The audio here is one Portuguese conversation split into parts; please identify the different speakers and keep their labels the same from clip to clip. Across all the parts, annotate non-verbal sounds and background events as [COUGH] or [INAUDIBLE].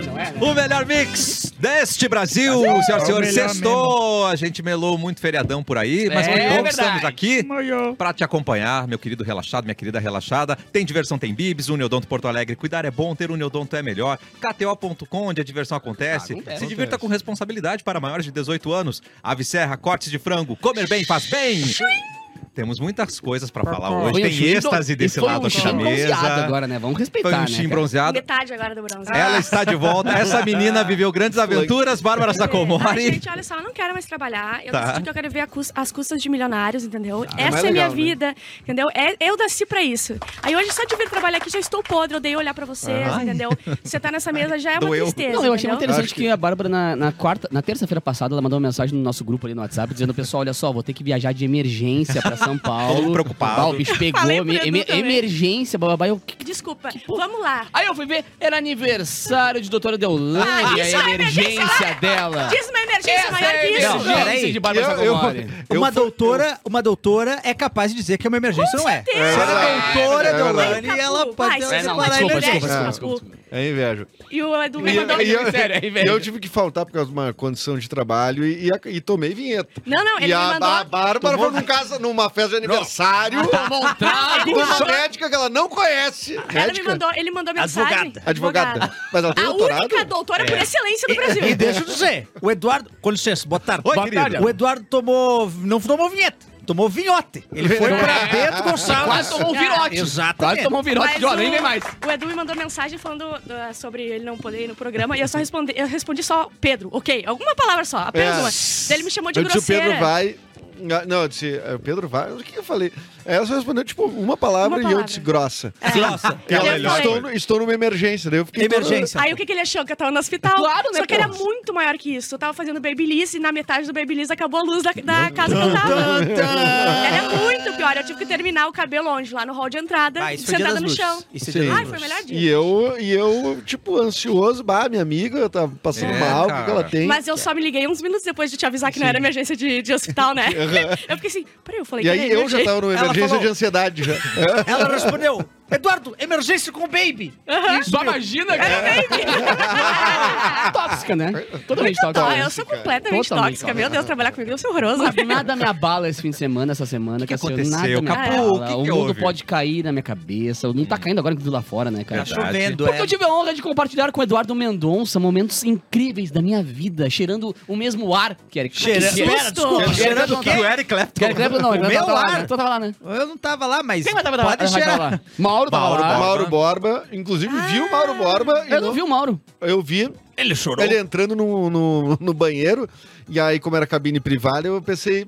Speaker 1: que não é, né?
Speaker 2: O melhor mix deste Brasil, senhoras e
Speaker 3: É o
Speaker 2: senhores,
Speaker 3: melhor
Speaker 2: sextou. A gente melou muito feriadão por aí, mas
Speaker 1: É
Speaker 2: muito bom que
Speaker 1: verdade.
Speaker 2: estamos aqui
Speaker 3: Maiô.
Speaker 2: pra te acompanhar, meu querido relaxado, minha querida relaxada. Tem diversão, tem bibs, Uniodonto Porto Alegre. Cuidar é bom, ter Uniodonto é melhor. KTO.com, onde a diversão acontece.
Speaker 1: Acontece.
Speaker 2: Se divirta com responsabilidade para maiores de 18 anos. Ave Serra, cortes de frango, comer bem faz bem. Temos muitas coisas pra falar hoje.
Speaker 1: Foi um
Speaker 2: Tem
Speaker 1: xing-
Speaker 2: êxtase
Speaker 1: e
Speaker 2: desse
Speaker 1: foi
Speaker 2: lado
Speaker 1: um
Speaker 2: aqui da
Speaker 1: xing bronzeado
Speaker 2: mesa.
Speaker 1: agora, né? Vamos respeitar,
Speaker 2: Foi um
Speaker 1: né,
Speaker 2: xim
Speaker 1: cara?
Speaker 2: bronzeado.
Speaker 4: Metade agora do bronze. Ah, é.
Speaker 2: Ela é está de volta. Essa menina viveu grandes aventuras, Bárbara
Speaker 4: Ai,
Speaker 2: Sacomori.
Speaker 4: gente, olha só, eu não quero mais trabalhar. Eu
Speaker 2: Tá.
Speaker 4: decidi que eu quero ver a cus- as custas de milionários, entendeu?
Speaker 5: é
Speaker 4: Essa
Speaker 5: mais
Speaker 4: é a minha
Speaker 5: legal, né?
Speaker 4: vida, entendeu? É- eu nasci pra isso. Aí hoje, só de vir trabalhar aqui, já estou podre. Eu dei olhar pra vocês,
Speaker 2: Ai.
Speaker 4: entendeu? Você tá nessa mesa já é uma
Speaker 2: Doeu.
Speaker 4: tristeza.
Speaker 1: Não, eu achei muito
Speaker 4: entendeu?
Speaker 1: interessante
Speaker 5: Acho
Speaker 1: que...
Speaker 5: que-
Speaker 1: a Bárbara, na, na quarta, na terça-feira passada, ela mandou uma mensagem no nosso grupo ali no WhatsApp, dizendo, pessoal, olha só, vou ter que viajar de emergência pra São Paulo.
Speaker 2: Todo mundo preocupado.
Speaker 1: Bah, O bicho pegou,
Speaker 4: Falei pro
Speaker 1: em-
Speaker 4: Edu
Speaker 1: em-
Speaker 4: também.
Speaker 1: emergência, bababá, eu... que-
Speaker 4: Desculpa, vamos lá.
Speaker 1: Aí eu fui ver, era aniversário de doutora Deolane,
Speaker 4: Ah, isso é
Speaker 1: a
Speaker 4: uma
Speaker 1: emergência
Speaker 4: emergência.
Speaker 1: dela.
Speaker 4: Diz uma emergência
Speaker 1: Essa
Speaker 4: maior que
Speaker 1: é
Speaker 4: isso.
Speaker 1: a
Speaker 2: Não,
Speaker 1: emergência
Speaker 2: peraí,
Speaker 1: de Bárbara
Speaker 5: eu- eu-
Speaker 1: Sacomori.
Speaker 5: Eu
Speaker 6: Uma
Speaker 5: fui-
Speaker 6: doutora, uma doutora é capaz de dizer que é uma emergência, não é? Se
Speaker 4: certeza.
Speaker 6: ela
Speaker 5: É
Speaker 6: é
Speaker 5: verdade,
Speaker 6: doutora,
Speaker 5: é verdade.
Speaker 6: Deolane, ela pode
Speaker 1: É, não,
Speaker 6: declarar
Speaker 1: desculpa,
Speaker 6: emergência.
Speaker 1: desculpa, desculpa,
Speaker 5: Ah,
Speaker 1: desculpa.
Speaker 5: É inveja.
Speaker 4: né? E o Edu me
Speaker 5: E-
Speaker 4: mandou...
Speaker 5: e eu-
Speaker 1: Sério, é inveja.
Speaker 5: Eu tive que faltar por causa de uma condição de trabalho e, e a- e tomei vinheta.
Speaker 4: Não, não, ele
Speaker 5: e
Speaker 4: me
Speaker 5: a,
Speaker 4: mandou...
Speaker 5: a Bárbara foi num casa, numa festa de aniversário
Speaker 2: Ah, tá
Speaker 1: Tomou um trago.
Speaker 5: com uma médica que ela não conhece.
Speaker 4: Ela me
Speaker 5: Médica?
Speaker 4: mandou, ele mandou mensagem.
Speaker 6: Advogada.
Speaker 5: Advogada. Mas ela tem
Speaker 4: É, A
Speaker 5: doutorado?
Speaker 4: única é doutora por excelência do
Speaker 1: é
Speaker 4: Brasil.
Speaker 6: E deixa eu dizer, o Eduardo, com licença, boa tarde.
Speaker 2: Oi,
Speaker 6: Boa
Speaker 2: querido.
Speaker 6: tarde. O Eduardo tomou, não tomou vinheta, tomou vinhote. Ele foi
Speaker 1: [LAUGHS]
Speaker 6: pra Bento Gonçalves.
Speaker 1: Quase tomou um virote.
Speaker 6: Exatamente.
Speaker 1: Quase tomou um virote
Speaker 4: Mas
Speaker 1: de hora,
Speaker 4: o-
Speaker 1: nem vem mais.
Speaker 4: O Edu me mandou mensagem falando ah, sobre ele não poder ir no programa e eu só respondi, eu respondi só Pedro, ok? Alguma palavra só, apenas
Speaker 5: É.
Speaker 4: uma. Daí ele me chamou de
Speaker 5: eu disse, o
Speaker 4: grosseira.
Speaker 5: Pedro vai... Ah, Não, eu disse, é, o Pedro vai... O que que eu falei? Ela só respondeu, tipo, uma palavra,
Speaker 4: Uma
Speaker 5: e eu
Speaker 4: palavra. É,
Speaker 5: disse, grossa.
Speaker 6: Nossa,
Speaker 5: E ela,
Speaker 4: Eu falei-
Speaker 5: estou, no- estou numa emergência. Daí eu fiquei toda-
Speaker 6: emergência.
Speaker 4: Aí o que, que ele achou? Que eu tava no hospital?
Speaker 1: Claro, né,
Speaker 4: Só que era
Speaker 1: pô?
Speaker 4: muito maior que isso. Eu tava fazendo Babyliss e na metade do Babyliss acabou a luz da, da casa que eu
Speaker 5: [LAUGHS]
Speaker 4: tava. Era muito pior. Eu tive que terminar o cabelo onde? Lá no hall de entrada,
Speaker 1: Ah,
Speaker 6: Vai, isso foi Dia
Speaker 4: sentada
Speaker 6: das
Speaker 4: no
Speaker 6: Luzes.
Speaker 4: chão.
Speaker 6: Isso é
Speaker 5: Sim.
Speaker 6: Dia das
Speaker 4: Ai, foi o melhor dia.
Speaker 5: E eu, e eu, tipo, ansioso, bah, minha amiga, eu tava passando
Speaker 2: É,
Speaker 5: mal, o
Speaker 2: cara.
Speaker 5: que que ela tem?
Speaker 4: Mas eu só me liguei uns minutos depois de te avisar que não era emergência de, de hospital,
Speaker 5: [LAUGHS]
Speaker 4: né? eu fiquei assim, peraí, eu falei
Speaker 5: E
Speaker 4: que
Speaker 5: aí
Speaker 4: era
Speaker 5: eu já
Speaker 4: emergência.
Speaker 5: tava numa
Speaker 6: Ela
Speaker 5: emergência
Speaker 6: falou-
Speaker 5: de ansiedade já.
Speaker 6: Ela respondeu, Eduardo, emergência com o baby.
Speaker 1: Só
Speaker 4: É
Speaker 1: imagina, cara. Tóxica, né? Totalmente tóxica.
Speaker 4: Ah, eu sou
Speaker 1: Totalmente
Speaker 4: completamente tóxica.
Speaker 1: tóxica.
Speaker 4: Meu Deus, trabalhar comigo deve ser horroroso.
Speaker 1: Mas nada me abala esse fim de semana, essa semana.
Speaker 2: Que que
Speaker 1: assim, eu- Nada
Speaker 2: aconteceu, Capu?
Speaker 1: me abala.
Speaker 2: O que
Speaker 1: o
Speaker 2: que
Speaker 1: mundo
Speaker 2: houve?
Speaker 1: pode cair na minha cabeça. Não tá caindo agora que tudo lá fora, né, cara?
Speaker 6: Tá chovendo,
Speaker 1: Porque
Speaker 6: é.
Speaker 1: eu tive a honra de compartilhar com o Eduardo Mendonça momentos incríveis da minha vida, cheirando o mesmo ar que Eric
Speaker 6: Cheira-
Speaker 1: que-
Speaker 6: Pera, desculpa,
Speaker 1: Cheirando
Speaker 6: cheirando o quê?
Speaker 1: não,
Speaker 2: Eric Clapton.
Speaker 1: né? Que Eric Clapton não,
Speaker 6: O
Speaker 1: ele
Speaker 6: meu
Speaker 1: tava lá,
Speaker 6: ar?
Speaker 1: né? Tu tava lá, né?
Speaker 6: tá Eu não tava lá, mas
Speaker 1: Quem mais tava lá?
Speaker 6: pode
Speaker 1: Vai
Speaker 6: cheirar.
Speaker 1: tava lá. Mauro tava
Speaker 2: Mauro,
Speaker 1: lá.
Speaker 5: Mauro Borba, inclusive vi
Speaker 4: Ah.
Speaker 5: o Mauro Borba. e
Speaker 1: Eu não vi o Mauro.
Speaker 5: Eu vi
Speaker 6: Ele chorou.
Speaker 5: ele entrando no, no, no banheiro, e aí, como era cabine privada, eu pensei,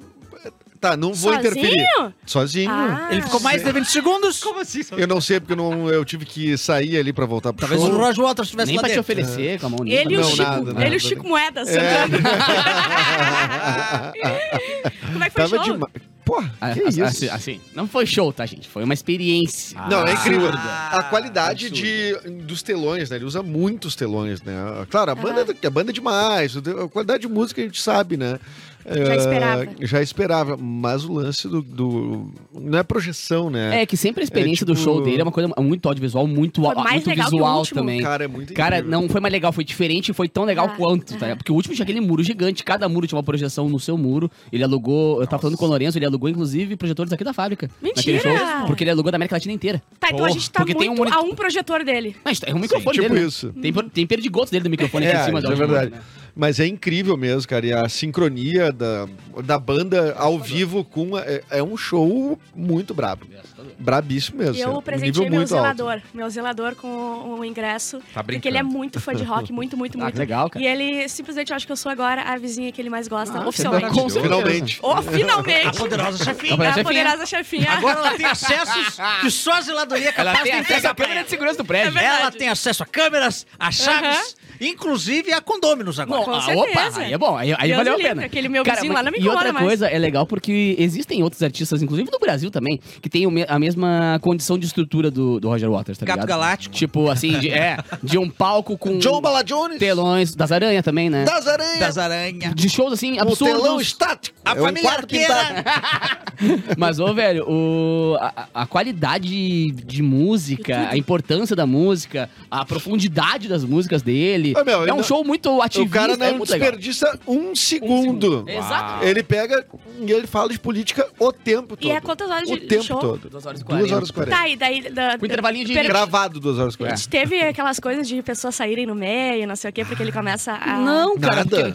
Speaker 5: tá, não vou
Speaker 4: Sozinho?
Speaker 5: interferir. Sozinho?
Speaker 4: Ah.
Speaker 6: Ele ficou mais de 20 segundos.
Speaker 2: Como assim? seu-
Speaker 5: Eu não sei, porque eu não, eu tive que sair ali pra voltar pro
Speaker 6: Talvez
Speaker 5: show.
Speaker 6: o Roger Waters estivesse
Speaker 1: Nem
Speaker 6: lá
Speaker 1: pra te
Speaker 6: dentro.
Speaker 1: oferecer com a mão nele.
Speaker 4: Ele e o
Speaker 5: Não,
Speaker 4: Chico,
Speaker 5: nada, nada. É.
Speaker 4: ele e o Chico Moedas sentando. [LAUGHS] Como é que foi o
Speaker 5: Tava
Speaker 4: show?
Speaker 5: demais. Porra,
Speaker 1: Ah,
Speaker 5: que
Speaker 1: ah,
Speaker 5: isso?
Speaker 1: Assim, assim, não foi show, tá, gente? Foi uma experiência. Assim,
Speaker 5: Não, é incrível.
Speaker 6: Ah,
Speaker 5: a qualidade de, dos telões, né? Ele usa muitos telões, né? Claro, a banda, a banda é demais. A qualidade de música a gente sabe, né?
Speaker 4: Já
Speaker 5: Eh,
Speaker 4: esperava.
Speaker 5: Já esperava. Mas o lance do. do- não é projeção, né?
Speaker 1: É que sempre a experiência
Speaker 5: É, tipo-
Speaker 1: do show dele é uma coisa muito audiovisual, muito,
Speaker 4: Foi
Speaker 1: au-
Speaker 4: mais
Speaker 1: muito
Speaker 4: legal que o
Speaker 1: visual
Speaker 4: último.
Speaker 1: também.
Speaker 5: Cara, é muito
Speaker 1: Cara,
Speaker 5: incrível.
Speaker 1: não foi mais legal, foi diferente e foi tão legal
Speaker 4: Ah,
Speaker 1: quanto, tá? ligado? Porque o último tinha aquele muro gigante, cada muro tinha uma projeção no seu muro. Ele alugou, eu tava falando com o Lourenço, ele alugou inclusive projetores aqui da fábrica. naquele
Speaker 4: Mentira!
Speaker 1: show, porque ele alugou da América Latina inteira.
Speaker 4: Tá, então a gente tá
Speaker 1: Porque
Speaker 4: muito
Speaker 1: tem um monitor-
Speaker 4: a um projetor dele.
Speaker 1: Mas é um microfone
Speaker 5: tipo
Speaker 1: dele. né?
Speaker 5: isso.
Speaker 1: Tem, per- tem perdigotos dele do microfone aqui
Speaker 5: É,
Speaker 1: em cima da
Speaker 5: isso é
Speaker 1: última,
Speaker 5: verdade.
Speaker 1: né?
Speaker 5: Mas é incrível mesmo, cara. E a sincronia da, da banda ao vivo com. É, é um show muito brabo.
Speaker 1: tá
Speaker 5: Brabíssimo mesmo.
Speaker 4: E eu
Speaker 5: é um
Speaker 4: presenteei
Speaker 5: nível
Speaker 4: meu
Speaker 5: muito alto.
Speaker 4: zelador. Meu zelador com o, o ingresso. Porque
Speaker 2: Tá brincando.
Speaker 4: ele é muito fã de rock, muito,
Speaker 1: Tá
Speaker 4: muito,
Speaker 1: Ah,
Speaker 4: muito.
Speaker 1: que legal, cara.
Speaker 4: E ele simplesmente acha que eu sou agora a vizinha que ele mais gosta,
Speaker 1: Ah,
Speaker 4: oficialmente.
Speaker 5: tá
Speaker 1: com certeza.
Speaker 5: Finalmente.
Speaker 4: Oh, finalmente!
Speaker 6: A É poderosa chefinha.
Speaker 1: Agora
Speaker 4: a
Speaker 1: chefinha.
Speaker 4: poderosa chefinha.
Speaker 6: Agora ela tem acessos que só a zeladoria é capaz de entregar pra ela. É
Speaker 1: de segurança do
Speaker 5: É
Speaker 1: prédio.
Speaker 4: verdade.
Speaker 6: Ela tem acesso a câmeras, a chaves, inclusive a condôminos agora.
Speaker 1: Não,
Speaker 4: Com
Speaker 1: ah,
Speaker 4: certeza.
Speaker 1: opa, aí é bom, aí, aí
Speaker 4: Deus
Speaker 1: valeu a
Speaker 4: me livre,
Speaker 1: pena.
Speaker 4: aquele meu vizinho
Speaker 1: mas-
Speaker 4: lá não me
Speaker 1: E outra
Speaker 4: incomoda mais.
Speaker 1: coisa é legal porque existem outros artistas, inclusive do Brasil também, que têm o me- a mesma condição de estrutura do, do Roger Waters, tá
Speaker 6: Gato
Speaker 1: ligado?
Speaker 6: Galáctico.
Speaker 1: Tipo assim, de, é, de um palco
Speaker 5: [LAUGHS]
Speaker 1: com
Speaker 5: John Balajones.
Speaker 1: telões das aranha também, né?
Speaker 5: Das Aranhas.
Speaker 6: Das aranhas.
Speaker 1: De shows assim
Speaker 5: Um telão
Speaker 1: absurdos.
Speaker 5: estático.
Speaker 6: A
Speaker 5: É um
Speaker 6: família
Speaker 5: quadro
Speaker 6: arqueira.
Speaker 5: pintado.
Speaker 1: [LAUGHS] Mas, ô, velho, o, a, a qualidade de música, a importância da música, a profundidade das músicas dele.
Speaker 5: Ah, meu,
Speaker 1: é um
Speaker 5: não-
Speaker 1: show muito
Speaker 5: O
Speaker 1: ativista,
Speaker 5: cara
Speaker 1: é
Speaker 5: não
Speaker 1: muito legal.
Speaker 5: desperdiça um segundo.
Speaker 1: Exato.
Speaker 5: Ele pega e ele fala de política o tempo todo.
Speaker 4: E é quantas horas
Speaker 5: O
Speaker 4: de
Speaker 5: tempo
Speaker 4: show?
Speaker 5: todo.
Speaker 1: 2 horas e 40.
Speaker 5: 2 horas e 40.
Speaker 4: Tá, e daí... Da,
Speaker 1: Com intervalinho de-
Speaker 4: Pera-
Speaker 5: Gravado 2 horas
Speaker 4: A
Speaker 5: e
Speaker 1: É.
Speaker 5: 40.
Speaker 4: gente teve aquelas coisas de pessoas saírem no meio, não sei o quê, porque ele começa a...
Speaker 1: Não, cara.
Speaker 5: Nada.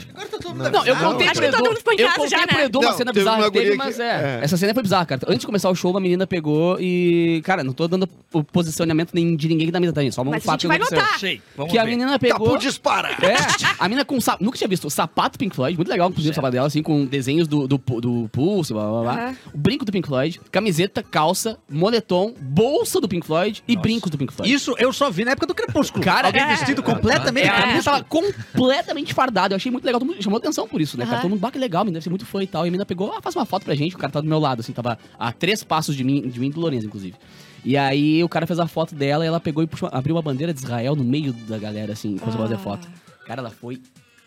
Speaker 1: Não, eu contei
Speaker 4: Acho
Speaker 1: pro
Speaker 4: que
Speaker 1: Edu-
Speaker 4: tá todo mundo ficou em
Speaker 1: Eu
Speaker 4: casa
Speaker 1: contei
Speaker 4: já,
Speaker 1: pro
Speaker 4: né?
Speaker 1: Edu uma
Speaker 5: Não,
Speaker 1: cena
Speaker 5: teve uma
Speaker 1: bizarra que teve,
Speaker 5: guria
Speaker 1: mas
Speaker 5: que-
Speaker 1: é.
Speaker 5: é.
Speaker 1: Essa cena foi bizarra, cara. Antes de começar o show, uma menina pegou e. Cara, não tô dando o posicionamento nem de ninguém que da mesa tá aí. Só um
Speaker 4: Mas a
Speaker 1: fato
Speaker 4: gente vai
Speaker 1: que aconteceu.
Speaker 4: notar.
Speaker 6: Achei. Vamos
Speaker 1: Que a
Speaker 6: ver.
Speaker 1: menina
Speaker 5: Capu
Speaker 1: pegou.
Speaker 5: dispara.
Speaker 1: É, a mina com sapato. Nunca tinha visto. O sapato Pink Floyd, muito legal, inclusive, o sapato dela, assim, com desenhos do, do, pu- do pulso, blá blá blá.
Speaker 4: Aham.
Speaker 1: O brinco do Pink Floyd, camiseta, calça, moletom, bolsa do Pink Floyd e brincos do Pink Floyd.
Speaker 6: Isso eu só vi na época do Crepúsculo.
Speaker 1: Cara,
Speaker 6: Alguém
Speaker 1: é.
Speaker 6: vestido completamente. Tá
Speaker 1: É, a
Speaker 6: crepúsculo.
Speaker 1: menina tava completamente fardada. Eu achei muito legal. Todo mundo chamou atenção por isso, né, cara?
Speaker 4: Aham.
Speaker 1: Todo mundo, bah, que legal, menina deve ser muito fã e tal. E a menina pegou, ah, faz uma foto pra gente. O cara tá do meu lado, assim, tava a três passos de mim, de mim e do Lourenço, inclusive. E aí o cara fez a foto dela e ela pegou e puxou, abriu uma bandeira de Israel no meio da galera, assim, e começou a fazer
Speaker 4: Ah.
Speaker 1: foto. Cara, ela foi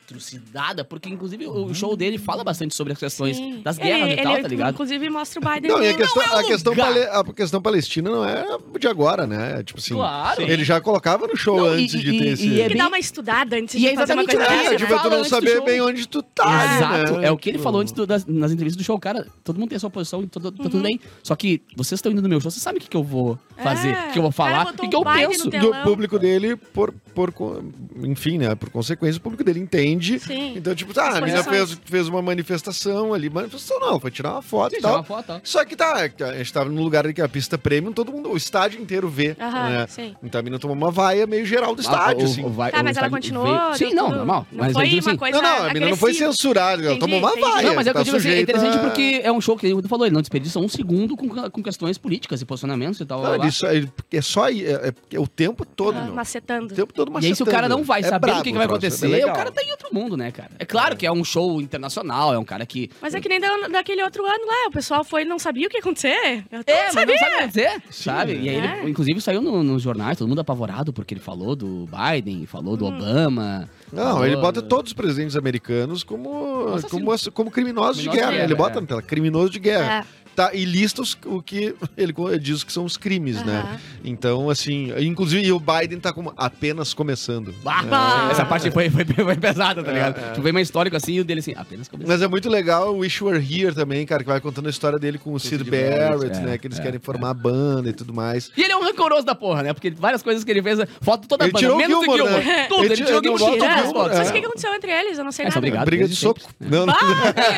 Speaker 1: trucidada, porque inclusive o o show dele fala bastante sobre as questões
Speaker 4: Sim.
Speaker 1: das guerras
Speaker 4: Ele-
Speaker 1: e tal,
Speaker 4: ele,
Speaker 1: tá ligado?
Speaker 4: Inclusive mostra o Biden.
Speaker 5: Não, e a
Speaker 4: no-
Speaker 5: questão,
Speaker 1: é
Speaker 5: a,
Speaker 1: um
Speaker 5: questão
Speaker 1: lugar.
Speaker 5: pale- a questão palestina não é de agora, né? É Tipo assim,
Speaker 1: Claro.
Speaker 5: ele já colocava no show
Speaker 1: Não, e-
Speaker 5: antes de
Speaker 1: e-
Speaker 5: ter
Speaker 1: e- e
Speaker 5: esse...
Speaker 1: é
Speaker 4: Tem que
Speaker 1: bem-
Speaker 4: dar uma estudada antes
Speaker 1: E é
Speaker 4: de fazer uma
Speaker 1: exatamente
Speaker 4: coisa
Speaker 1: isso.
Speaker 5: É,
Speaker 4: dessa,
Speaker 5: tipo,
Speaker 4: né?
Speaker 1: fala
Speaker 5: tu não
Speaker 1: antes do
Speaker 5: saber
Speaker 1: show.
Speaker 5: bem onde tu tá,
Speaker 1: Exato.
Speaker 5: né?
Speaker 1: É o que ele falou antes do- das- nas entrevistas do show, cara. Todo mundo tem a sua posição e tudo- tá tudo bem. Só que vocês estão indo no meu show, vocês sabem o que, que eu vou fazer, o
Speaker 4: Uhum. É.
Speaker 1: que, que eu vou falar
Speaker 4: Cara, botou
Speaker 1: e o que eu
Speaker 4: um baile no
Speaker 1: penso.
Speaker 4: teu-
Speaker 5: do
Speaker 4: telão.
Speaker 5: público dele, por, por, co- enfim, né? Por consequência, o público dele entende.
Speaker 4: Sim.
Speaker 5: Então, tipo, tá,
Speaker 4: As
Speaker 5: a menina
Speaker 4: posições.
Speaker 5: fez, fez uma manifestação ali. Manifestação não, foi tirar uma foto e
Speaker 1: Tirar
Speaker 5: tal.
Speaker 1: uma foto, ó.
Speaker 5: Só que tá, a gente tava num lugar que é a pista premium, todo mundo, o estádio inteiro vê,
Speaker 4: Aham,
Speaker 5: né?
Speaker 4: sim.
Speaker 5: Então a menina tomou uma vaia meio geral do
Speaker 1: Ah,
Speaker 5: estádio,
Speaker 1: o-
Speaker 5: assim.
Speaker 1: o vai-
Speaker 4: Tá,
Speaker 1: o
Speaker 4: mas ela
Speaker 1: estádio
Speaker 4: continuou.
Speaker 1: veio-
Speaker 4: deu
Speaker 1: Sim, não,
Speaker 4: tudo.
Speaker 1: normal.
Speaker 4: Não
Speaker 1: mas eu
Speaker 4: foi
Speaker 1: digo
Speaker 4: uma
Speaker 1: assim,
Speaker 4: coisa
Speaker 5: Não, não, a menina não foi
Speaker 4: é, agressiva.
Speaker 5: censurada, ela
Speaker 4: Entendi,
Speaker 5: tomou uma
Speaker 4: entendi.
Speaker 5: vaia.
Speaker 1: Não, mas é o que
Speaker 5: tá
Speaker 1: eu digo assim, é
Speaker 5: sujeita
Speaker 1: interessante
Speaker 5: a-
Speaker 1: porque é um show que ele falou, ele não desperdiça um segundo com, com questões políticas e posicionamentos e tal. blá,
Speaker 5: Não,
Speaker 1: blá.
Speaker 5: ele só- ele- é só aí, é, é- é o tempo todo,
Speaker 4: Ah,
Speaker 5: meu.
Speaker 4: Macetando.
Speaker 5: O tempo todo
Speaker 1: E aí, se o
Speaker 5: macetando.
Speaker 1: cara não vai
Speaker 5: É
Speaker 1: saber
Speaker 5: brabo
Speaker 1: o que, que vai
Speaker 5: troço, é bem
Speaker 1: acontecer, o
Speaker 5: legal.
Speaker 1: cara tá em outro mundo, né, cara? É claro que é um show internacional, é um cara que.
Speaker 4: Mas é que nem da, daquele outro ano lá, o pessoal foi e não sabia o que ia acontecer. Eu
Speaker 1: É,
Speaker 4: é,
Speaker 1: mas não
Speaker 4: sabia.
Speaker 1: sabe dizer, sabe?
Speaker 5: né?
Speaker 1: E aí,
Speaker 4: É.
Speaker 1: ele, inclusive, saiu no- nos jornais, todo mundo apavorado, porque ele falou do Biden, falou
Speaker 4: Hum.
Speaker 1: do Obama.
Speaker 5: Não,
Speaker 1: falou
Speaker 5: ele bota
Speaker 1: do-
Speaker 5: todos os presidentes americanos como,
Speaker 1: Assassino.
Speaker 5: como, ass- como criminosos de
Speaker 1: Criminosos
Speaker 5: guerra.
Speaker 1: de guerra,
Speaker 5: ele bota
Speaker 1: é.
Speaker 5: na tela, criminoso de guerra.
Speaker 4: É,
Speaker 5: Tá, e lista os- o que ele co- diz que são os crimes, né?
Speaker 4: aham.
Speaker 5: Então, assim, inclusive e o Biden tá como apenas começando.
Speaker 1: Bah!
Speaker 4: É.
Speaker 1: Ah! Essa parte foi, foi, foi pesada, tá
Speaker 5: É,
Speaker 1: ligado?
Speaker 5: é.
Speaker 1: Tu vem mais histórico assim e o dele assim, apenas começou.
Speaker 5: Mas é muito legal o Wish You Were Here também, cara, que vai contando a história dele com o Sid
Speaker 1: Sid
Speaker 5: Barrett,
Speaker 1: Barrett,
Speaker 5: né?
Speaker 1: é,
Speaker 5: Que eles
Speaker 1: é,
Speaker 5: querem formar a banda e tudo mais.
Speaker 1: E ele é um rancoroso da porra, né? Porque várias coisas que ele fez, né, foto toda a
Speaker 5: Ele
Speaker 1: banda,
Speaker 5: tirou o
Speaker 1: menos
Speaker 5: Gilmore,
Speaker 1: do Gilmore.
Speaker 5: né?
Speaker 1: Tudo,
Speaker 5: Ele
Speaker 1: ele,
Speaker 5: tirou
Speaker 1: tirou
Speaker 5: o
Speaker 1: o Gilmore,
Speaker 5: Gilmore,
Speaker 1: tirou todas
Speaker 5: é.
Speaker 1: as fotos.
Speaker 4: Mas
Speaker 5: É.
Speaker 4: o que que aconteceu entre eles? Eu não sei
Speaker 1: É,
Speaker 4: nada.
Speaker 1: só obrigado.
Speaker 5: Briga de
Speaker 1: desde
Speaker 5: soco.
Speaker 4: [LAUGHS]
Speaker 5: Não, não.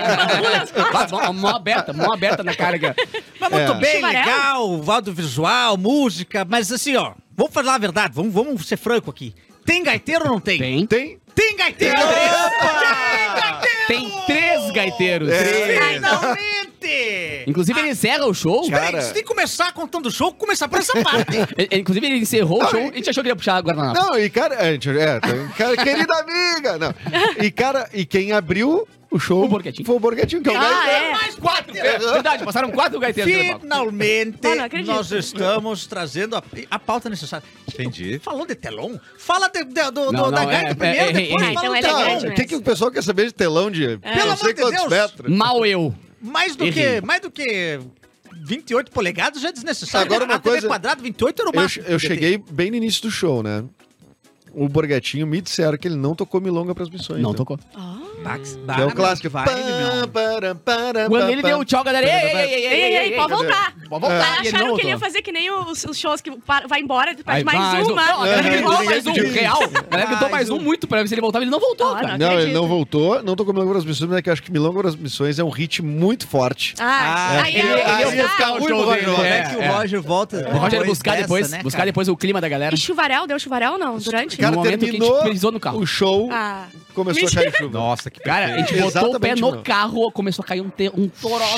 Speaker 1: [LAUGHS] Bah, mão- Mão aberta, mão aberta na cara. cara.
Speaker 6: Mas tá muito
Speaker 5: É.
Speaker 6: bem,
Speaker 4: Chuvarela?
Speaker 6: legal, audiovisual, música, mas assim, ó, vamos falar a verdade, vamos, vamos ser franco aqui. Tem gaiteiro ou não tem?
Speaker 1: Tem,
Speaker 5: Tem?
Speaker 6: Tem gaiteiro!
Speaker 1: tem três gaiteiros.
Speaker 5: É.
Speaker 6: Finalmente!
Speaker 1: Inclusive, ele encerra o show.
Speaker 5: Cara,
Speaker 6: Bem, você tem que começar contando o show, começar por essa
Speaker 1: [LAUGHS]
Speaker 6: parte.
Speaker 1: Ele- ele- Inclusive, ele encerrou o show. A gente achou que ele ia puxar a guardanapo.
Speaker 5: Não, e cara, é, gente, é, tem- cara, querida amiga, não. E cara, e quem abriu o show
Speaker 1: O Borghettini.
Speaker 5: foi o Borghettini, que é o
Speaker 4: Ah,
Speaker 5: gaiteiro.
Speaker 4: é.
Speaker 6: Mais quatro!
Speaker 1: É verdade, passaram quatro gaiteiros. aqui no palco.
Speaker 6: Finalmente,
Speaker 4: Ah, não acredito.
Speaker 6: nós estamos trazendo a, a pauta necessária.
Speaker 2: Entendi.
Speaker 6: Falou de telão? Fala de- de- do, do-
Speaker 1: Não,
Speaker 6: da
Speaker 1: não,
Speaker 6: gaita
Speaker 1: é-
Speaker 6: primeiro,
Speaker 1: é- é-
Speaker 6: depois
Speaker 1: é-
Speaker 6: fala
Speaker 4: então
Speaker 6: do
Speaker 4: é
Speaker 5: Tá,
Speaker 6: telão.
Speaker 4: legal.
Speaker 5: o que, que o pessoal quer saber de telão de
Speaker 6: Pelo
Speaker 5: não
Speaker 6: amor
Speaker 5: sei
Speaker 6: de
Speaker 5: quantos
Speaker 6: Deus.
Speaker 5: metros?
Speaker 1: Mal eu.
Speaker 6: Mais do
Speaker 1: Errei.
Speaker 6: que, mais do que 28 polegadas já é desnecessário.
Speaker 5: Agora uma
Speaker 6: a TV
Speaker 5: coisa-
Speaker 6: quadrado 28 era o
Speaker 5: Eu,
Speaker 6: máximo.
Speaker 5: eu cheguei bem no início do show, né? O Borgetinho me disseram que ele não tocou milonga pras missões.
Speaker 1: Não
Speaker 5: né?
Speaker 1: tocou.
Speaker 4: Ah.
Speaker 6: Bax,
Speaker 5: Que É o clássico.
Speaker 6: Vai,
Speaker 5: Pam, param, param,
Speaker 1: Quando
Speaker 5: pam,
Speaker 1: ele deu
Speaker 5: pam.
Speaker 1: o tchau, galera. Ei, ei, ei,
Speaker 4: Ei, ei, ei, pode voltar.
Speaker 1: Pode voltar. Ah, E ele
Speaker 4: Acharam
Speaker 1: não
Speaker 4: que ele ia
Speaker 1: voltou.
Speaker 4: fazer que nem os, os shows que para- vai embora, tu
Speaker 1: Aí,
Speaker 4: pede mais, uma.
Speaker 1: Não, a galera
Speaker 5: Aham.
Speaker 1: gritou
Speaker 5: Ninguém
Speaker 1: mais um.
Speaker 5: pediu.
Speaker 1: Real. A galera gritou mais um muito pra ver se ele voltava. Ele não voltou,
Speaker 4: Ah,
Speaker 1: cara.
Speaker 4: não.
Speaker 5: Não, ele
Speaker 4: Acredito.
Speaker 5: não voltou, não tocou milonga pras missões, mas é que eu acho que milonga pras missões é um hit muito forte.
Speaker 4: Ah,
Speaker 6: Ah,
Speaker 4: aí
Speaker 5: é.
Speaker 4: aí-
Speaker 5: Ele ia
Speaker 4: aí-
Speaker 5: buscar o
Speaker 6: Ui,
Speaker 5: show
Speaker 6: Roger,
Speaker 5: dele,
Speaker 6: Como
Speaker 1: né?
Speaker 6: é que
Speaker 1: É.
Speaker 6: o Roger volta?
Speaker 1: O Roger ia
Speaker 6: depois
Speaker 1: buscar
Speaker 6: dessa,
Speaker 1: depois,
Speaker 6: né,
Speaker 1: buscar
Speaker 6: cara?
Speaker 1: depois o clima da galera.
Speaker 4: E chuvarel? Deu chuvarel não? Durante?
Speaker 5: Cara,
Speaker 1: No momento que a gente
Speaker 5: terminou
Speaker 1: pisou no carro.
Speaker 5: o show,
Speaker 4: Ah.
Speaker 5: começou a
Speaker 4: [LAUGHS]
Speaker 5: cair chuva.
Speaker 2: Nossa, que
Speaker 1: Cara, a gente
Speaker 5: Perfeito.
Speaker 1: botou o pé
Speaker 5: Exatamente,
Speaker 1: no
Speaker 5: meu.
Speaker 1: carro, começou a cair um, te, um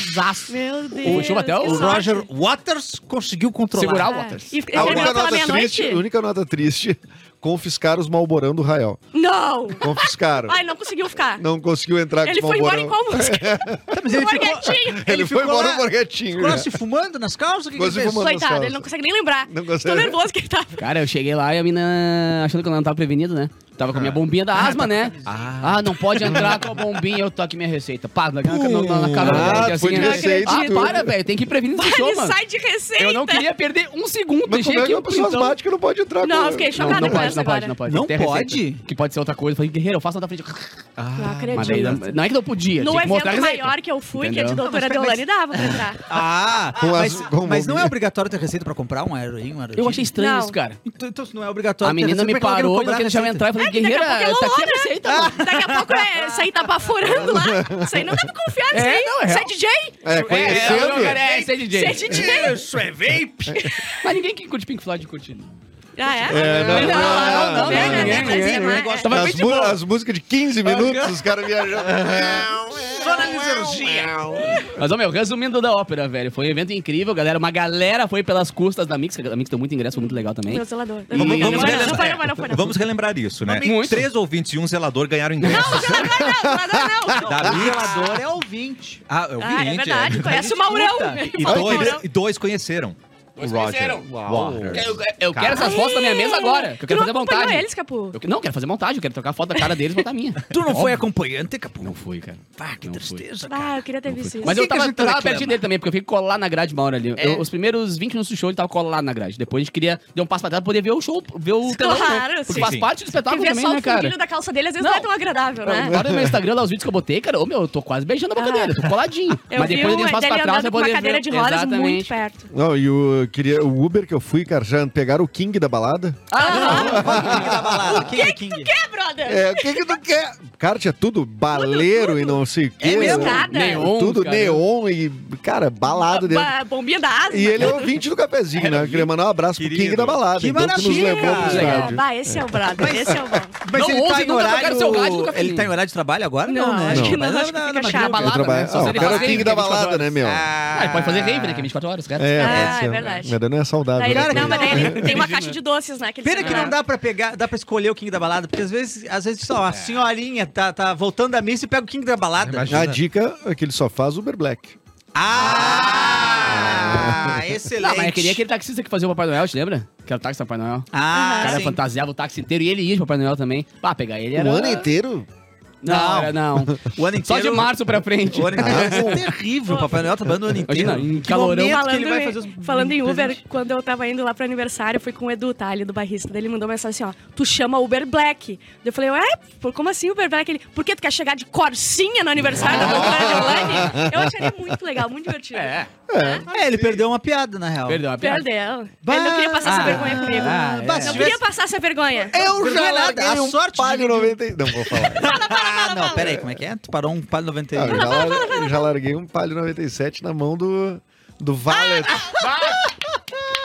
Speaker 1: torosaço.
Speaker 4: Meu
Speaker 1: Deus, chuva até o
Speaker 4: que
Speaker 6: O
Speaker 1: Exato.
Speaker 4: sorte.
Speaker 6: Roger Waters conseguiu controlar.
Speaker 1: Segurar o
Speaker 4: Ah,
Speaker 1: Waters.
Speaker 4: E
Speaker 5: A única,
Speaker 4: terminou pela
Speaker 5: nota
Speaker 4: meia-noite?
Speaker 5: triste, a única nota triste confiscaram os malborão do Rael.
Speaker 4: Não!
Speaker 5: Confiscaram.
Speaker 4: Ai, não conseguiu ficar.
Speaker 5: Não conseguiu entrar com
Speaker 4: Ele
Speaker 5: os
Speaker 4: foi embora em
Speaker 5: malborão.
Speaker 4: qual música?
Speaker 6: Tá, mas ele ficou,
Speaker 4: Morgadinho.
Speaker 5: Ele, foi
Speaker 6: ficou
Speaker 5: embora
Speaker 6: lá-
Speaker 5: um borguetinho.
Speaker 6: ficou lá se fumando nas calças? O que, que
Speaker 5: Ficou
Speaker 6: ele
Speaker 5: se
Speaker 6: fez?
Speaker 5: fumando. nas
Speaker 4: Coitado,
Speaker 5: calças.
Speaker 4: ele não consegue nem lembrar.
Speaker 5: Não
Speaker 4: Tô
Speaker 5: consegue.
Speaker 4: nervoso que ele tá tava.
Speaker 1: Cara, eu cheguei lá e a mina achando que eu não tava prevenido, né? Tava
Speaker 5: Ah.
Speaker 1: com a minha bombinha da
Speaker 5: tá.
Speaker 1: asma, né? Ah, não pode entrar com a bombinha, eu tô aqui minha receita. Pá, na, na, na, na cara
Speaker 5: Ah,
Speaker 1: dela, que
Speaker 5: foi de
Speaker 1: né?
Speaker 5: receita
Speaker 1: Ah,
Speaker 5: e tudo.
Speaker 1: para, velho, tem que prevenir esse
Speaker 4: Ele
Speaker 1: sintoma.
Speaker 4: sai de receita.
Speaker 1: Eu não queria perder um segundo,
Speaker 5: Mas
Speaker 1: deixei
Speaker 5: como é
Speaker 1: aqui
Speaker 5: que uma
Speaker 1: o
Speaker 5: pessoa
Speaker 1: printão.
Speaker 5: asmática não pode entrar
Speaker 4: Não,
Speaker 5: com...
Speaker 4: eu fiquei
Speaker 1: então Não,
Speaker 4: Chocada
Speaker 1: não
Speaker 4: com
Speaker 1: pode,
Speaker 4: essa
Speaker 1: não pode,
Speaker 4: agora.
Speaker 1: não pode.
Speaker 6: Não
Speaker 1: Tem a receita,
Speaker 6: pode?
Speaker 1: Que pode ser outra coisa. Eu falei, guerreiro, eu faço na tua frente.
Speaker 4: Não
Speaker 1: Mas daí,
Speaker 4: Ah, acredito.
Speaker 1: não é que não podia,
Speaker 4: No
Speaker 1: tinha que
Speaker 4: evento
Speaker 1: mostrar a receita.
Speaker 4: maior que eu fui, que é de
Speaker 1: Entendeu?
Speaker 4: doutora Deolane, dava pra entrar.
Speaker 6: Ah,
Speaker 5: Com as-
Speaker 6: mas,
Speaker 5: com
Speaker 6: mas não é
Speaker 5: bombinha.
Speaker 6: obrigatório ter receita pra comprar um aeroim, um aerodinho?
Speaker 1: Eu achei estranho
Speaker 4: Não.
Speaker 1: isso, cara.
Speaker 6: Então, então se não é obrigatório
Speaker 1: A
Speaker 6: ter
Speaker 1: menina
Speaker 6: receita,
Speaker 1: me
Speaker 6: por que alguém não
Speaker 1: parou e
Speaker 6: cobra
Speaker 1: não queria deixar eu
Speaker 6: receita?
Speaker 1: entrar. Eu falei,
Speaker 4: daqui a
Speaker 1: guerreira,
Speaker 4: pouco é
Speaker 1: tá aqui a
Speaker 4: Lorena.
Speaker 1: receita, mano.
Speaker 4: Daqui a pouco é isso aí tá baforando lá. Isso aí não dá pra confiar nisso
Speaker 1: É,
Speaker 4: aí.
Speaker 1: não, é
Speaker 4: Você é
Speaker 1: real.
Speaker 4: DJ?
Speaker 5: É, conhecendo...
Speaker 1: cara, é, esse é DJ.
Speaker 4: [LAUGHS] Você é DJ?
Speaker 6: Isso
Speaker 1: [LAUGHS]
Speaker 6: é vape!
Speaker 1: Mas ninguém que curte Pink Floyd curte.
Speaker 4: Ah, é?
Speaker 5: É, não, não, não, não,
Speaker 4: né?
Speaker 5: não,
Speaker 4: Deve
Speaker 1: ninguém,
Speaker 4: ser
Speaker 1: ninguém,
Speaker 4: mais.
Speaker 1: ninguém gosta.
Speaker 4: É.
Speaker 1: Tava bem
Speaker 5: As,
Speaker 1: de
Speaker 5: mu-
Speaker 1: boa.
Speaker 5: as músicas de 15 minutos, os caras
Speaker 4: [LAUGHS]
Speaker 5: viajando.
Speaker 6: Só na energia!
Speaker 1: Mas, ó, meu, resumindo da ópera, velho. Foi um evento incrível, galera. Uma galera foi pelas custas da Mix. que A Mix deu muito ingresso, foi muito legal também.
Speaker 4: Meu zelador.
Speaker 1: Vamos-
Speaker 4: Não,
Speaker 1: vamos
Speaker 4: foi, não,
Speaker 1: relembrar.
Speaker 4: não foi, não foi, não foi, não.
Speaker 2: Vamos relembrar isso, né?
Speaker 1: Muito.
Speaker 2: Três ouvintes e um zelador ganharam ingresso.
Speaker 4: Não, zelador não, zelador não.
Speaker 5: Ah.
Speaker 2: Da
Speaker 6: O
Speaker 2: Mix.
Speaker 6: zelador é ouvinte.
Speaker 2: Ah, eu vi,
Speaker 4: Ah, é
Speaker 2: gente,
Speaker 4: verdade, conhece o Maurão.
Speaker 2: E
Speaker 4: Fala,
Speaker 2: dois,
Speaker 4: Maurão.
Speaker 2: e dois conheceram.
Speaker 1: Dois
Speaker 2: o Roger.
Speaker 1: conheceram.
Speaker 2: Waters.
Speaker 1: Eu, eu
Speaker 2: Cara.
Speaker 1: quero essas fotos da minha mesa agora. Que eu
Speaker 4: Tu
Speaker 1: quero
Speaker 4: não
Speaker 1: fazer
Speaker 4: acompanhou
Speaker 1: montagem.
Speaker 4: eles, Capu?
Speaker 1: Eu, que- não, eu quero fazer montagem. Eu quero trocar foto da cara deles e botar a minha.
Speaker 6: Tu não
Speaker 1: Óbvio.
Speaker 6: foi acompanhante, Capu?
Speaker 1: Não fui, cara.
Speaker 6: Pá, que
Speaker 1: Não fui.
Speaker 6: tristeza, cara.
Speaker 4: Ah, eu queria ter visto isso.
Speaker 1: Mas eu
Speaker 6: Por que que a
Speaker 1: tava,
Speaker 6: gente tá
Speaker 1: tava
Speaker 6: reclama?
Speaker 1: pertinho dele também, porque eu fiquei colado na grade uma hora ali. Eu- os primeiros 20 minutos do show ele tava colado na grade. Depois a gente queria dar um passo pra trás pra poder ver o show, ver o telão. né?
Speaker 4: Claro,
Speaker 1: Porque
Speaker 4: sim.
Speaker 1: faz
Speaker 2: Sim.
Speaker 1: parte do espetáculo
Speaker 4: Porque ver
Speaker 1: também,
Speaker 4: só
Speaker 1: né,
Speaker 4: o fundinho
Speaker 1: cara?
Speaker 4: da calça dele às vezes não,
Speaker 1: Não.
Speaker 4: é tão agradável, né?
Speaker 1: Agora no meu Instagram, lá os vídeos que eu botei, cara, ô meu, eu tô quase beijando a boca
Speaker 4: Ah.
Speaker 1: dele, eu tô coladinho.
Speaker 4: Eu
Speaker 1: Mas
Speaker 4: vi
Speaker 1: depois
Speaker 4: o
Speaker 1: eu
Speaker 4: dele
Speaker 1: faço pra trás
Speaker 4: andando
Speaker 1: pra
Speaker 4: com uma
Speaker 1: poder
Speaker 4: cadeira
Speaker 1: ver.
Speaker 4: de rodas muito
Speaker 1: Exatamente.
Speaker 4: perto.
Speaker 5: Não, e o, eu queria, o Uber que eu fui, cara, já pegaram o King da balada?
Speaker 6: Ah, King da balada. King é King.
Speaker 4: É, brother!
Speaker 5: É, o que que tu quer? Cara, tinha tudo, baleiro e não sei o quê.
Speaker 4: É mesmo?
Speaker 1: Neon,
Speaker 5: tudo
Speaker 1: cara.
Speaker 5: neon e, cara, balada dentro.
Speaker 4: Ba- Bombinha da asma.
Speaker 5: E ele é ouvinte do cafezinho, né? Eu queria mandar um abraço pro King
Speaker 2: Querido.
Speaker 5: da balada.
Speaker 6: Que
Speaker 5: então, que nos
Speaker 6: maravilha,
Speaker 5: levou pro
Speaker 6: cara.
Speaker 4: Ah,
Speaker 5: estádio.
Speaker 4: bah, esse é o brother, esse é o bom.
Speaker 6: Mas
Speaker 1: Não,
Speaker 6: ele tá
Speaker 1: ontem
Speaker 6: em
Speaker 1: nunca tocaram seu rádio no
Speaker 6: horário...
Speaker 1: café.
Speaker 6: Ele tá em horário de trabalho agora? Não,
Speaker 4: Não,
Speaker 6: né?
Speaker 4: acho que
Speaker 6: Mas
Speaker 4: não,
Speaker 6: é
Speaker 4: acho que
Speaker 6: na-
Speaker 4: fica
Speaker 6: na
Speaker 4: chato.
Speaker 6: madrugada.
Speaker 1: balada,
Speaker 5: Eu trabalho-
Speaker 1: né? Só
Speaker 5: Ah,
Speaker 1: se
Speaker 5: o
Speaker 1: ele
Speaker 5: cara é o
Speaker 1: fazer
Speaker 5: King
Speaker 1: rave,
Speaker 5: da
Speaker 1: que ele
Speaker 5: balada,
Speaker 1: adora.
Speaker 5: né, meu?
Speaker 1: Ah, ele pode fazer rave, né? Que é 24 horas, cara.
Speaker 5: É,
Speaker 4: Ah,
Speaker 5: pode
Speaker 4: é
Speaker 5: ser.
Speaker 4: verdade.
Speaker 5: Mas daí não é saudável.
Speaker 4: Daí
Speaker 5: né,
Speaker 4: ele,
Speaker 5: cara?
Speaker 4: não, mas daí ele tem uma caixa de doces, né? eles
Speaker 6: Pena que
Speaker 1: É.
Speaker 6: não
Speaker 4: fizeram.
Speaker 6: dá pra pegar, dá pra escolher o King da balada, porque às vezes, às vezes
Speaker 1: É.
Speaker 6: só a senhorinha tá, tá voltando da missa e pega o King da balada.
Speaker 5: A dica é que ele só faz Uber Black.
Speaker 6: Ah! Excelente.
Speaker 1: Não, mas eu queria aquele taxista é que fazia o Papai Noel, te lembra? Que era o táxi do Papai Noel. O
Speaker 6: Ah,
Speaker 1: cara é
Speaker 6: sim.
Speaker 1: fantasiava o táxi inteiro e ele ia de Papai Noel também. Pá, pegar ele era...
Speaker 5: O ano inteiro?
Speaker 1: Não,
Speaker 6: Não.
Speaker 1: era não.
Speaker 6: O ano
Speaker 1: Só
Speaker 6: inteiro.
Speaker 1: de março pra frente.
Speaker 6: O ano inteiro. é terrível. O Papai Noel tá dando o ano inteiro.
Speaker 1: Imagina, em
Speaker 6: Que
Speaker 1: calorão.
Speaker 6: momento
Speaker 4: Falando,
Speaker 6: que ele vai
Speaker 4: em-
Speaker 6: fazer os-
Speaker 4: falando em Uber,
Speaker 6: presente.
Speaker 4: quando eu tava indo lá pro aniversário, fui com o Edu, tá? Ali do barrista. Daí ele mandou mensagem assim, ó. Tu chama Uber Black. Daí eu falei, ué, pô, como assim Uber Black? Ele, por que tu quer chegar de corsinha no aniversário da doutora Deolane? Eu acharia muito legal, muito divertido.
Speaker 1: É,
Speaker 6: É, ele perdeu uma piada, na real.
Speaker 1: perdão. a piada.
Speaker 4: Perdeu.
Speaker 6: Bah!
Speaker 4: Ele não queria passar essa vergonha comigo.
Speaker 1: Ah, é.
Speaker 4: Não queria passar essa vergonha.
Speaker 6: Eu já
Speaker 5: larguei
Speaker 6: larguei um palho
Speaker 5: 90 e- Não, vou falar.
Speaker 6: Ah, não, peraí, como é que é? Tu parou um palho 91.
Speaker 5: Ah, eu, já larguei, eu já larguei um palio 97 na mão do, do Valet.
Speaker 4: Ah,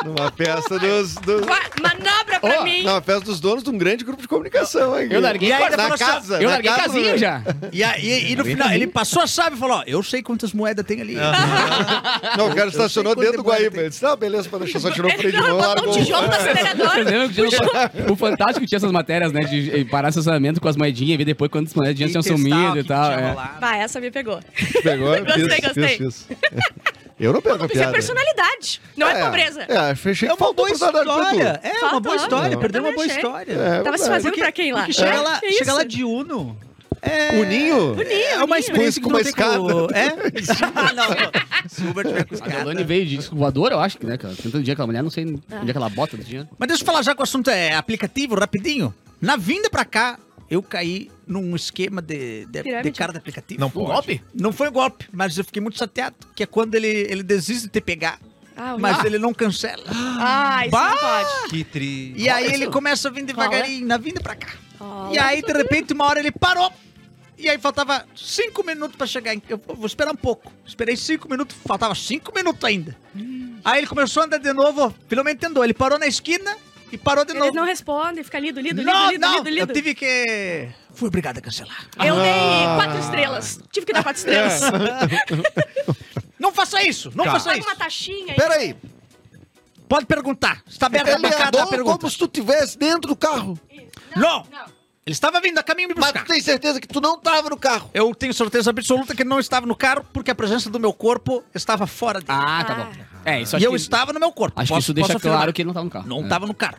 Speaker 5: Numa festa dos. dos...
Speaker 4: Qua- Manobra ah. pra
Speaker 1: Ó,
Speaker 4: mim.
Speaker 5: Não, a festa dos donos de um grande grupo de comunicação. Aqui.
Speaker 1: Eu larguei
Speaker 6: E ainda
Speaker 1: na
Speaker 6: falou
Speaker 1: casa,
Speaker 5: assim, ó,
Speaker 1: Eu
Speaker 5: na
Speaker 1: larguei
Speaker 5: casa-
Speaker 1: casinha já.
Speaker 6: E, aí- e- e no final, ele passou a chave e falou: Ó, eu sei quantas moedas tem ali.
Speaker 5: Não, o cara estacionou
Speaker 6: Eu sei
Speaker 5: dentro do
Speaker 6: quanto é
Speaker 5: Guaíba. Ele disse: Ah, beleza, pode deixar, só tirou o freio de
Speaker 4: Não,
Speaker 5: mão,
Speaker 4: botou um
Speaker 5: largou.
Speaker 4: tijolo no
Speaker 1: Vocês
Speaker 4: acelerador.
Speaker 1: lembram que tinha- um
Speaker 6: [LAUGHS]
Speaker 1: o Fantástico tinha essas matérias, né? De eh, parar estacionamento com as moedinhas e ver depois quantas moedinhas tinham
Speaker 6: testar o
Speaker 1: sumido
Speaker 6: que
Speaker 1: e
Speaker 6: que
Speaker 1: tal.
Speaker 6: tinha
Speaker 1: é.
Speaker 6: rolado.
Speaker 4: Vai, essa me pegou.
Speaker 5: Pegou,
Speaker 4: [LAUGHS] Gostei,
Speaker 5: fiz,
Speaker 4: gostei.
Speaker 5: Fiz, fiz. Eu não perco a
Speaker 4: Isso é
Speaker 5: piada.
Speaker 4: personalidade, não é, pobreza.
Speaker 5: É, fechei
Speaker 6: É
Speaker 5: que
Speaker 6: uma
Speaker 5: faltou
Speaker 6: boa
Speaker 5: personalidade pra tu.
Speaker 6: história. É, uma
Speaker 4: Faltou.
Speaker 6: boa história.
Speaker 4: Não.
Speaker 6: Perdeu uma boa
Speaker 4: Também achei.
Speaker 5: É,
Speaker 6: história.
Speaker 4: Tava se
Speaker 5: verdade.
Speaker 4: fazendo pra quem lá?
Speaker 6: Porque chega,
Speaker 4: É,
Speaker 6: lá,
Speaker 4: que
Speaker 6: chega
Speaker 4: isso?
Speaker 6: lá de Uno. É,
Speaker 5: O Ninho?
Speaker 6: é uma experiência
Speaker 5: Com-
Speaker 6: que
Speaker 5: com
Speaker 6: tu não
Speaker 5: uma
Speaker 6: tem como- É? Ah, não, não. Se o Uber tiver com
Speaker 1: A
Speaker 6: escada.
Speaker 1: Delane veio de disco voador, eu acho, que, né, cara? Tanto dia que aquela mulher, não sei onde é que ela bota do dinheiro.
Speaker 6: Mas deixa eu falar já que o assunto é aplicativo, rapidinho. Na vinda pra cá, eu caí num esquema de, de, de
Speaker 4: Pirâmide.
Speaker 6: cara de aplicativo.
Speaker 2: Não
Speaker 5: um
Speaker 2: pode.
Speaker 6: Não foi um golpe, mas eu fiquei muito chateado, que é quando ele, ele desiste de te pegar,
Speaker 4: Ah,
Speaker 6: mas
Speaker 4: horrível.
Speaker 6: ele não cancela.
Speaker 4: Ah, isso não pode.
Speaker 2: Que tri...
Speaker 6: E aí ele começa a vir
Speaker 4: Qual é?
Speaker 6: devagarinho, na vinda pra cá.
Speaker 4: Ó,
Speaker 6: E aí, de repente, uma hora ele parou. E aí faltava cinco minutos pra chegar. em- Eu vou esperar um pouco. Esperei cinco minutos, faltava cinco minutos ainda. Aí ele começou a andar de novo, finalmente andou. Ele parou na esquina e parou de
Speaker 4: Eles
Speaker 6: novo.
Speaker 4: não respondem, fica lido, lido, lido,
Speaker 6: não,
Speaker 4: lido,
Speaker 6: não,
Speaker 4: lido, lido.
Speaker 6: eu tive que... Fui obrigado a cancelar.
Speaker 4: Eu dei quatro estrelas. Tive que dar quatro estrelas.
Speaker 6: Não faça isso, não
Speaker 2: Tá.
Speaker 6: faça
Speaker 4: Paga
Speaker 6: isso.
Speaker 4: uma taxinha aí.
Speaker 5: Peraí.
Speaker 6: Pode perguntar. Está aberta a
Speaker 5: Ele
Speaker 6: bancada a
Speaker 5: andou
Speaker 6: pergunta.
Speaker 5: como se tu estivesse dentro do carro.
Speaker 6: Não! Ele estava vindo a caminho me
Speaker 5: Mas
Speaker 6: buscar.
Speaker 5: tu tem certeza que tu não tava no carro.
Speaker 6: Eu tenho certeza absoluta que ele não estava no carro porque a presença do meu corpo estava fora dele.
Speaker 1: Ah, tá bom. É, isso
Speaker 6: e
Speaker 1: acho
Speaker 6: eu
Speaker 1: que,
Speaker 6: estava no meu corpo.
Speaker 1: acho que
Speaker 6: Posso-
Speaker 1: isso deixa
Speaker 6: posso
Speaker 1: claro
Speaker 6: afirmar.
Speaker 1: que ele não tava no carro.
Speaker 6: Não
Speaker 1: É.
Speaker 6: estava no carro.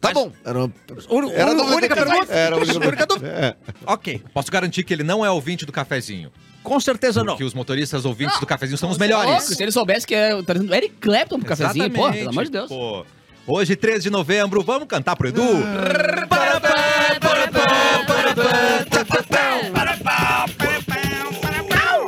Speaker 5: Tá
Speaker 6: Mas-
Speaker 5: bom. Era uma...
Speaker 6: Ú-
Speaker 5: Era a
Speaker 6: ú-
Speaker 5: dúvida
Speaker 6: única
Speaker 5: que eu
Speaker 6: pergunta?
Speaker 5: tinha. Era a única
Speaker 6: única
Speaker 5: pergunta.
Speaker 6: dúvida.
Speaker 5: É.
Speaker 6: Ok.
Speaker 2: Posso garantir que ele não é ouvinte do cafezinho.
Speaker 6: Com certeza não.
Speaker 2: Porque os motoristas ouvintes do cafezinho são os
Speaker 1: Óbvio,
Speaker 2: melhores.
Speaker 1: se ele soubesse que é trazendo Eric Clapton pro cafezinho, pô, pelo amor de Deus.
Speaker 2: pô. Hoje, 3 de novembro, vamos cantar pro Edu?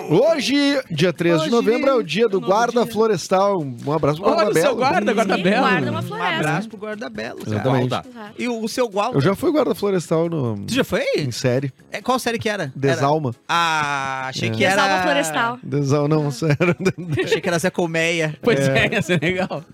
Speaker 5: Hoje, dia 3 de
Speaker 6: Hoje,
Speaker 5: novembro, é o dia do
Speaker 6: novo
Speaker 5: guarda
Speaker 6: dia.
Speaker 5: florestal. Um abraço pro
Speaker 1: Olha o
Speaker 5: guarda
Speaker 1: seu
Speaker 5: belo.
Speaker 1: guarda, guarda belo.
Speaker 4: guarda uma
Speaker 6: Um
Speaker 4: floresta.
Speaker 6: abraço pro guarda-belo, cara.
Speaker 5: Exatamente.
Speaker 2: Gualda.
Speaker 4: Exato.
Speaker 6: E o, o seu Gual.
Speaker 5: Eu já fui guarda florestal no...
Speaker 6: Tu já foi?
Speaker 5: em série.
Speaker 6: É, qual série que era? Era...
Speaker 5: Desalma.
Speaker 6: Ah,
Speaker 5: É.
Speaker 6: achei que era...
Speaker 4: Desalma florestal.
Speaker 5: Desalma não, [LAUGHS] sério.
Speaker 6: [LAUGHS] Achei que era Zé Colmeia.
Speaker 1: Pois é, ia ser legal.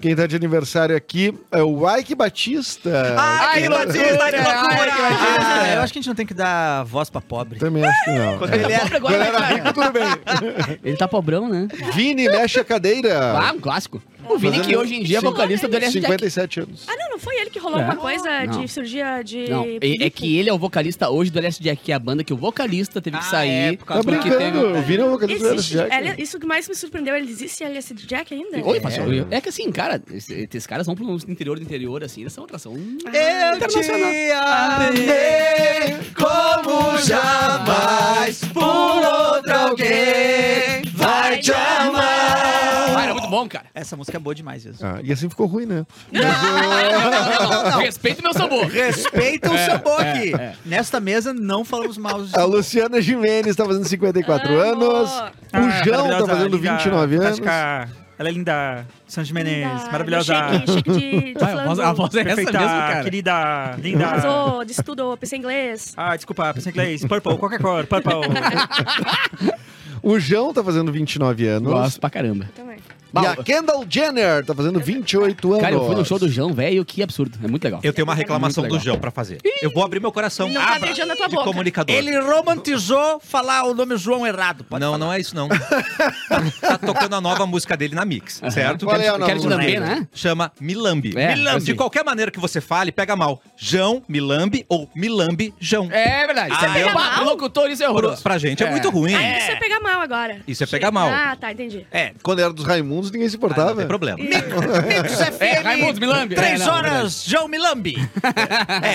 Speaker 5: Quem tá de aniversário aqui é o Ike Batista.
Speaker 1: Ah!
Speaker 6: Ai, Ah, que batista, que loucura!
Speaker 1: Ai, que batista.
Speaker 6: Ah, eu acho que a gente não tem que dar voz pra pobre.
Speaker 5: Também acho
Speaker 1: [LAUGHS]
Speaker 5: que não.
Speaker 6: Quando
Speaker 5: É.
Speaker 6: ele é...
Speaker 1: Pobre agora,
Speaker 5: Galera
Speaker 1: né, cara?
Speaker 5: rico, tudo bem.
Speaker 1: Ele tá pobrão, né?
Speaker 5: Vini mexe a cadeira.
Speaker 1: Ah, um clássico. O Vini
Speaker 5: Fazendo
Speaker 1: que hoje em dia é vocalista do LS Jack.
Speaker 5: 57 anos.
Speaker 4: Ah, não, não foi ele que rolou
Speaker 1: É.
Speaker 4: alguma coisa
Speaker 1: Não.
Speaker 4: de cirurgia de.
Speaker 1: Não, é, é que ele é o vocalista hoje do LS Jack, que é a banda que o vocalista teve que
Speaker 6: Ah,
Speaker 1: sair.
Speaker 6: é, por
Speaker 5: Tá
Speaker 6: causa do-
Speaker 1: porque
Speaker 5: brincando. O Vini é o vocalista do LS
Speaker 4: Existe,
Speaker 5: Jack.
Speaker 4: ele- isso que mais me surpreendeu, ele existe LS Jack ainda?
Speaker 1: Oi, passou. É que assim, cara, esse- esses caras vão pro interior do interior, assim, eles são atração.
Speaker 6: Eu
Speaker 1: Internacional.
Speaker 6: te amei como jamais por outro alguém vai te amar.
Speaker 1: Cara, é muito bom, cara.
Speaker 6: Essa música é boa demais, Jesus.
Speaker 5: Ah, e assim ficou
Speaker 1: [LAUGHS]
Speaker 5: ruim, né?
Speaker 1: Respeita o meu sabor.
Speaker 6: Respeita o sabor
Speaker 1: É,
Speaker 6: aqui. Nesta mesa não falamos mal. dos-
Speaker 5: A Luciana Jimenez tá fazendo 54
Speaker 4: Amo.
Speaker 5: anos.
Speaker 2: Ah,
Speaker 5: O
Speaker 3: Ah,
Speaker 2: é,
Speaker 5: João tá fazendo 29 anos.
Speaker 3: Ela é linda. Sanji Menezes,
Speaker 4: Linda, é
Speaker 3: maravilhosa.
Speaker 4: Chique, chique de, de
Speaker 1: A voz, a
Speaker 4: flambo.
Speaker 1: voz é essa mesmo,
Speaker 3: Perfeita,
Speaker 1: cara.
Speaker 3: querida, linda.
Speaker 4: Arrasou, de estudo, pensei em inglês.
Speaker 3: Ah, desculpa, pensei em inglês. Purple, qualquer cor, purple.
Speaker 4: [LAUGHS]
Speaker 5: O João tá fazendo 29 anos.
Speaker 1: Gosto pra caramba.
Speaker 4: Eu também.
Speaker 5: E a Kendall Jenner tá fazendo 28 anos.
Speaker 1: Cara, eu fui no show do João, velho, que absurdo. É muito legal.
Speaker 2: Eu tenho uma reclamação
Speaker 1: Muito
Speaker 2: do
Speaker 1: legal.
Speaker 2: João pra fazer. Eu vou abrir meu coração.
Speaker 4: Não tá
Speaker 2: Abra
Speaker 4: beijando a tua
Speaker 2: de
Speaker 4: boca.
Speaker 2: comunicador.
Speaker 6: Ele romantizou falar o nome João errado. Pode
Speaker 2: não,
Speaker 6: falar.
Speaker 2: não é isso, não. tá tocando a nova música dele na Mix, certo?
Speaker 5: Qual é a
Speaker 1: Eu Quero te
Speaker 5: nova
Speaker 1: lamber,
Speaker 5: música?
Speaker 1: né?
Speaker 2: Chama Milambi.
Speaker 1: É, eu
Speaker 2: Milambi.
Speaker 1: sei.
Speaker 2: De qualquer maneira que você fale, pega mal. Jão, Milambi ou Milambi, Jão.
Speaker 1: É verdade. Você
Speaker 2: Ah,
Speaker 1: pega
Speaker 2: eu-
Speaker 1: mal. Locutor, isso é
Speaker 2: Pra,
Speaker 1: horroroso.
Speaker 2: pra gente é, muito ruim.
Speaker 4: Ah, isso é pegar mal agora.
Speaker 2: Isso é pegar mal.
Speaker 4: Ah, tá, entendi.
Speaker 6: É.
Speaker 5: Quando era dos Raimundos, ninguém se
Speaker 2: Ah, não
Speaker 5: importava.
Speaker 2: tem problema.
Speaker 6: [LAUGHS] Mix FM,
Speaker 1: É, Raimundo Milambi.
Speaker 6: Três
Speaker 1: É, não, é
Speaker 6: horas,
Speaker 1: [LAUGHS]
Speaker 6: João Milambi.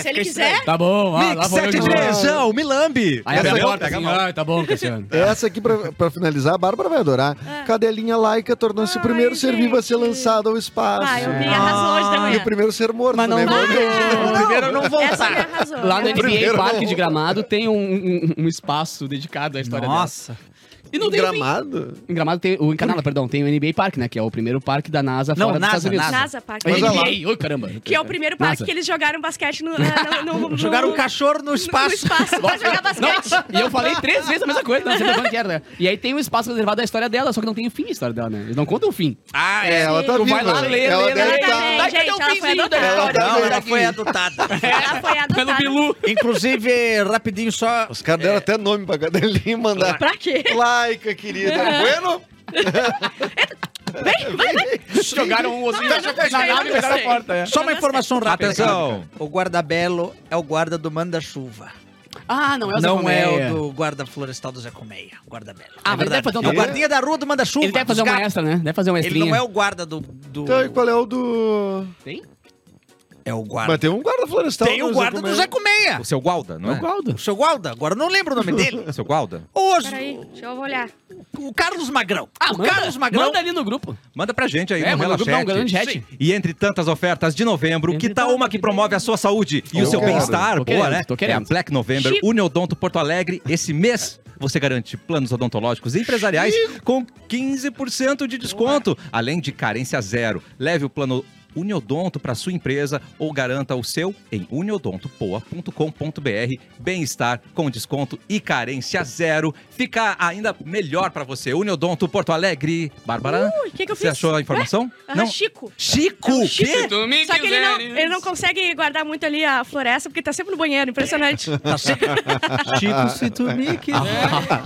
Speaker 4: Se ele quiser,
Speaker 1: Tá bom. Ah, lá
Speaker 2: Mix
Speaker 1: vou eu de
Speaker 2: 73,
Speaker 1: novo.
Speaker 2: Jão, Milambi.
Speaker 1: Aí abre a
Speaker 2: Entendeu?
Speaker 1: porta
Speaker 2: Pega
Speaker 1: assim,
Speaker 2: mal.
Speaker 1: ah, tá bom, Cassiano.
Speaker 5: Essa aqui, pra, pra finalizar, a Bárbara vai adorar.
Speaker 1: É.
Speaker 5: Cadelinha laica tornou-se o
Speaker 4: Ai,
Speaker 5: primeiro ser vivo a ser
Speaker 4: gente.
Speaker 5: lançado ao espaço.
Speaker 4: Ah, eu vi,
Speaker 5: É.
Speaker 4: arrasou hoje da manhã.
Speaker 5: E o primeiro ser morto,
Speaker 1: Mas não
Speaker 5: né?
Speaker 1: vai.
Speaker 5: Igual-
Speaker 6: Primeiro eu não vou
Speaker 4: essa me
Speaker 6: usar.
Speaker 4: arrasou.
Speaker 1: Lá no
Speaker 4: Me arrasou.
Speaker 1: NBA
Speaker 5: Primeiro
Speaker 1: Parque
Speaker 5: não.
Speaker 1: de Gramado tem um, um- um espaço dedicado à história
Speaker 6: Nossa.
Speaker 1: dela. E não tem fim.
Speaker 5: Gramado?
Speaker 1: Em Gramado tem o em Canadá, perdão, tem o NBA Park, né? Que é o primeiro parque da NASA
Speaker 6: Não,
Speaker 1: fora
Speaker 6: NASA,
Speaker 1: dos Estados Unidos.
Speaker 4: NASA, Park.
Speaker 5: Mas olha lá.
Speaker 1: NBA, oi caramba.
Speaker 4: Que é o primeiro parque
Speaker 1: NASA.
Speaker 4: que eles jogaram basquete no. na- no, no, no
Speaker 6: Jogaram um cachorro no
Speaker 4: No
Speaker 6: espaço.
Speaker 4: espaço pra jogar
Speaker 1: Não,
Speaker 4: basquete.
Speaker 1: e eu falei três vezes a mesma coisa, não sei pra onde era, né? E aí tem um espaço reservado da história dela, só que não tem o fim da história dela, né? Eles não contam o fim.
Speaker 6: Ah,
Speaker 5: É, ela tá
Speaker 1: tu
Speaker 5: viva.
Speaker 1: vai lá ler,
Speaker 5: ela
Speaker 1: ler,
Speaker 5: deve
Speaker 1: ler.
Speaker 5: tá-
Speaker 4: Exatamente.
Speaker 1: Vai, cadê o
Speaker 4: gente, ela foi
Speaker 1: finzinho
Speaker 4: adotada.
Speaker 1: da história?
Speaker 6: Não, ela
Speaker 1: Aqui.
Speaker 6: foi adotada. [LAUGHS]
Speaker 4: Ela foi
Speaker 1: É. Pelo
Speaker 4: adotada.
Speaker 1: Bilu.
Speaker 6: Inclusive, rapidinho só.
Speaker 5: Os caras deram até nome pra cadelinha e mandaram.
Speaker 4: Pra quê?
Speaker 5: Laica, querida.
Speaker 1: [LAUGHS]
Speaker 5: Bueno?
Speaker 1: Jogaram um osso
Speaker 4: Não, eu não tô
Speaker 1: na nave
Speaker 4: esperando
Speaker 1: e pegaram a
Speaker 4: isso aí.
Speaker 1: porta, é.
Speaker 6: Só uma informação rápida.
Speaker 2: Atenção.
Speaker 6: O guarda-belo é o guarda do manda-chuva.
Speaker 1: Ah, não é o Zé
Speaker 6: Não
Speaker 1: Colmeia.
Speaker 6: é o do guarda florestal do Zé Colmeia. o Guarda-belo.
Speaker 1: Ah,
Speaker 6: é
Speaker 1: mas ele deve fazer um-
Speaker 6: É o guardinha da rua do manda-chuva.
Speaker 1: Ele deve fazer
Speaker 6: dos
Speaker 1: uma
Speaker 6: gatos.
Speaker 1: extra, né? Deve fazer uma
Speaker 6: Ele
Speaker 1: extrinha.
Speaker 6: não é o guarda do. do-
Speaker 5: Então, e qual é o do...
Speaker 1: Tem?
Speaker 6: É o
Speaker 5: Mas
Speaker 6: guarda.
Speaker 5: tem um guarda florestal.
Speaker 6: Tem o
Speaker 5: no
Speaker 6: guarda do
Speaker 5: Comé.
Speaker 6: Zé Colmeia.
Speaker 2: O seu Gualda, não
Speaker 1: É o
Speaker 2: é?
Speaker 1: Gualdo.
Speaker 6: O seu guarda? Agora eu não lembro o [LAUGHS] nome dele.
Speaker 2: O seu Gualda?
Speaker 6: O, Os-
Speaker 4: Peraí, deixa eu olhar.
Speaker 6: o Carlos Magrão.
Speaker 1: Ah,
Speaker 6: o
Speaker 1: manda,
Speaker 6: Carlos Magrão.
Speaker 1: manda ali no grupo.
Speaker 2: Manda pra gente aí
Speaker 1: É,
Speaker 2: no
Speaker 1: manda
Speaker 2: Relaxete.
Speaker 1: no grupo, dá um grande chat.
Speaker 2: Sim. E entre tantas ofertas de novembro,
Speaker 1: Entre
Speaker 2: que tal
Speaker 1: tantas
Speaker 2: uma que
Speaker 1: que
Speaker 2: promove a sua saúde e o
Speaker 5: Tô
Speaker 2: seu
Speaker 5: querendo,
Speaker 2: bem-estar?
Speaker 1: tô
Speaker 2: Boa,
Speaker 1: querendo,
Speaker 2: né?
Speaker 1: tô querendo.
Speaker 2: É, Black November,
Speaker 4: Chique.
Speaker 2: Uniodonto Porto Alegre. Esse mês você garante planos odontológicos empresariais com 15% de desconto, além de carência zero. Leve o plano Uniodonto para sua empresa ou garanta o seu em uniodontopoa.com.br. Bem-estar com desconto e carência zero. Fica ainda melhor para você. Uniodonto Porto Alegre. Bárbara,
Speaker 4: Ui, o que, que eu fiz?
Speaker 2: você achou a informação?
Speaker 4: Ah,
Speaker 2: Não. É um
Speaker 4: Chico.
Speaker 2: Chico, o quê?
Speaker 7: Tu me
Speaker 4: Só que ele não,
Speaker 7: quiseres.
Speaker 4: ele não consegue guardar muito ali a floresta, porque tá sempre no banheiro, impressionante.
Speaker 5: Ah,
Speaker 3: Chico, se tu me quiser.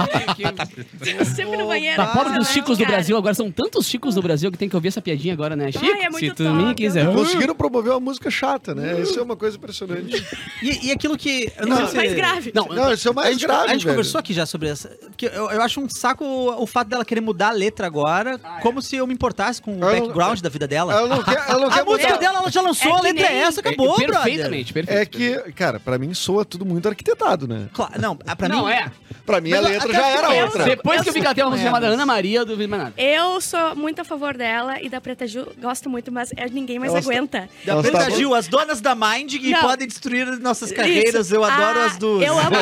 Speaker 7: É, é que-
Speaker 4: sempre no tipo banheiro.
Speaker 1: Tá pobre dos
Speaker 4: impressionante,
Speaker 1: Chicos do
Speaker 4: cara.
Speaker 1: Brasil, agora são tantos Chicos do Brasil que tem que ouvir essa piadinha agora, né? Chico,
Speaker 4: é muito
Speaker 1: se tu
Speaker 4: top,
Speaker 1: me
Speaker 4: eu
Speaker 1: quiser.
Speaker 4: amo.
Speaker 5: Conseguiram promover uma música chata, né? Isso é uma coisa impressionante.
Speaker 6: E, e aquilo que. eu
Speaker 4: Isso
Speaker 6: sei
Speaker 4: é
Speaker 6: se-
Speaker 4: mais grave.
Speaker 1: Não,
Speaker 5: Não, isso é o
Speaker 6: A
Speaker 5: mais
Speaker 6: gente,
Speaker 5: grave,
Speaker 6: a gente
Speaker 5: velho.
Speaker 6: conversou aqui já sobre essa. Porque eu, eu acho um saco o, o fato dela querer mudar a letra agora,
Speaker 4: Ah, é.
Speaker 6: como se eu me importasse com o
Speaker 5: não-
Speaker 6: background da vida dela.
Speaker 5: Ela não quer, ela não
Speaker 6: a
Speaker 5: quer
Speaker 6: música
Speaker 5: mudar.
Speaker 6: dela ela já lançou,
Speaker 4: É
Speaker 6: a
Speaker 4: que
Speaker 6: letra é
Speaker 4: nem-
Speaker 6: essa, acabou,
Speaker 1: é,
Speaker 6: brother.
Speaker 1: Perfeitamente, perfeito.
Speaker 5: É que, cara, pra mim soa tudo muito arquitetado, né?
Speaker 6: Claro, não, a- pra
Speaker 1: não,
Speaker 6: mim.
Speaker 1: é.
Speaker 5: Pra mim
Speaker 6: Mas
Speaker 5: a
Speaker 6: a-
Speaker 5: letra
Speaker 6: até
Speaker 5: já
Speaker 6: acho
Speaker 5: era
Speaker 6: que eu-
Speaker 5: outra.
Speaker 1: Depois que eu vi que ela tem uma música
Speaker 6: É,
Speaker 1: chamada
Speaker 6: mas-
Speaker 1: Ana Maria, eu duvido mais nada.
Speaker 4: Eu sou muito a favor dela e da Preta Gil, gosto muito, mas é, ninguém mais
Speaker 5: Elas-
Speaker 4: aguenta.
Speaker 6: Da
Speaker 5: Elas
Speaker 6: Preta
Speaker 5: estavam-
Speaker 6: Gil, as donas da Mind que
Speaker 4: Não.
Speaker 6: podem destruir nossas carreiras.
Speaker 4: Isso.
Speaker 6: Eu adoro
Speaker 4: Ah,
Speaker 6: as duas.
Speaker 4: Eu
Speaker 5: [LAUGHS]
Speaker 4: amo,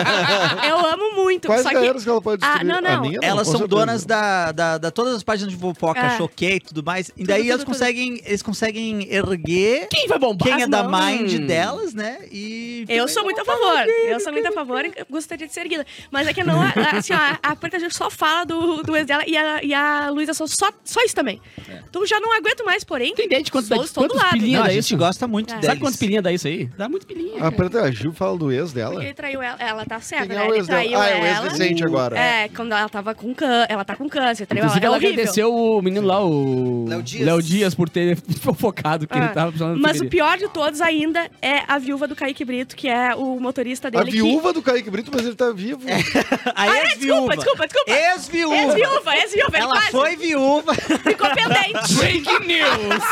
Speaker 4: eu amo muito.
Speaker 5: Quais
Speaker 4: só
Speaker 5: galera que...
Speaker 4: que
Speaker 5: ela pode
Speaker 4: Ah,
Speaker 5: destruir?
Speaker 4: não,
Speaker 5: A
Speaker 4: não.
Speaker 5: minha,
Speaker 6: Elas
Speaker 5: com
Speaker 6: são
Speaker 5: certeza.
Speaker 6: donas da, da, da todas as páginas de fofoca,
Speaker 4: Ah.
Speaker 6: choquei e tudo mais. E daí
Speaker 4: tudo,
Speaker 6: elas
Speaker 4: tudo.
Speaker 6: conseguem, eles conseguem erguer
Speaker 1: Quem vai bombar?
Speaker 6: quem é da
Speaker 1: Não.
Speaker 6: Mind delas, né? E.
Speaker 4: eu sou muito a favor. Eu sou muito a favor e gostaria de ser erguida. Mas é que não, a- a- assim, ó, a Preta Gil só fala do, do ex dela e a, e a Luísa só, só, só isso também. Então já não aguento mais, porém.
Speaker 1: É. Tem ideia de quanto,
Speaker 4: Sou- estou do
Speaker 1: quantos
Speaker 4: lado.
Speaker 1: pilinha
Speaker 6: Não, a
Speaker 1: dá
Speaker 6: gente
Speaker 1: isso?
Speaker 6: gosta muito
Speaker 4: É.
Speaker 6: delas.
Speaker 1: Sabe quantos pilinha dá isso aí? Dá muito pilinha.
Speaker 5: Ah, tá, A Preta Gil fala do ex dela.
Speaker 4: Porque ele traiu ela. Ela tá certa,
Speaker 5: Quem
Speaker 4: né?
Speaker 5: é o
Speaker 4: Ele
Speaker 5: ex dela?
Speaker 4: traiu
Speaker 5: Ah, é o ex
Speaker 4: ela.
Speaker 5: decente agora.
Speaker 4: É, quando ela tava com câncer. Ela tá com câncer, traiu
Speaker 1: Inclusive,
Speaker 4: ela.
Speaker 1: ela
Speaker 4: É horrível.
Speaker 1: agradeceu o menino lá, o
Speaker 6: Léo Dias.
Speaker 1: Léo Dias, por ter fofocado que
Speaker 4: Ah,
Speaker 1: ele tava precisando
Speaker 4: Mas
Speaker 1: de
Speaker 4: o pior de todos ainda é a viúva do Kaique Brito, que é o motorista
Speaker 5: A
Speaker 4: dele. que...
Speaker 5: viúva do Kaique Brito, mas ele tá vivo.
Speaker 6: A
Speaker 4: Ah, é,
Speaker 6: ex-viúva.
Speaker 4: desculpa, desculpa, desculpa. É
Speaker 6: Ex-viúva.
Speaker 4: Ex-viúva, ex-viúva. é ele
Speaker 6: Ela
Speaker 4: quase
Speaker 6: foi viúva.
Speaker 4: Ficou pendente.
Speaker 1: Breaking news!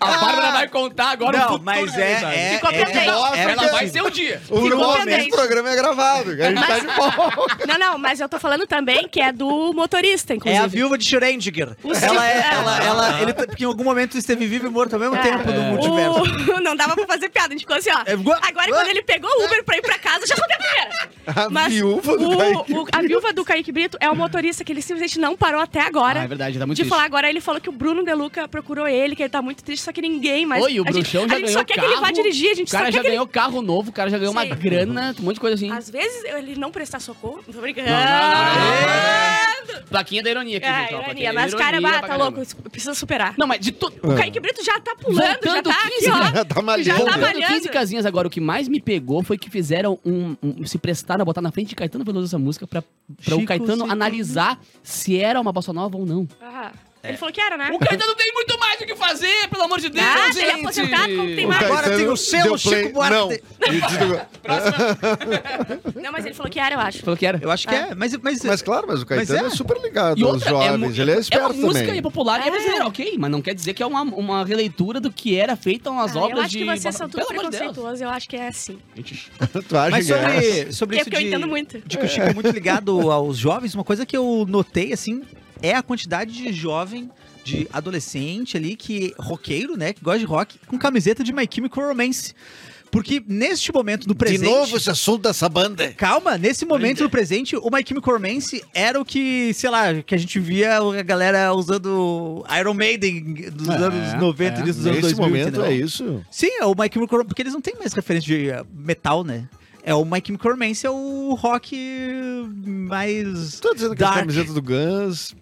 Speaker 1: A Bárbara vai contar agora o
Speaker 6: Não,
Speaker 1: futuro
Speaker 6: mas
Speaker 1: da amizade.
Speaker 6: é. é,
Speaker 4: Ficou
Speaker 6: é,
Speaker 4: pendente.
Speaker 5: Nossa,
Speaker 6: é
Speaker 7: Ela vai
Speaker 6: possível.
Speaker 7: ser o dia.
Speaker 5: O
Speaker 4: Ficou
Speaker 5: momento
Speaker 4: pendente.
Speaker 5: do programa é gravado. A gente tá de volta.
Speaker 4: Não, não, mas eu tô falando também que é do motorista,
Speaker 6: É
Speaker 4: inclusive.
Speaker 6: a viúva de Schrödinger.
Speaker 4: O Cid-
Speaker 6: Ela é,
Speaker 4: é.
Speaker 6: ela, ela, ele, tá- porque em algum momento esteve vivo e morto ao mesmo
Speaker 4: É.
Speaker 6: tempo do
Speaker 1: É.
Speaker 6: multiverso.
Speaker 4: O- [LAUGHS] Não dava pra fazer piada, a gente ficou assim, ó.
Speaker 6: É, gua-
Speaker 4: Agora,
Speaker 6: gua-
Speaker 4: quando ele pegou o Uber pra ir pra casa, eu já contei a primeira.
Speaker 5: A
Speaker 4: Mas
Speaker 5: viúva do
Speaker 4: o-
Speaker 5: Kaique
Speaker 4: o- a viúva do Kaique Brito é o motorista que ele simplesmente não parou até agora.
Speaker 1: Ah, é verdade, tá muito
Speaker 4: de
Speaker 1: triste.
Speaker 4: falar agora, ele falou que o Bruno Deluca procurou ele, que ele tá muito triste, só que ninguém mais.
Speaker 1: Oi, o
Speaker 4: a gente-
Speaker 1: bruxão
Speaker 4: A
Speaker 1: já
Speaker 4: gente
Speaker 1: ganhou
Speaker 4: só quer
Speaker 1: carro,
Speaker 4: que ele vá dirigir, a gente
Speaker 1: O cara já
Speaker 4: só quer que ele.
Speaker 1: ganhou carro novo, o cara já ganhou uma
Speaker 4: Sim.
Speaker 1: grana, um monte de coisa assim.
Speaker 4: Às vezes ele não presta socorro, não tô brincando.
Speaker 1: Não, não, não, não, não. Plaquinha da ironia aqui,
Speaker 4: É,
Speaker 1: gente. ó,
Speaker 4: ironia,
Speaker 1: plaquinha da
Speaker 4: mas
Speaker 1: ironia
Speaker 4: cara,
Speaker 1: pra
Speaker 4: bah, tá
Speaker 1: caramba.
Speaker 4: louco, isso- precisa superar.
Speaker 1: Não, mas de tudo.
Speaker 4: O Kaique Brito já tá pulando,
Speaker 1: Voltando
Speaker 4: já tá
Speaker 1: 15,
Speaker 4: aqui, ó.
Speaker 5: já tá
Speaker 4: Já
Speaker 5: malhando.
Speaker 4: tá
Speaker 1: Voltando
Speaker 4: malhando.
Speaker 1: 15 casinhas agora, o que mais me pegou foi que fizeram um. um- se prestaram a botar na frente de Caetano Veloso essa música pra, pra o
Speaker 3: Chico,
Speaker 1: Caetano
Speaker 3: Chico.
Speaker 1: analisar se era uma bossa nova ou não.
Speaker 4: Aham. Ele falou que era, né?
Speaker 1: É. O Caetano tem muito mais o que fazer, pelo amor de Deus!
Speaker 4: Ah, ele é
Speaker 1: gente.
Speaker 4: aposentado, como tem
Speaker 5: O
Speaker 4: mais.
Speaker 6: Agora
Speaker 5: Caetano
Speaker 6: tem o selo
Speaker 5: deu play-
Speaker 6: Chico Buarque.
Speaker 5: Não. Ele desligou.
Speaker 4: Não, mas ele falou que era, eu acho.
Speaker 1: Falou que era.
Speaker 6: Eu acho que é, mas, mas,
Speaker 5: Mas claro, mas o Caetano
Speaker 6: é.
Speaker 5: é. super ligado
Speaker 1: E
Speaker 5: aos
Speaker 1: outra, é mu-
Speaker 5: jovens. ele é esperto
Speaker 1: uma música
Speaker 5: também.
Speaker 1: popular e é
Speaker 4: É.
Speaker 1: brasileira, ok, mas não quer dizer que é uma, uma releitura do que era feito nas
Speaker 4: Ah,
Speaker 1: obras
Speaker 4: eu acho
Speaker 1: de.
Speaker 4: que vocês são tudo
Speaker 1: Pelo amor de Deus.
Speaker 4: preconceituosos, eu acho que é assim.
Speaker 5: [LAUGHS] tu acha
Speaker 6: mas
Speaker 5: que é?
Speaker 6: sobre, sobre
Speaker 4: É
Speaker 6: isso
Speaker 4: porque eu
Speaker 6: de,
Speaker 4: entendo muito.
Speaker 6: de que o Chico é muito ligado aos jovens, uma coisa que eu notei, assim, é a quantidade de jovem, de adolescente ali, que roqueiro, né, que gosta de rock, com camiseta de My Chemical Romance. Porque neste momento do presente...
Speaker 5: esse assunto dessa banda.
Speaker 6: Calma, nesse momento do presente, o My Chemical Romance era o que, sei lá, que a gente via a galera usando Iron Maiden dos
Speaker 1: É,
Speaker 6: anos 90
Speaker 1: é.
Speaker 6: e né? início dos anos
Speaker 5: Nesse
Speaker 6: 2000,
Speaker 5: momento
Speaker 6: entendeu?
Speaker 5: é isso.
Speaker 6: Sim, é o My Chemical Romance, porque eles não têm mais referência de eh, metal, né? É o My Chemical Romance, é o rock mais...
Speaker 5: Tô tá dizendo que as
Speaker 6: Dark.
Speaker 5: camisetas do Guns,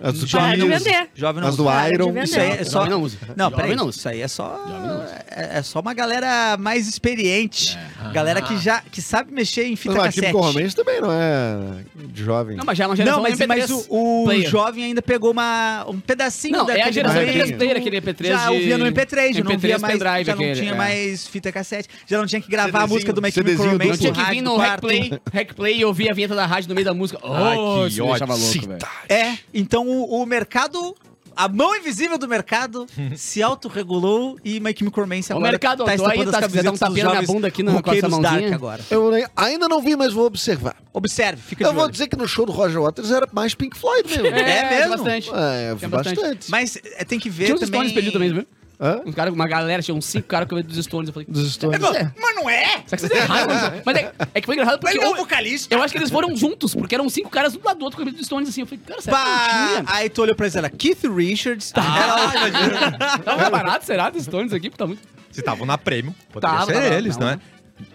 Speaker 5: as do
Speaker 4: Para de
Speaker 5: Beatles,
Speaker 4: vender.
Speaker 6: Jovem não
Speaker 5: as do
Speaker 6: usa.
Speaker 4: Para de
Speaker 5: Iron.
Speaker 4: vender.
Speaker 6: Isso aí
Speaker 1: Jovem
Speaker 6: é só...
Speaker 1: não usa.
Speaker 6: Não,
Speaker 1: Jovem
Speaker 6: peraí,
Speaker 1: não usa.
Speaker 6: isso aí é só...
Speaker 1: Jovem não usa.
Speaker 6: É, é só uma galera mais experiente. Galera que já que sabe mexer em fita
Speaker 5: Mas a
Speaker 6: cassete.
Speaker 5: Chemical Romance também não é de jovem.
Speaker 1: Não, mas já é uma
Speaker 6: Não,
Speaker 1: geração
Speaker 6: mas,
Speaker 1: MP3.
Speaker 6: mas o, o
Speaker 1: player.
Speaker 6: jovem ainda pegou uma, um pedacinho
Speaker 1: Não,
Speaker 6: da
Speaker 1: é a geração
Speaker 5: barraquinha.
Speaker 1: MP3 player, aquele MP3
Speaker 6: Já
Speaker 1: de...
Speaker 6: ouvia no MP3, já não
Speaker 1: MP3
Speaker 6: via mais,
Speaker 1: pendrive
Speaker 6: já não
Speaker 1: aquele,
Speaker 6: tinha
Speaker 1: é.
Speaker 6: mais fita cassete, já não tinha que gravar a
Speaker 5: CDzinho,
Speaker 6: música do Make Me
Speaker 1: Eu
Speaker 5: CDzinho do
Speaker 1: tinha
Speaker 6: Romance
Speaker 1: que vir no Hack Play, Hack Play e ouvir a vinheta da rádio no meio da música. Oh,
Speaker 2: Ai, que
Speaker 1: isso me deixava
Speaker 2: ódio.
Speaker 1: louco, velho.
Speaker 6: É, então o, o mercado, a mão invisível do mercado se autorregulou e Make Me Romance
Speaker 1: O
Speaker 6: agora
Speaker 1: mercado
Speaker 6: tá
Speaker 1: autor aí
Speaker 6: estampando
Speaker 1: tá se dando
Speaker 6: as
Speaker 1: um
Speaker 6: camisetas dos
Speaker 1: tapinha na
Speaker 6: jovens
Speaker 1: bunda aqui na- com essa
Speaker 6: roqueiros dark
Speaker 1: mãozinha.
Speaker 6: agora.
Speaker 5: Eu nem- ainda não vi, mas vou observar.
Speaker 6: Observe, fica
Speaker 5: Eu
Speaker 6: de
Speaker 5: vou
Speaker 6: olho.
Speaker 5: dizer que no show do Roger Waters era mais Pink Floyd mesmo.
Speaker 6: É mesmo?
Speaker 1: bastante.
Speaker 5: É, eu vi
Speaker 1: Tem bastante.
Speaker 5: bastante.
Speaker 6: Mas é, tem que ver
Speaker 1: Tinha uns
Speaker 6: também...
Speaker 1: stories perdidos também, viu?
Speaker 5: Hã?
Speaker 1: Um cara, uma galera, tinha uns cinco caras com medo dos Stones. Eu falei,
Speaker 5: Dos Stones.
Speaker 6: Mas não é!
Speaker 1: será que vocês erraram? Mas é, é que foi engraçado
Speaker 6: Mas
Speaker 1: porque
Speaker 6: ele é o
Speaker 1: eu,
Speaker 6: vocalista.
Speaker 1: eu acho que eles foram juntos, porque eram cinco caras um do lado do outro com medo dos Stones, assim. Eu falei, cara, será
Speaker 6: Bah,
Speaker 1: que não tinha?
Speaker 6: Aí tu olhou pra eles, era Keith Richards. Era-
Speaker 1: Tava barato, será, dos Stones aqui? Porque tá muito...
Speaker 2: Se estavam na prêmio, poderia
Speaker 1: Tava,
Speaker 2: ser
Speaker 1: tava,
Speaker 2: eles,
Speaker 1: tava.
Speaker 2: né?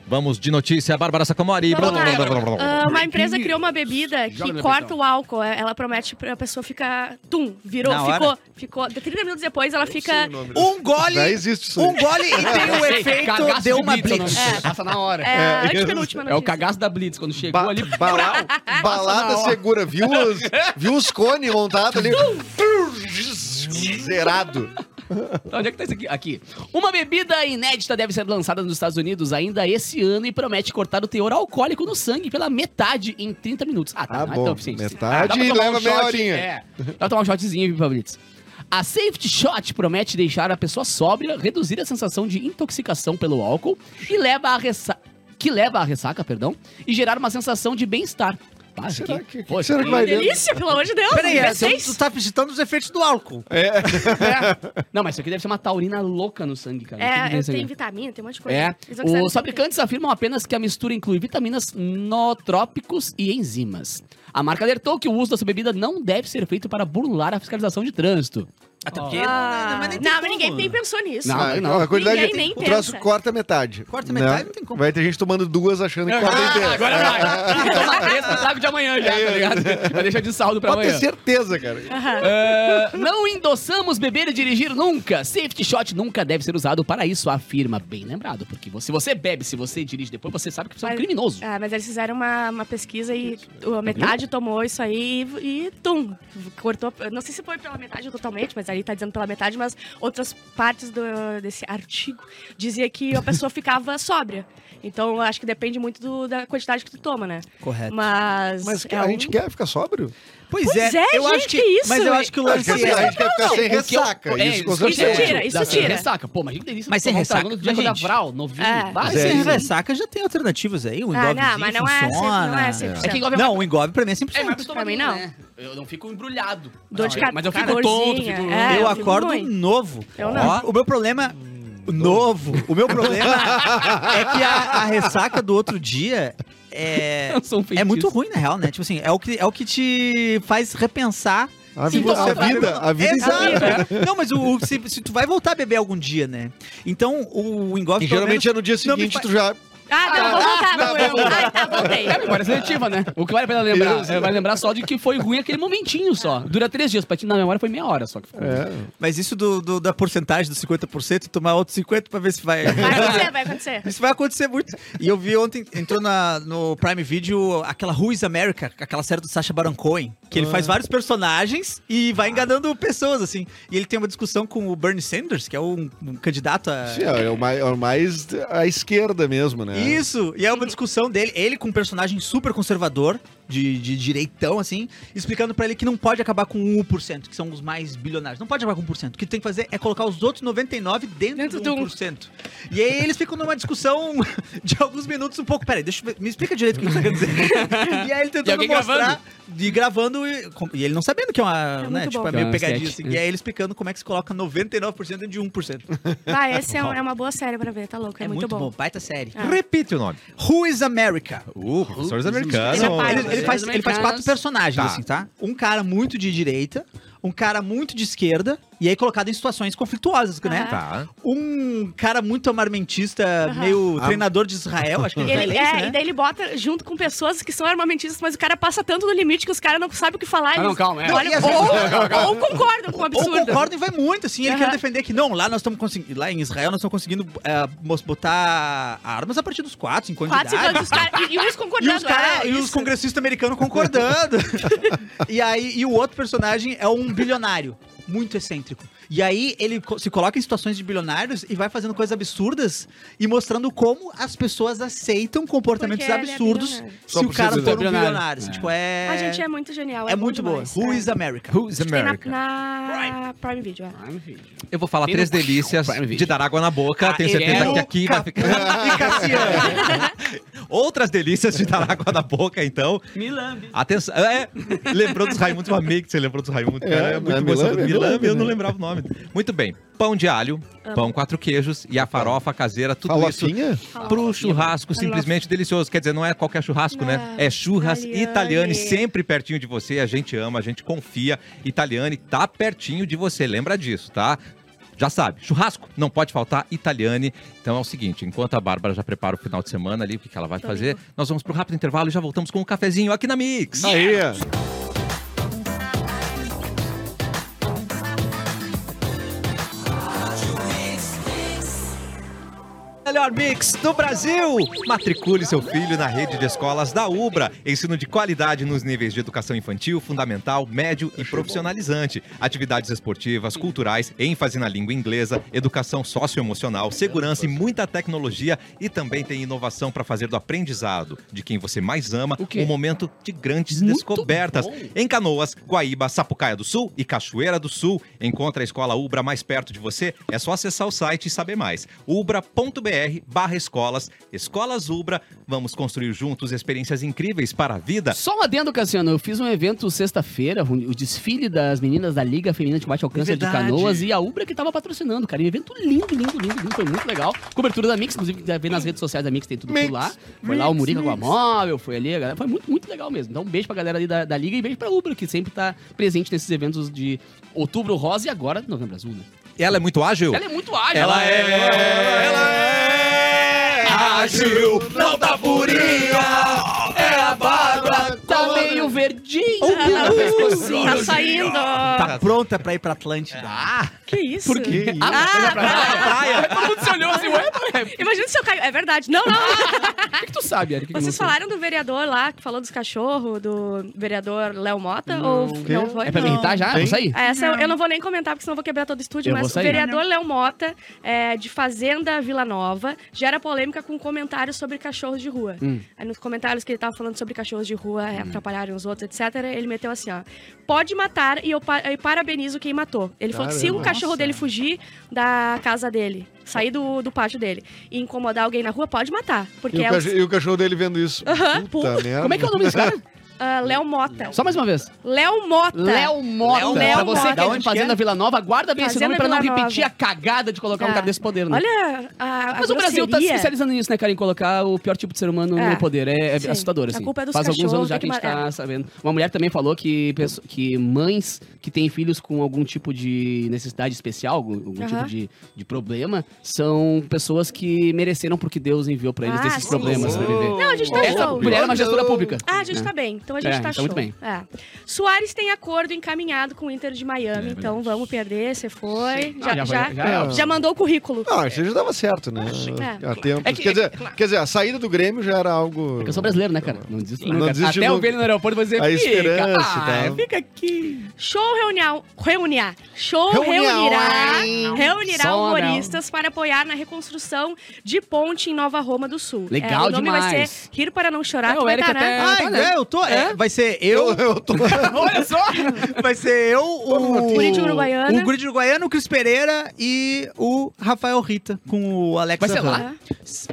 Speaker 2: Vamos de notícia, Bárbara Sacomori.
Speaker 4: Vamos lá.
Speaker 2: Blá, blá, blá, blá, blá.
Speaker 4: Ah, uma empresa criou uma
Speaker 1: Joga
Speaker 4: bebida
Speaker 1: na
Speaker 4: que
Speaker 1: minha
Speaker 4: corta
Speaker 1: pressão.
Speaker 4: o álcool. É, Ela promete pra pessoa ficar. Tum, virou,
Speaker 6: Na
Speaker 4: ficou, ficou. De 30 minutos depois ela fica.
Speaker 6: Um gole,
Speaker 5: Já é existe isso.
Speaker 6: um gole e tem o
Speaker 1: Sei, [LAUGHS]
Speaker 6: efeito
Speaker 1: cagaço
Speaker 6: deu
Speaker 1: de
Speaker 6: uma
Speaker 1: Blitz, é o nome
Speaker 6: blitz.
Speaker 1: disso, Passa na hora.
Speaker 4: É, a antepenúltima
Speaker 1: É o
Speaker 4: notícia.
Speaker 1: cagaço da Blitz, quando chegou
Speaker 5: Ba-
Speaker 1: ali.
Speaker 5: bala- balada segura. Viu os, viu os cones montados ali? Zerado.
Speaker 1: Onde é que tá isso aqui? Aqui. Uma bebida inédita deve ser lançada nos Estados Unidos ainda esse ano e promete cortar o teor alcoólico no sangue pela metade em 30 minutos. Ah, tá.
Speaker 5: Ah,
Speaker 1: não
Speaker 5: bom,
Speaker 1: é tão eficiente.
Speaker 5: metade
Speaker 1: dá pra tomar
Speaker 5: leva meia
Speaker 1: shot,
Speaker 5: horinha.
Speaker 1: É. Dá pra tomar um shotzinho, viu, Pablitz? A Safety Shot promete deixar a pessoa sóbria, reduzir a sensação de intoxicação pelo álcool e leva a ressa... que leva à ressaca, perdão, e gerar uma sensação de bem-estar. Ah, isso
Speaker 5: Será
Speaker 1: aqui-
Speaker 5: que- que
Speaker 1: Poxa,
Speaker 5: será que vai-
Speaker 4: Delícia, pelo amor de Deus.
Speaker 6: Peraí, é,
Speaker 4: vocês?
Speaker 6: tu tá citando os efeitos do álcool.
Speaker 1: Não, mas isso aqui deve ser uma taurina louca no sangue, cara. Tem um que ver
Speaker 4: É,
Speaker 1: isso aqui.
Speaker 4: tem vitamina, tem um monte de coisa.
Speaker 1: É.
Speaker 4: Eles não quiserem-
Speaker 1: Os fabricantes afirmam apenas que a mistura inclui vitaminas nootrópicos e enzimas. A marca alertou que o uso dessa bebida não deve ser feito para burlar a fiscalização de trânsito.
Speaker 6: Até
Speaker 1: porque-
Speaker 4: Ah, não, mas ninguém nem pensou nisso.
Speaker 1: Não,
Speaker 5: Ah,
Speaker 1: não.
Speaker 5: então, a quantidade
Speaker 4: Ninguém nem
Speaker 5: o troço
Speaker 4: pensa.
Speaker 5: corta metade. Né?
Speaker 6: Corta metade, não tem como.
Speaker 5: Vai ter gente tomando duas achando que corta inteira.
Speaker 1: Ah, agora [LAUGHS] vai. Toma três no saco um de amanhã já, tá ligado? Vai deixar de saldo pra
Speaker 5: Pode ter
Speaker 1: amanhã.
Speaker 5: certeza, cara.
Speaker 4: Aham.
Speaker 1: É, não endossamos beber e dirigir nunca. Safety shot nunca deve ser usado para isso, afirma. Bem lembrado, porque se você bebe, se você dirige depois, você sabe que você é um
Speaker 4: Mas-
Speaker 1: criminoso.
Speaker 4: Ah, mas eles fizeram uma, uma pesquisa e uh, a metade tomou isso aí e, e tum, cortou. Não sei se foi pela metade ou totalmente, mas ali tá dizendo pela metade, mas outras partes do, desse artigo dizia que a pessoa ficava sóbria. Então eu acho que depende muito do- da quantidade que tu toma, né?
Speaker 6: Correto.
Speaker 4: Mas.
Speaker 5: Mas
Speaker 4: é
Speaker 5: a
Speaker 4: um-
Speaker 5: gente quer ficar sóbrio?
Speaker 6: Pois,
Speaker 4: Pois é,
Speaker 6: eu acho
Speaker 4: gente,
Speaker 6: que,
Speaker 4: que isso,
Speaker 6: Mas eu
Speaker 4: hein?
Speaker 6: acho que o
Speaker 5: Acho
Speaker 6: lance
Speaker 5: que a
Speaker 6: é.
Speaker 5: gente quer ficar sem
Speaker 1: O que eu-
Speaker 5: ressaca.
Speaker 1: é,
Speaker 5: Isso, com
Speaker 1: isso
Speaker 5: certeza.
Speaker 4: tira, isso
Speaker 1: Dá-
Speaker 4: tira.
Speaker 1: Ressaca. Pô, mas que delícia.
Speaker 6: Mas sem
Speaker 1: tomar um
Speaker 6: ressaca,
Speaker 1: trago do Jack
Speaker 6: gente.
Speaker 1: da Vral, novinho.
Speaker 4: É.
Speaker 1: Vai,
Speaker 6: Mas
Speaker 1: sem
Speaker 6: sem
Speaker 1: ressaca.
Speaker 6: ressaca já tem alternativas aí. O
Speaker 4: Ah,
Speaker 6: engove
Speaker 4: não, mas não é, cem- não é
Speaker 6: funciona.
Speaker 4: 100%.
Speaker 1: É que engove
Speaker 6: Não, o engove pra
Speaker 1: É,
Speaker 6: mim é
Speaker 1: mas
Speaker 6: 100%.
Speaker 1: tu toma
Speaker 4: Pra mim,
Speaker 1: vinho,
Speaker 4: não.
Speaker 1: né? Eu não fico embrulhado.
Speaker 4: Dor de
Speaker 1: Mas eu
Speaker 4: ca-
Speaker 1: fico tonto,
Speaker 4: dorzinha,
Speaker 1: fico...
Speaker 4: é.
Speaker 6: eu
Speaker 4: eu fico
Speaker 6: acordo
Speaker 4: muito.
Speaker 6: novo.
Speaker 4: Eu não.
Speaker 6: Ó, o meu problema. Novo. O meu problema é que a, a ressaca do outro dia é.
Speaker 1: Eu sou um feitiço.
Speaker 6: É muito ruim, na real, né? Tipo assim, é o que, é o que te faz repensar.
Speaker 5: A
Speaker 6: se
Speaker 5: vida,
Speaker 6: você
Speaker 5: a
Speaker 6: vai-
Speaker 5: vida, a
Speaker 6: É.
Speaker 5: vida inteira.
Speaker 6: Exato. [LAUGHS] Não, mas o, o- se, se tu vai voltar a beber algum dia, né? Então, o, o engove.
Speaker 5: E
Speaker 6: pelo
Speaker 5: geralmente é no dia
Speaker 6: não me
Speaker 5: seguinte
Speaker 6: faz-
Speaker 5: tu já...
Speaker 4: Ah, não, vou voltar,
Speaker 5: não,
Speaker 4: vou
Speaker 5: eu vou-
Speaker 4: voltar. Ah, tá, voltei.
Speaker 1: É memória seletiva, né? O que vale a pena lembrar?
Speaker 5: Isso.
Speaker 1: É, vai lembrar só de que foi ruim aquele momentinho só. Dura três dias. Pra ti, na memória, foi meia hora só que ficou.
Speaker 5: É.
Speaker 6: Mas isso do, do- da porcentagem dos 50%, tomar outro 50% pra ver se vai.
Speaker 4: Vai
Speaker 6: [LAUGHS]
Speaker 4: acontecer, vai acontecer.
Speaker 6: Isso vai acontecer muito. E eu vi ontem, entrou na- no Prime Video aquela Who is America, aquela série do Sacha Baron Cohen, que ele
Speaker 5: Ah.
Speaker 6: faz vários personagens e vai enganando pessoas, assim. E ele tem uma discussão com o Bernie Sanders, que é um, um candidato a...
Speaker 5: Sim, é, o mais, é o mais à esquerda mesmo, né?
Speaker 6: Isso! E é uma discussão dele, ele com um personagem super conservador, de, de direitão, assim, explicando pra ele que não pode acabar com 1%, que são os mais bilionários. Não pode acabar com 1%. O que tem que fazer é colocar os outros 99% dentro,
Speaker 4: Dentro um.
Speaker 6: do
Speaker 4: do
Speaker 6: 1%. E aí eles ficam numa discussão [LAUGHS] de alguns minutos um pouco. Peraí, deixa eu ver- me explica direito o que você
Speaker 4: [LAUGHS]
Speaker 6: quer dizer. e aí ele
Speaker 1: E
Speaker 6: tentando
Speaker 1: alguém
Speaker 6: mostrar. E gravando, e, com- e ele não sabendo que é uma.
Speaker 4: É
Speaker 6: né,
Speaker 4: muito
Speaker 6: tipo,
Speaker 4: bom.
Speaker 6: é meio
Speaker 1: É um
Speaker 6: pegadinha
Speaker 1: sketch.
Speaker 6: assim. E aí ele explicando como é que se coloca 99% dentro de 1%.
Speaker 4: Ah, esse é, um- é uma boa série pra ver, tá louco, é, muito, bom.
Speaker 6: baita série.
Speaker 4: Ah.
Speaker 2: Repite o nome.
Speaker 6: Who is America?
Speaker 2: Uh, professores
Speaker 4: Ele é
Speaker 2: americanos.
Speaker 4: pai,
Speaker 6: Ele, ele faz, ele faz quatro personagens,
Speaker 2: Tá.
Speaker 6: assim, tá? Um cara muito de direita, um cara muito de esquerda, e aí colocado em situações conflituosas, né?
Speaker 4: Aham.
Speaker 2: Tá.
Speaker 6: Um cara muito amarmentista,
Speaker 4: Aham.
Speaker 6: meio
Speaker 5: Ah.
Speaker 6: treinador de Israel, acho que
Speaker 4: E
Speaker 6: ele,
Speaker 4: ele,
Speaker 6: ele é,
Speaker 4: é, e daí ele bota junto com pessoas que são armamentistas, mas o cara passa tanto no limite que os caras não sabem o que falar.
Speaker 1: Ah,
Speaker 4: eles
Speaker 1: não, calma, é.
Speaker 4: olham-
Speaker 6: Não, e às
Speaker 4: ou, [LAUGHS]
Speaker 6: vezes-
Speaker 4: ou concordam com o
Speaker 6: Ou
Speaker 4: absurdo.
Speaker 6: concorda e vai muito, assim. Ele
Speaker 4: Aham.
Speaker 6: quer defender que não, lá nós estamos conseguindo. Lá em Israel nós estamos conseguindo eh, mos- botar armas a partir dos quatro, cinco tá? anos de
Speaker 4: Quatro, cinco
Speaker 6: idade.
Speaker 4: anos, os caras. E, e uns
Speaker 6: E
Speaker 4: concordando.
Speaker 6: os, cara,
Speaker 4: é,
Speaker 6: e os
Speaker 4: isso.
Speaker 6: congressistas americanos
Speaker 4: [LAUGHS]
Speaker 6: concordando. e aí, e o outro personagem é um bilionário, muito excêntrico. E aí ele co- se coloca em situações de bilionários e vai fazendo coisas absurdas e mostrando como as pessoas aceitam comportamentos
Speaker 4: Porque ele é
Speaker 6: absurdos
Speaker 4: bilionário.
Speaker 6: se
Speaker 5: Só
Speaker 6: o
Speaker 5: por
Speaker 6: cara
Speaker 5: ser
Speaker 6: for um bilionário.
Speaker 1: bilionário.
Speaker 6: assim,
Speaker 1: É.
Speaker 6: tipo, é...
Speaker 4: A gente é muito genial. É,
Speaker 6: é muito boa.
Speaker 4: demais,
Speaker 6: Who
Speaker 4: é.
Speaker 6: is America?
Speaker 2: Who's
Speaker 4: Tem na,
Speaker 2: America?
Speaker 4: na Prime. Video, é.
Speaker 2: Eu vou falar
Speaker 1: Tem
Speaker 2: três
Speaker 1: no-
Speaker 2: delícias
Speaker 1: Prime Video. é
Speaker 2: de dar água na boca.
Speaker 6: Ah,
Speaker 2: Tenho certeza
Speaker 6: eu
Speaker 2: que aqui vai ficar.
Speaker 1: [LAUGHS]
Speaker 6: E Cassiano.
Speaker 2: Outras delícias de dar água na boca, então.
Speaker 1: Milambe.
Speaker 2: Atenção. É, lembrou dos Raimundos, uma amiga que você lembrou dos Raimundos, cara. É,
Speaker 5: É,
Speaker 2: muito
Speaker 5: é
Speaker 2: bom. essa
Speaker 5: Milambe,
Speaker 2: do
Speaker 5: é
Speaker 2: Milambe,
Speaker 5: Milambe,
Speaker 2: eu não
Speaker 5: né?
Speaker 2: lembrava o nome. Muito bem. Pão de alho, pão quatro queijos e a farofa caseira, tudo isso
Speaker 5: Falofinha?
Speaker 2: pro churrasco simplesmente delicioso. Quer dizer, não é qualquer churrasco, né?
Speaker 4: Não.
Speaker 2: É churras
Speaker 4: Italiani.
Speaker 2: italiane, sempre pertinho de você. A gente ama, a gente confia. Italiane tá pertinho de você, lembra disso, tá? Já sabe, churrasco não pode faltar italiane. Então é o seguinte, enquanto a Bárbara já prepara o final de semana ali, o que que ela vai fazer, nós vamos pro rápido intervalo e já voltamos com o cafezinho aqui na Mix.
Speaker 5: Aí.
Speaker 2: Melhor mix do Brasil! Matricule seu filho na rede de escolas da Ubra. Ensino de qualidade nos níveis de educação infantil, fundamental, médio e profissionalizante. Atividades esportivas, culturais, ênfase na língua inglesa, educação socioemocional, segurança e muita tecnologia. E também tem inovação para fazer do aprendizado de quem você mais ama
Speaker 1: O quê?
Speaker 2: um momento de grandes
Speaker 1: Muito
Speaker 2: descobertas.
Speaker 1: bom.
Speaker 2: Em Canoas, Guaíba, Sapucaia do Sul e Cachoeira do Sul. Encontra a escola Ubra mais perto de você. É só acessar o site e saber mais. ubra.br barra escolas. Escolas Ubra. Vamos construir juntos experiências incríveis para a vida.
Speaker 1: Só um adendo, Cassiano. Eu fiz um evento sexta-feira, um- o desfile das meninas da Liga Feminina de Combate ao Câncer de
Speaker 6: Verdade.
Speaker 1: Canoas e a Ubra que tava patrocinando, cara. Um evento lindo, lindo, lindo, lindo. Foi muito legal. Cobertura da Mix, inclusive, que ver nas redes sociais da Mix, tem tudo por lá. Foi lá o Murica com a móvel, foi ali, a galera. Foi muito, muito legal mesmo. Então, um beijo pra galera ali da, da Liga e beijo pra Ubra, que sempre tá presente nesses eventos de outubro rosa e agora novembro azul, né?
Speaker 2: Ela é muito ágil?
Speaker 1: Ela é muito ágil.
Speaker 2: Ela é, ela é ágil, não tá furia. É a Bárbara.
Speaker 1: Tá meio verdinha lá no pescocinho.
Speaker 4: Tá saindo.
Speaker 6: Tá pronta pra ir pra Atlântida.
Speaker 4: Que isso?
Speaker 1: Por quê?
Speaker 4: Ah, vai.
Speaker 1: Todo mundo se olhou assim, ué, ué,
Speaker 4: Imagina se eu caio. É verdade. Não, não.
Speaker 1: o que que tu sabe, Eric? que não
Speaker 4: Vocês
Speaker 1: sei?
Speaker 4: falaram do vereador lá, que falou dos cachorros, do vereador Léo Mota? Ou
Speaker 5: Quê?
Speaker 4: não foi?
Speaker 1: É pra me
Speaker 4: Não.
Speaker 1: irritar já? Vou
Speaker 5: Hein?
Speaker 1: sair?
Speaker 6: É.
Speaker 4: Essa eu, eu não vou nem comentar, porque senão eu vou quebrar todo o estúdio,
Speaker 1: Eu vou
Speaker 4: mas o
Speaker 1: sair.
Speaker 4: vereador Léo Mota, é, de Fazenda Vila Nova, gera polêmica com comentários sobre cachorros de rua.
Speaker 1: Hum.
Speaker 4: Aí nos comentários que ele tava falando sobre cachorros de rua, é, atrapalharem os outros, etc., ele meteu assim, ó. Pode matar e eu, pa- eu parabenizo quem matou. Ele falou que se o
Speaker 5: Caramba.
Speaker 4: cachorro dele fugir da casa dele, sair do, do pátio dele e incomodar alguém na rua, pode matar. Porque
Speaker 5: E o,
Speaker 4: é
Speaker 5: cach-
Speaker 4: o
Speaker 5: e o cachorro dele vendo isso.
Speaker 4: Aham.
Speaker 5: Puta merda.
Speaker 1: Como é que é o nome desse
Speaker 6: [LAUGHS]
Speaker 1: cara?
Speaker 4: ah, Léo Mota.
Speaker 1: Só mais uma vez.
Speaker 4: Léo Mota.
Speaker 1: Léo Mota.
Speaker 4: Tá. Léo
Speaker 1: pra você
Speaker 4: Mota.
Speaker 1: que é de
Speaker 6: Onde que
Speaker 1: Fazenda
Speaker 6: é?
Speaker 1: Vila Nova, guarda bem esse
Speaker 4: Fazenda
Speaker 1: nome pra não
Speaker 4: Vila
Speaker 1: repetir
Speaker 4: Nova.
Speaker 1: a cagada de colocar um
Speaker 4: Tá.
Speaker 1: cara desse poder, né?
Speaker 4: Olha a, a
Speaker 1: Mas o Brasil tá se
Speaker 4: grosseria.
Speaker 1: especializando nisso, né, cara? Em colocar o pior tipo de ser humano
Speaker 4: É,
Speaker 1: no poder. É, é
Speaker 4: sim.
Speaker 1: assustador,
Speaker 4: A
Speaker 1: assim.
Speaker 4: culpa é dos
Speaker 1: Faz alguns
Speaker 4: cachorros,
Speaker 1: anos já que a
Speaker 4: tem
Speaker 1: gente
Speaker 4: que
Speaker 1: tá
Speaker 4: matar.
Speaker 1: sabendo. Uma mulher também falou que, pesso- que mães que têm filhos com algum tipo de necessidade especial, algum, algum tipo
Speaker 4: Aham.
Speaker 1: de, de problema, são pessoas que mereceram porque Deus enviou pra eles
Speaker 4: Ah,
Speaker 1: desses
Speaker 4: sim,
Speaker 1: problemas.
Speaker 4: sim.
Speaker 1: pra viver.
Speaker 4: Não, a gente tá
Speaker 1: Essa
Speaker 4: show.
Speaker 1: mulher é uma gestora pública.
Speaker 4: Ah, a gente
Speaker 1: É.
Speaker 4: tá bem. Então a gente
Speaker 1: É,
Speaker 4: tá
Speaker 1: tá
Speaker 4: show.
Speaker 1: muito bem.
Speaker 4: É. Soares tem acordo encaminhado com o Inter de Miami, então vamos perder, você foi. Já,
Speaker 1: É, Ah, já
Speaker 4: já,
Speaker 1: foi, já-
Speaker 5: já-
Speaker 4: já mandou o currículo.
Speaker 5: Ah, isso já dava certo, né?
Speaker 4: É.
Speaker 5: Há tempos.
Speaker 1: É que-
Speaker 5: quer, dizer, quer dizer, a saída do Grêmio já era algo.
Speaker 1: Porque
Speaker 5: [LAUGHS]
Speaker 1: eu sou brasileiro, né, cara? Não desisto
Speaker 5: Não
Speaker 1: nunca.
Speaker 5: desiste
Speaker 1: Até eu
Speaker 5: nunca.
Speaker 1: ver ele no aeroporto, vou dizer,
Speaker 5: A
Speaker 1: fica,
Speaker 5: esperança tá?" e
Speaker 1: ah,
Speaker 5: tal.
Speaker 1: fica aqui.
Speaker 4: Show reunião, reunirá. Show
Speaker 5: Reunião,
Speaker 4: reunirá,
Speaker 5: hein?
Speaker 4: reunirá
Speaker 1: Só não.
Speaker 4: humoristas para apoiar na reconstrução de ponte em Nova Roma do Sul.
Speaker 1: Legal
Speaker 4: é, o nome vai
Speaker 1: demais.
Speaker 4: ser Rir para não chorar.
Speaker 1: É,
Speaker 4: tu
Speaker 1: o
Speaker 4: vai
Speaker 1: Eric
Speaker 4: tá, né?
Speaker 1: até-
Speaker 6: Ah,
Speaker 1: tá, né?
Speaker 6: é, eu tô. é, vai ser
Speaker 5: Eu,
Speaker 6: eu.
Speaker 5: eu [LAUGHS] tô.
Speaker 1: Olha só!
Speaker 6: [LAUGHS] Vai ser eu, o.
Speaker 4: O Guri de Uruguaiana.
Speaker 6: O Guri de Uruguaiana, o Cris Pereira e o Rafael Rita com o Alex
Speaker 1: É Vai ser
Speaker 6: Aham.
Speaker 1: lá?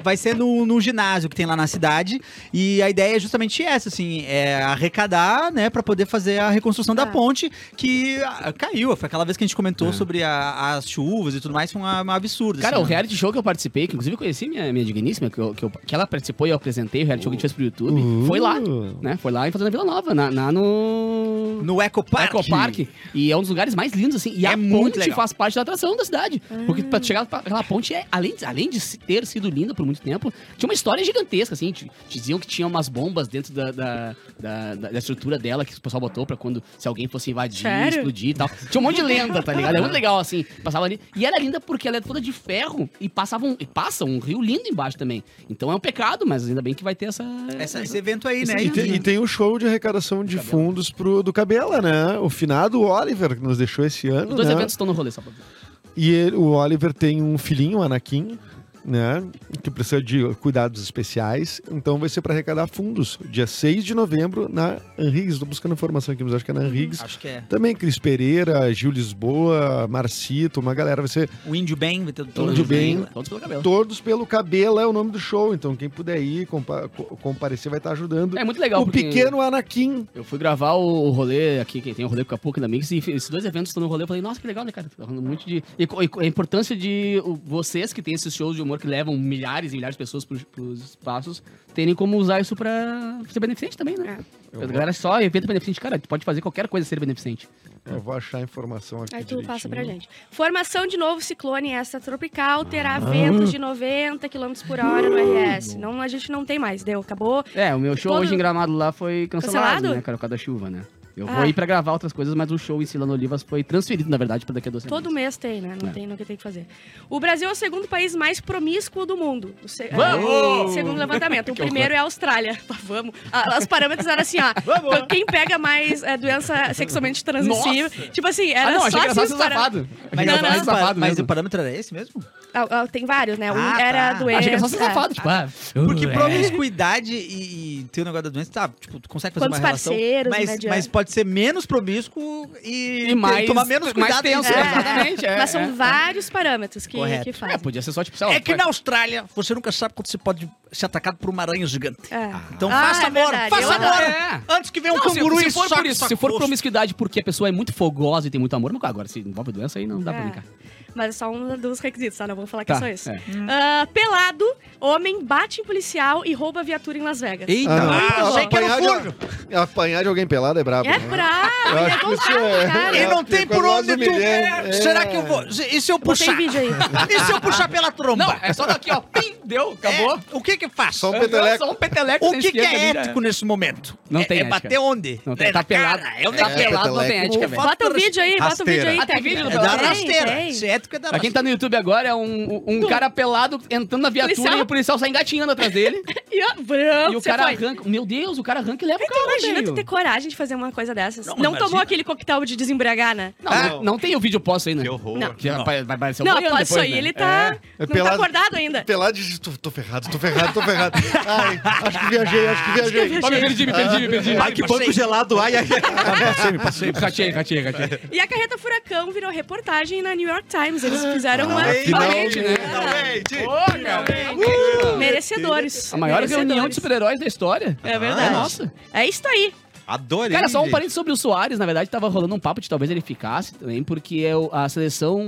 Speaker 6: Vai ser no, num ginásio que tem lá na cidade. E a ideia é justamente essa, assim, é arrecadar, né, pra poder fazer a reconstrução da
Speaker 4: Ah.
Speaker 6: ponte que ah, caiu. Foi aquela vez que a gente comentou sobre a- as chuvas e tudo mais, foi uma, uma absurda.
Speaker 1: É. Cara,
Speaker 6: assim,
Speaker 1: o
Speaker 6: né?
Speaker 1: reality show que eu participei, que inclusive eu conheci minha, minha digníssima, que, eu- que eu- que ela participou e eu apresentei, o reality show que a gente fez pro YouTube, foi lá,
Speaker 5: Uh.
Speaker 1: né? Foi lá em Fazenda Vila Nova, na, na- no...
Speaker 6: No Eco Park.
Speaker 1: Eco Park. E é um dos lugares mais lindos, assim. E
Speaker 6: É
Speaker 1: a
Speaker 6: muito
Speaker 1: ponte
Speaker 6: legal.
Speaker 1: faz parte da atração da cidade. Porque pra chegar pra- aquela ponte, é, além, de- além de se- ter sido linda por muito tempo, tinha uma história gigantesca, assim. Ti- Diziam que tinha umas bombas dentro da, da, da- da- da estrutura dela que o pessoal botou pra quando se alguém fosse invadir,
Speaker 4: Sério?
Speaker 1: explodir e tal. Tinha um monte de lenda, tá ligado? É muito legal, assim. Passava ali. E era linda porque ela é toda de ferro e, passava um, e passa um rio lindo embaixo também. Então é um pecado, mas ainda bem que vai ter essa.
Speaker 6: Essa- esse evento aí,
Speaker 1: Esse
Speaker 6: né?
Speaker 5: E, tem, e tem o show de arrecadação de fundos pro, do Cabela, né? O finado Oliver, que nos deixou esse ano.
Speaker 1: Os dois
Speaker 5: né?
Speaker 1: eventos estão no rolê, só pra...
Speaker 5: E ele- o Oliver tem um filhinho, o Anakin. né? Que precisa de cuidados especiais. Então vai ser para arrecadar fundos. Dia 6 de novembro na Henrigues. Estou buscando informação aqui, mas acho que é na Henrigues.
Speaker 3: Acho que é.
Speaker 5: Também Cris Pereira, Gil Lisboa, Marcito, uma galera. Vai ser
Speaker 3: O Índio Bem. vai ter todo
Speaker 5: Índio Bem.
Speaker 1: Todos pelo cabelo.
Speaker 5: Todos pelo Cabelo é o nome do show. Então quem puder ir, compa- co- comparecer, vai estar ajudando.
Speaker 1: É muito legal,
Speaker 5: o
Speaker 1: porque
Speaker 5: pequeno Anakin.
Speaker 1: eu fui gravar o rolê aqui, quem tem o rolê com a Puc da Mix, e esses dois eventos estão no rolê, eu falei, nossa, que legal, né, cara? Tá rolando muito de... E, co- e co- a importância de o- vocês que têm esses shows de humor que levam milhares e milhares de pessoas pros, pros espaços, terem como usar isso pra ser beneficente também, né? A galera só evento beneficente, cara, tu pode fazer qualquer coisa ser beneficente.
Speaker 5: Eu vou achar a informação aqui.
Speaker 4: Aí tu passa
Speaker 5: direitinho.
Speaker 4: pra gente. Formação de novo ciclone extratropical terá
Speaker 1: Ah.
Speaker 4: ventos de 90 km por hora no RS. Não, a gente não tem mais, deu, acabou.
Speaker 1: É, o meu show
Speaker 4: Todo-
Speaker 1: hoje em Gramado lá foi cancelado,
Speaker 4: Cancelado?
Speaker 1: né, cara, por causa da chuva, né? Eu vou
Speaker 4: Ah.
Speaker 1: ir pra gravar outras coisas, mas o show em Silano Olivas foi transferido, na verdade, pra daqui a duas semanas.
Speaker 4: Todo mês tem, né? Não
Speaker 1: É.
Speaker 4: tem no que tem que fazer. O Brasil é o segundo país mais promíscuo do mundo. O se-
Speaker 1: Vamos!
Speaker 4: é,
Speaker 1: [LAUGHS]
Speaker 4: Segundo levantamento. O primeiro é a Austrália. [LAUGHS] Pá, Vamos. Ah, os parâmetros eram assim, ó. Então, quem pega mais é, doença sexualmente transmissível. Tipo assim,
Speaker 1: Ah,
Speaker 4: era
Speaker 1: não, achei
Speaker 4: só
Speaker 1: que era só
Speaker 4: esses
Speaker 1: ser
Speaker 4: parâ-
Speaker 1: safado. Achei
Speaker 3: Mas,
Speaker 1: que era só
Speaker 4: Não,
Speaker 1: ser
Speaker 3: mas, mas,
Speaker 1: tá safado mesmo.
Speaker 3: o parâmetro era esse mesmo?
Speaker 4: Ah, ah, tem vários, né? Um
Speaker 3: Ah,
Speaker 4: era
Speaker 3: tá.
Speaker 4: doença.
Speaker 1: Achei que era só ser
Speaker 4: é.
Speaker 1: safado, tipo, ah,
Speaker 3: Porque
Speaker 1: uh, é.
Speaker 3: promiscuidade e, e
Speaker 6: um
Speaker 3: ter o negócio da doença, tá, tipo, tu consegue fazer
Speaker 4: Quantos
Speaker 3: uma relação.
Speaker 4: parceiros, né,
Speaker 3: mas,
Speaker 4: de-
Speaker 3: mas pode ser menos promíscuo e,
Speaker 1: E mais-
Speaker 3: tomar menos
Speaker 1: mais
Speaker 3: cuidado.
Speaker 1: tenso,
Speaker 3: né?
Speaker 1: é. [LAUGHS] Exatamente, é,
Speaker 4: Mas são
Speaker 1: é, é.
Speaker 4: vários parâmetros que,
Speaker 3: Correto.
Speaker 4: que
Speaker 1: É,
Speaker 4: fazem.
Speaker 1: podia ser só, tipo, sei lá,
Speaker 6: É que
Speaker 1: tu-
Speaker 6: na Austrália, você nunca sabe quando você pode ser atacado por uma aranha gigante.
Speaker 4: É.
Speaker 6: Então
Speaker 4: Ah,
Speaker 6: faça
Speaker 4: é
Speaker 6: agora,
Speaker 4: verdade, eu
Speaker 6: faça
Speaker 4: adoro.
Speaker 6: agora.
Speaker 1: É.
Speaker 6: Antes que venha um
Speaker 1: Não, se-
Speaker 6: canguru
Speaker 1: se,
Speaker 6: e
Speaker 1: for por
Speaker 6: soque
Speaker 1: isso,
Speaker 6: sua
Speaker 1: se for
Speaker 6: coxa.
Speaker 1: promiscuidade porque a pessoa é muito fogosa e tem muito amor, não agora se envolve doença aí não dá pra
Speaker 4: É.
Speaker 1: brincar.
Speaker 4: Mas é só um dos requisitos, tá? Não vou falar que é
Speaker 1: Tá,
Speaker 4: só isso.
Speaker 1: é.
Speaker 4: Ah, pelado, homem bate em policial e rouba viatura em Las Vegas.
Speaker 3: Eita,
Speaker 5: Ah, não.
Speaker 6: Ah,
Speaker 4: Muito
Speaker 6: achei
Speaker 4: bom.
Speaker 6: que era um
Speaker 5: Apanhar
Speaker 6: furjo.
Speaker 5: de, apanhar de alguém pelado é brabo.
Speaker 4: É
Speaker 5: né?
Speaker 4: brabo, ele é
Speaker 5: acho que isso é-
Speaker 4: gozado, cara.
Speaker 6: E
Speaker 5: É,
Speaker 6: não tem
Speaker 5: porque
Speaker 6: por
Speaker 5: nós
Speaker 6: onde tu...
Speaker 5: humilhamos. É.
Speaker 6: Será que eu vou... E se eu
Speaker 4: Botei
Speaker 6: puxar?
Speaker 4: vídeo aí.
Speaker 6: [LAUGHS] E se eu puxar pela tromba?
Speaker 1: Não, é só daqui, ó, pim, deu, acabou.
Speaker 6: É, o que que eu faço?
Speaker 5: Só um peteleco.
Speaker 1: Só um peteleco
Speaker 6: O
Speaker 1: sem
Speaker 6: que, que
Speaker 1: esquerda
Speaker 6: é
Speaker 1: ali, já
Speaker 6: ético nesse momento?
Speaker 1: Não
Speaker 6: é,
Speaker 1: tem
Speaker 6: é
Speaker 1: ética.
Speaker 6: bater onde?
Speaker 1: Não tem,
Speaker 6: É
Speaker 1: tá
Speaker 6: na
Speaker 1: pelado.
Speaker 6: cara, É onde
Speaker 1: tá
Speaker 6: é que é?
Speaker 1: pelado, não tem
Speaker 5: peteleco.
Speaker 1: ética,
Speaker 6: O
Speaker 1: velho.
Speaker 6: fato
Speaker 4: Bota o vídeo aí, bota o
Speaker 2: Rasteira.
Speaker 4: vídeo aí.
Speaker 1: Ah, tem
Speaker 4: técnica.
Speaker 1: vídeo
Speaker 6: É
Speaker 1: do
Speaker 6: da
Speaker 1: Tem,
Speaker 6: rasteira.
Speaker 4: tem.
Speaker 6: Isso é ética da
Speaker 1: Pra quem tá
Speaker 6: rasteira.
Speaker 1: no YouTube agora, é um, um- um cara pelado entrando na viatura
Speaker 4: Policial.
Speaker 1: e o policial sai engatinhando atrás
Speaker 4: [LAUGHS]
Speaker 1: dele.
Speaker 4: E, ó, brum,
Speaker 1: e o
Speaker 4: você
Speaker 1: cara
Speaker 4: foi. Então,
Speaker 1: arranca. Meu Deus, o cara arranca e leva o carro.
Speaker 4: Imagina
Speaker 1: velho.
Speaker 4: tu ter coragem de fazer uma coisa dessas. Não,
Speaker 6: Não,
Speaker 4: tomou
Speaker 6: imagina.
Speaker 4: aquele coquetel de desembriagar, né?
Speaker 1: Não,
Speaker 6: Ah.
Speaker 1: não, não tem o vídeo posso aí, né?
Speaker 2: Que horror.
Speaker 4: Não.
Speaker 1: Que vai, vai parecer um
Speaker 4: não,
Speaker 1: banhando
Speaker 4: pode
Speaker 1: depois,
Speaker 4: isso aí,
Speaker 1: né?
Speaker 4: ele tá.
Speaker 5: É
Speaker 4: não tá
Speaker 5: pelado.
Speaker 4: acordado ainda.
Speaker 5: Pelado de. Tô, tô ferrado, tô ferrado, tô ferrado. Ai, acho que viajei, acho que viajei.
Speaker 1: Ó, me perdi, me perdi, me perdi.
Speaker 2: Ai, que banco gelado, ai, ai, ai.
Speaker 1: Catei, catei, catei.
Speaker 4: [LAUGHS] E a carreta Furacão virou reportagem na New York Times. Eles fizeram uma.
Speaker 1: finalmente, né?
Speaker 4: Finalmente. Hum, Merecedores.
Speaker 1: A maior
Speaker 4: Merecedores.
Speaker 1: reunião de super-heróis da história.
Speaker 4: É verdade.
Speaker 1: Nossa.
Speaker 4: É isso aí.
Speaker 2: Adorei.
Speaker 1: Cara, só um
Speaker 2: gente.
Speaker 1: parênteses sobre o Soares. Na verdade, tava rolando um papo de talvez ele ficasse também, porque é o- a seleção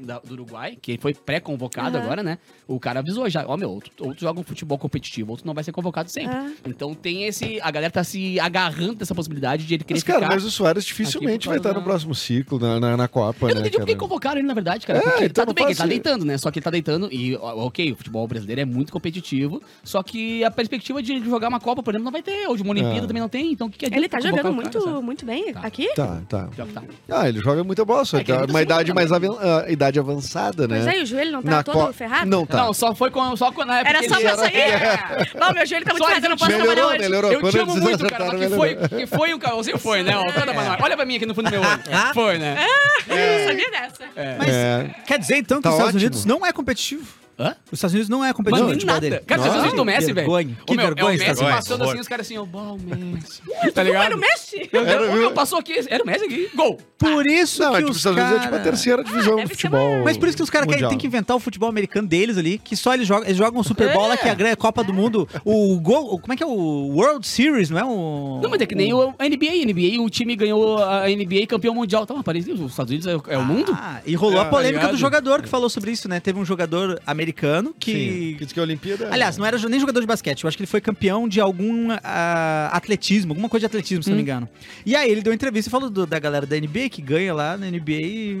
Speaker 1: da- do Uruguai, que foi pré-convocado
Speaker 4: Aham.
Speaker 1: agora, né? O cara avisou já. Ó, meu, outro, outro joga um futebol competitivo, outro não vai ser convocado sempre.
Speaker 4: Ah.
Speaker 1: Então tem esse... A galera tá se agarrando dessa possibilidade de ele querer
Speaker 5: Mas, cara,
Speaker 1: ficar.
Speaker 5: mas o Soares dificilmente
Speaker 1: Aqui por
Speaker 5: vai estar
Speaker 1: causa
Speaker 5: no
Speaker 1: da-
Speaker 5: próximo ciclo, na, na, na Copa,
Speaker 1: Eu não
Speaker 5: né?
Speaker 1: entendi por que
Speaker 5: cara?
Speaker 1: convocaram ele, na verdade, cara.
Speaker 5: É,
Speaker 1: porque
Speaker 5: então
Speaker 1: tá tudo
Speaker 5: não
Speaker 1: bem, que ele tá
Speaker 5: faz-
Speaker 1: deitando, né? Só que ele tá deitando e, ó, ok, o futebol brasileiro é muito competitivo, só que a perspectiva de jogar uma Copa, por exemplo, não vai ter. Ou de uma Olimpíada
Speaker 5: É.
Speaker 1: também não tem, então o que, que adianta
Speaker 4: Ele tá
Speaker 1: convocar
Speaker 4: jogando
Speaker 1: o cara,
Speaker 4: muito,
Speaker 1: sabe?
Speaker 4: muito bem
Speaker 1: Tá.
Speaker 4: aqui.
Speaker 5: Tá, tá.
Speaker 1: Já que tá.
Speaker 5: Ah, ele joga muita bola, só
Speaker 1: É que
Speaker 5: que
Speaker 1: ele é
Speaker 5: é
Speaker 1: muito
Speaker 5: uma idade
Speaker 1: seguro
Speaker 5: mais avan- ah, idade avançada, né?
Speaker 4: Pois é, e o joelho não tá
Speaker 5: Na
Speaker 4: todo
Speaker 5: co-
Speaker 4: ferrado?
Speaker 5: Não tá.
Speaker 1: Não, só foi com. Só com na época
Speaker 4: Era
Speaker 1: que
Speaker 4: só
Speaker 1: ele
Speaker 4: pra sair? Não, meu joelho tá muito
Speaker 1: Só
Speaker 4: ferrado, eu não posso
Speaker 5: melhorou,
Speaker 4: trabalhar hoje.
Speaker 5: melhorou. né?
Speaker 1: Eu
Speaker 5: Quando
Speaker 1: te amo
Speaker 5: eles
Speaker 1: muito, cara, mas que
Speaker 5: acertaram,
Speaker 1: foi, que foi um caosinho, foi, né? Ó, toda pra
Speaker 4: É.
Speaker 1: nós. Olha pra mim aqui no fundo do meu olho.
Speaker 4: Ah.
Speaker 1: Foi, né?
Speaker 4: Eu Hum, sabia dessa.
Speaker 3: Mas
Speaker 5: É.
Speaker 3: quer dizer então que
Speaker 5: Tá
Speaker 3: os Estados
Speaker 5: ótimo.
Speaker 3: Unidos não é competitivo?
Speaker 1: Hã?
Speaker 3: Os Estados Unidos não é
Speaker 1: Mas
Speaker 3: competitivo. no
Speaker 1: nem
Speaker 5: tipo,
Speaker 3: futebol
Speaker 1: nada.
Speaker 3: dele.
Speaker 1: Cara, vocês
Speaker 3: Não.
Speaker 1: viram do Messi,
Speaker 3: Que
Speaker 1: velho?
Speaker 3: vergonha.
Speaker 1: Ô,
Speaker 3: Que
Speaker 1: meu, é o
Speaker 3: vergonha,
Speaker 1: Messi
Speaker 3: Estados Unidos.
Speaker 1: passando assim, os caras assim, ó, bah, o Messi. Tá
Speaker 4: Foi
Speaker 1: ligado?
Speaker 4: no Messi?
Speaker 1: Era, o meu passou aqui, era o Messi aqui. Gol.
Speaker 3: Por isso
Speaker 5: Não, é
Speaker 3: que
Speaker 5: tipo,
Speaker 3: os
Speaker 5: os Estados Unidos é tipo a
Speaker 3: cara-
Speaker 5: terceira divisão do
Speaker 4: deve ser
Speaker 5: futebol.
Speaker 4: uma-
Speaker 3: Mas por isso que os caras querem-
Speaker 5: mundial.
Speaker 3: têm que inventar o futebol americano deles ali, que só eles jogam, eles jogam o Super Bowl, lá, que é a grande Copa do Mundo. O gol, o- como é que é o World Series, não é um
Speaker 1: Não, mas é que nem o NBA. NBA, o time ganhou a NBA campeão mundial. Tá, mas parece que os Estados Unidos é, o- é o mundo?
Speaker 3: Ah, e rolou
Speaker 1: É,
Speaker 3: a polêmica
Speaker 1: tá ligado?
Speaker 3: do jogador que falou sobre isso, né? Teve um jogador americano
Speaker 5: Sim,
Speaker 3: que.
Speaker 5: que diz que a Olimpíada.
Speaker 3: Aliás, não era jo- nem jogador de basquete, eu acho que ele foi campeão de algum ah, atletismo, alguma coisa de atletismo, se não me
Speaker 1: Hum.
Speaker 3: engano. E aí ele deu entrevista e falou do- da galera da NBA que ganha lá na NBA e.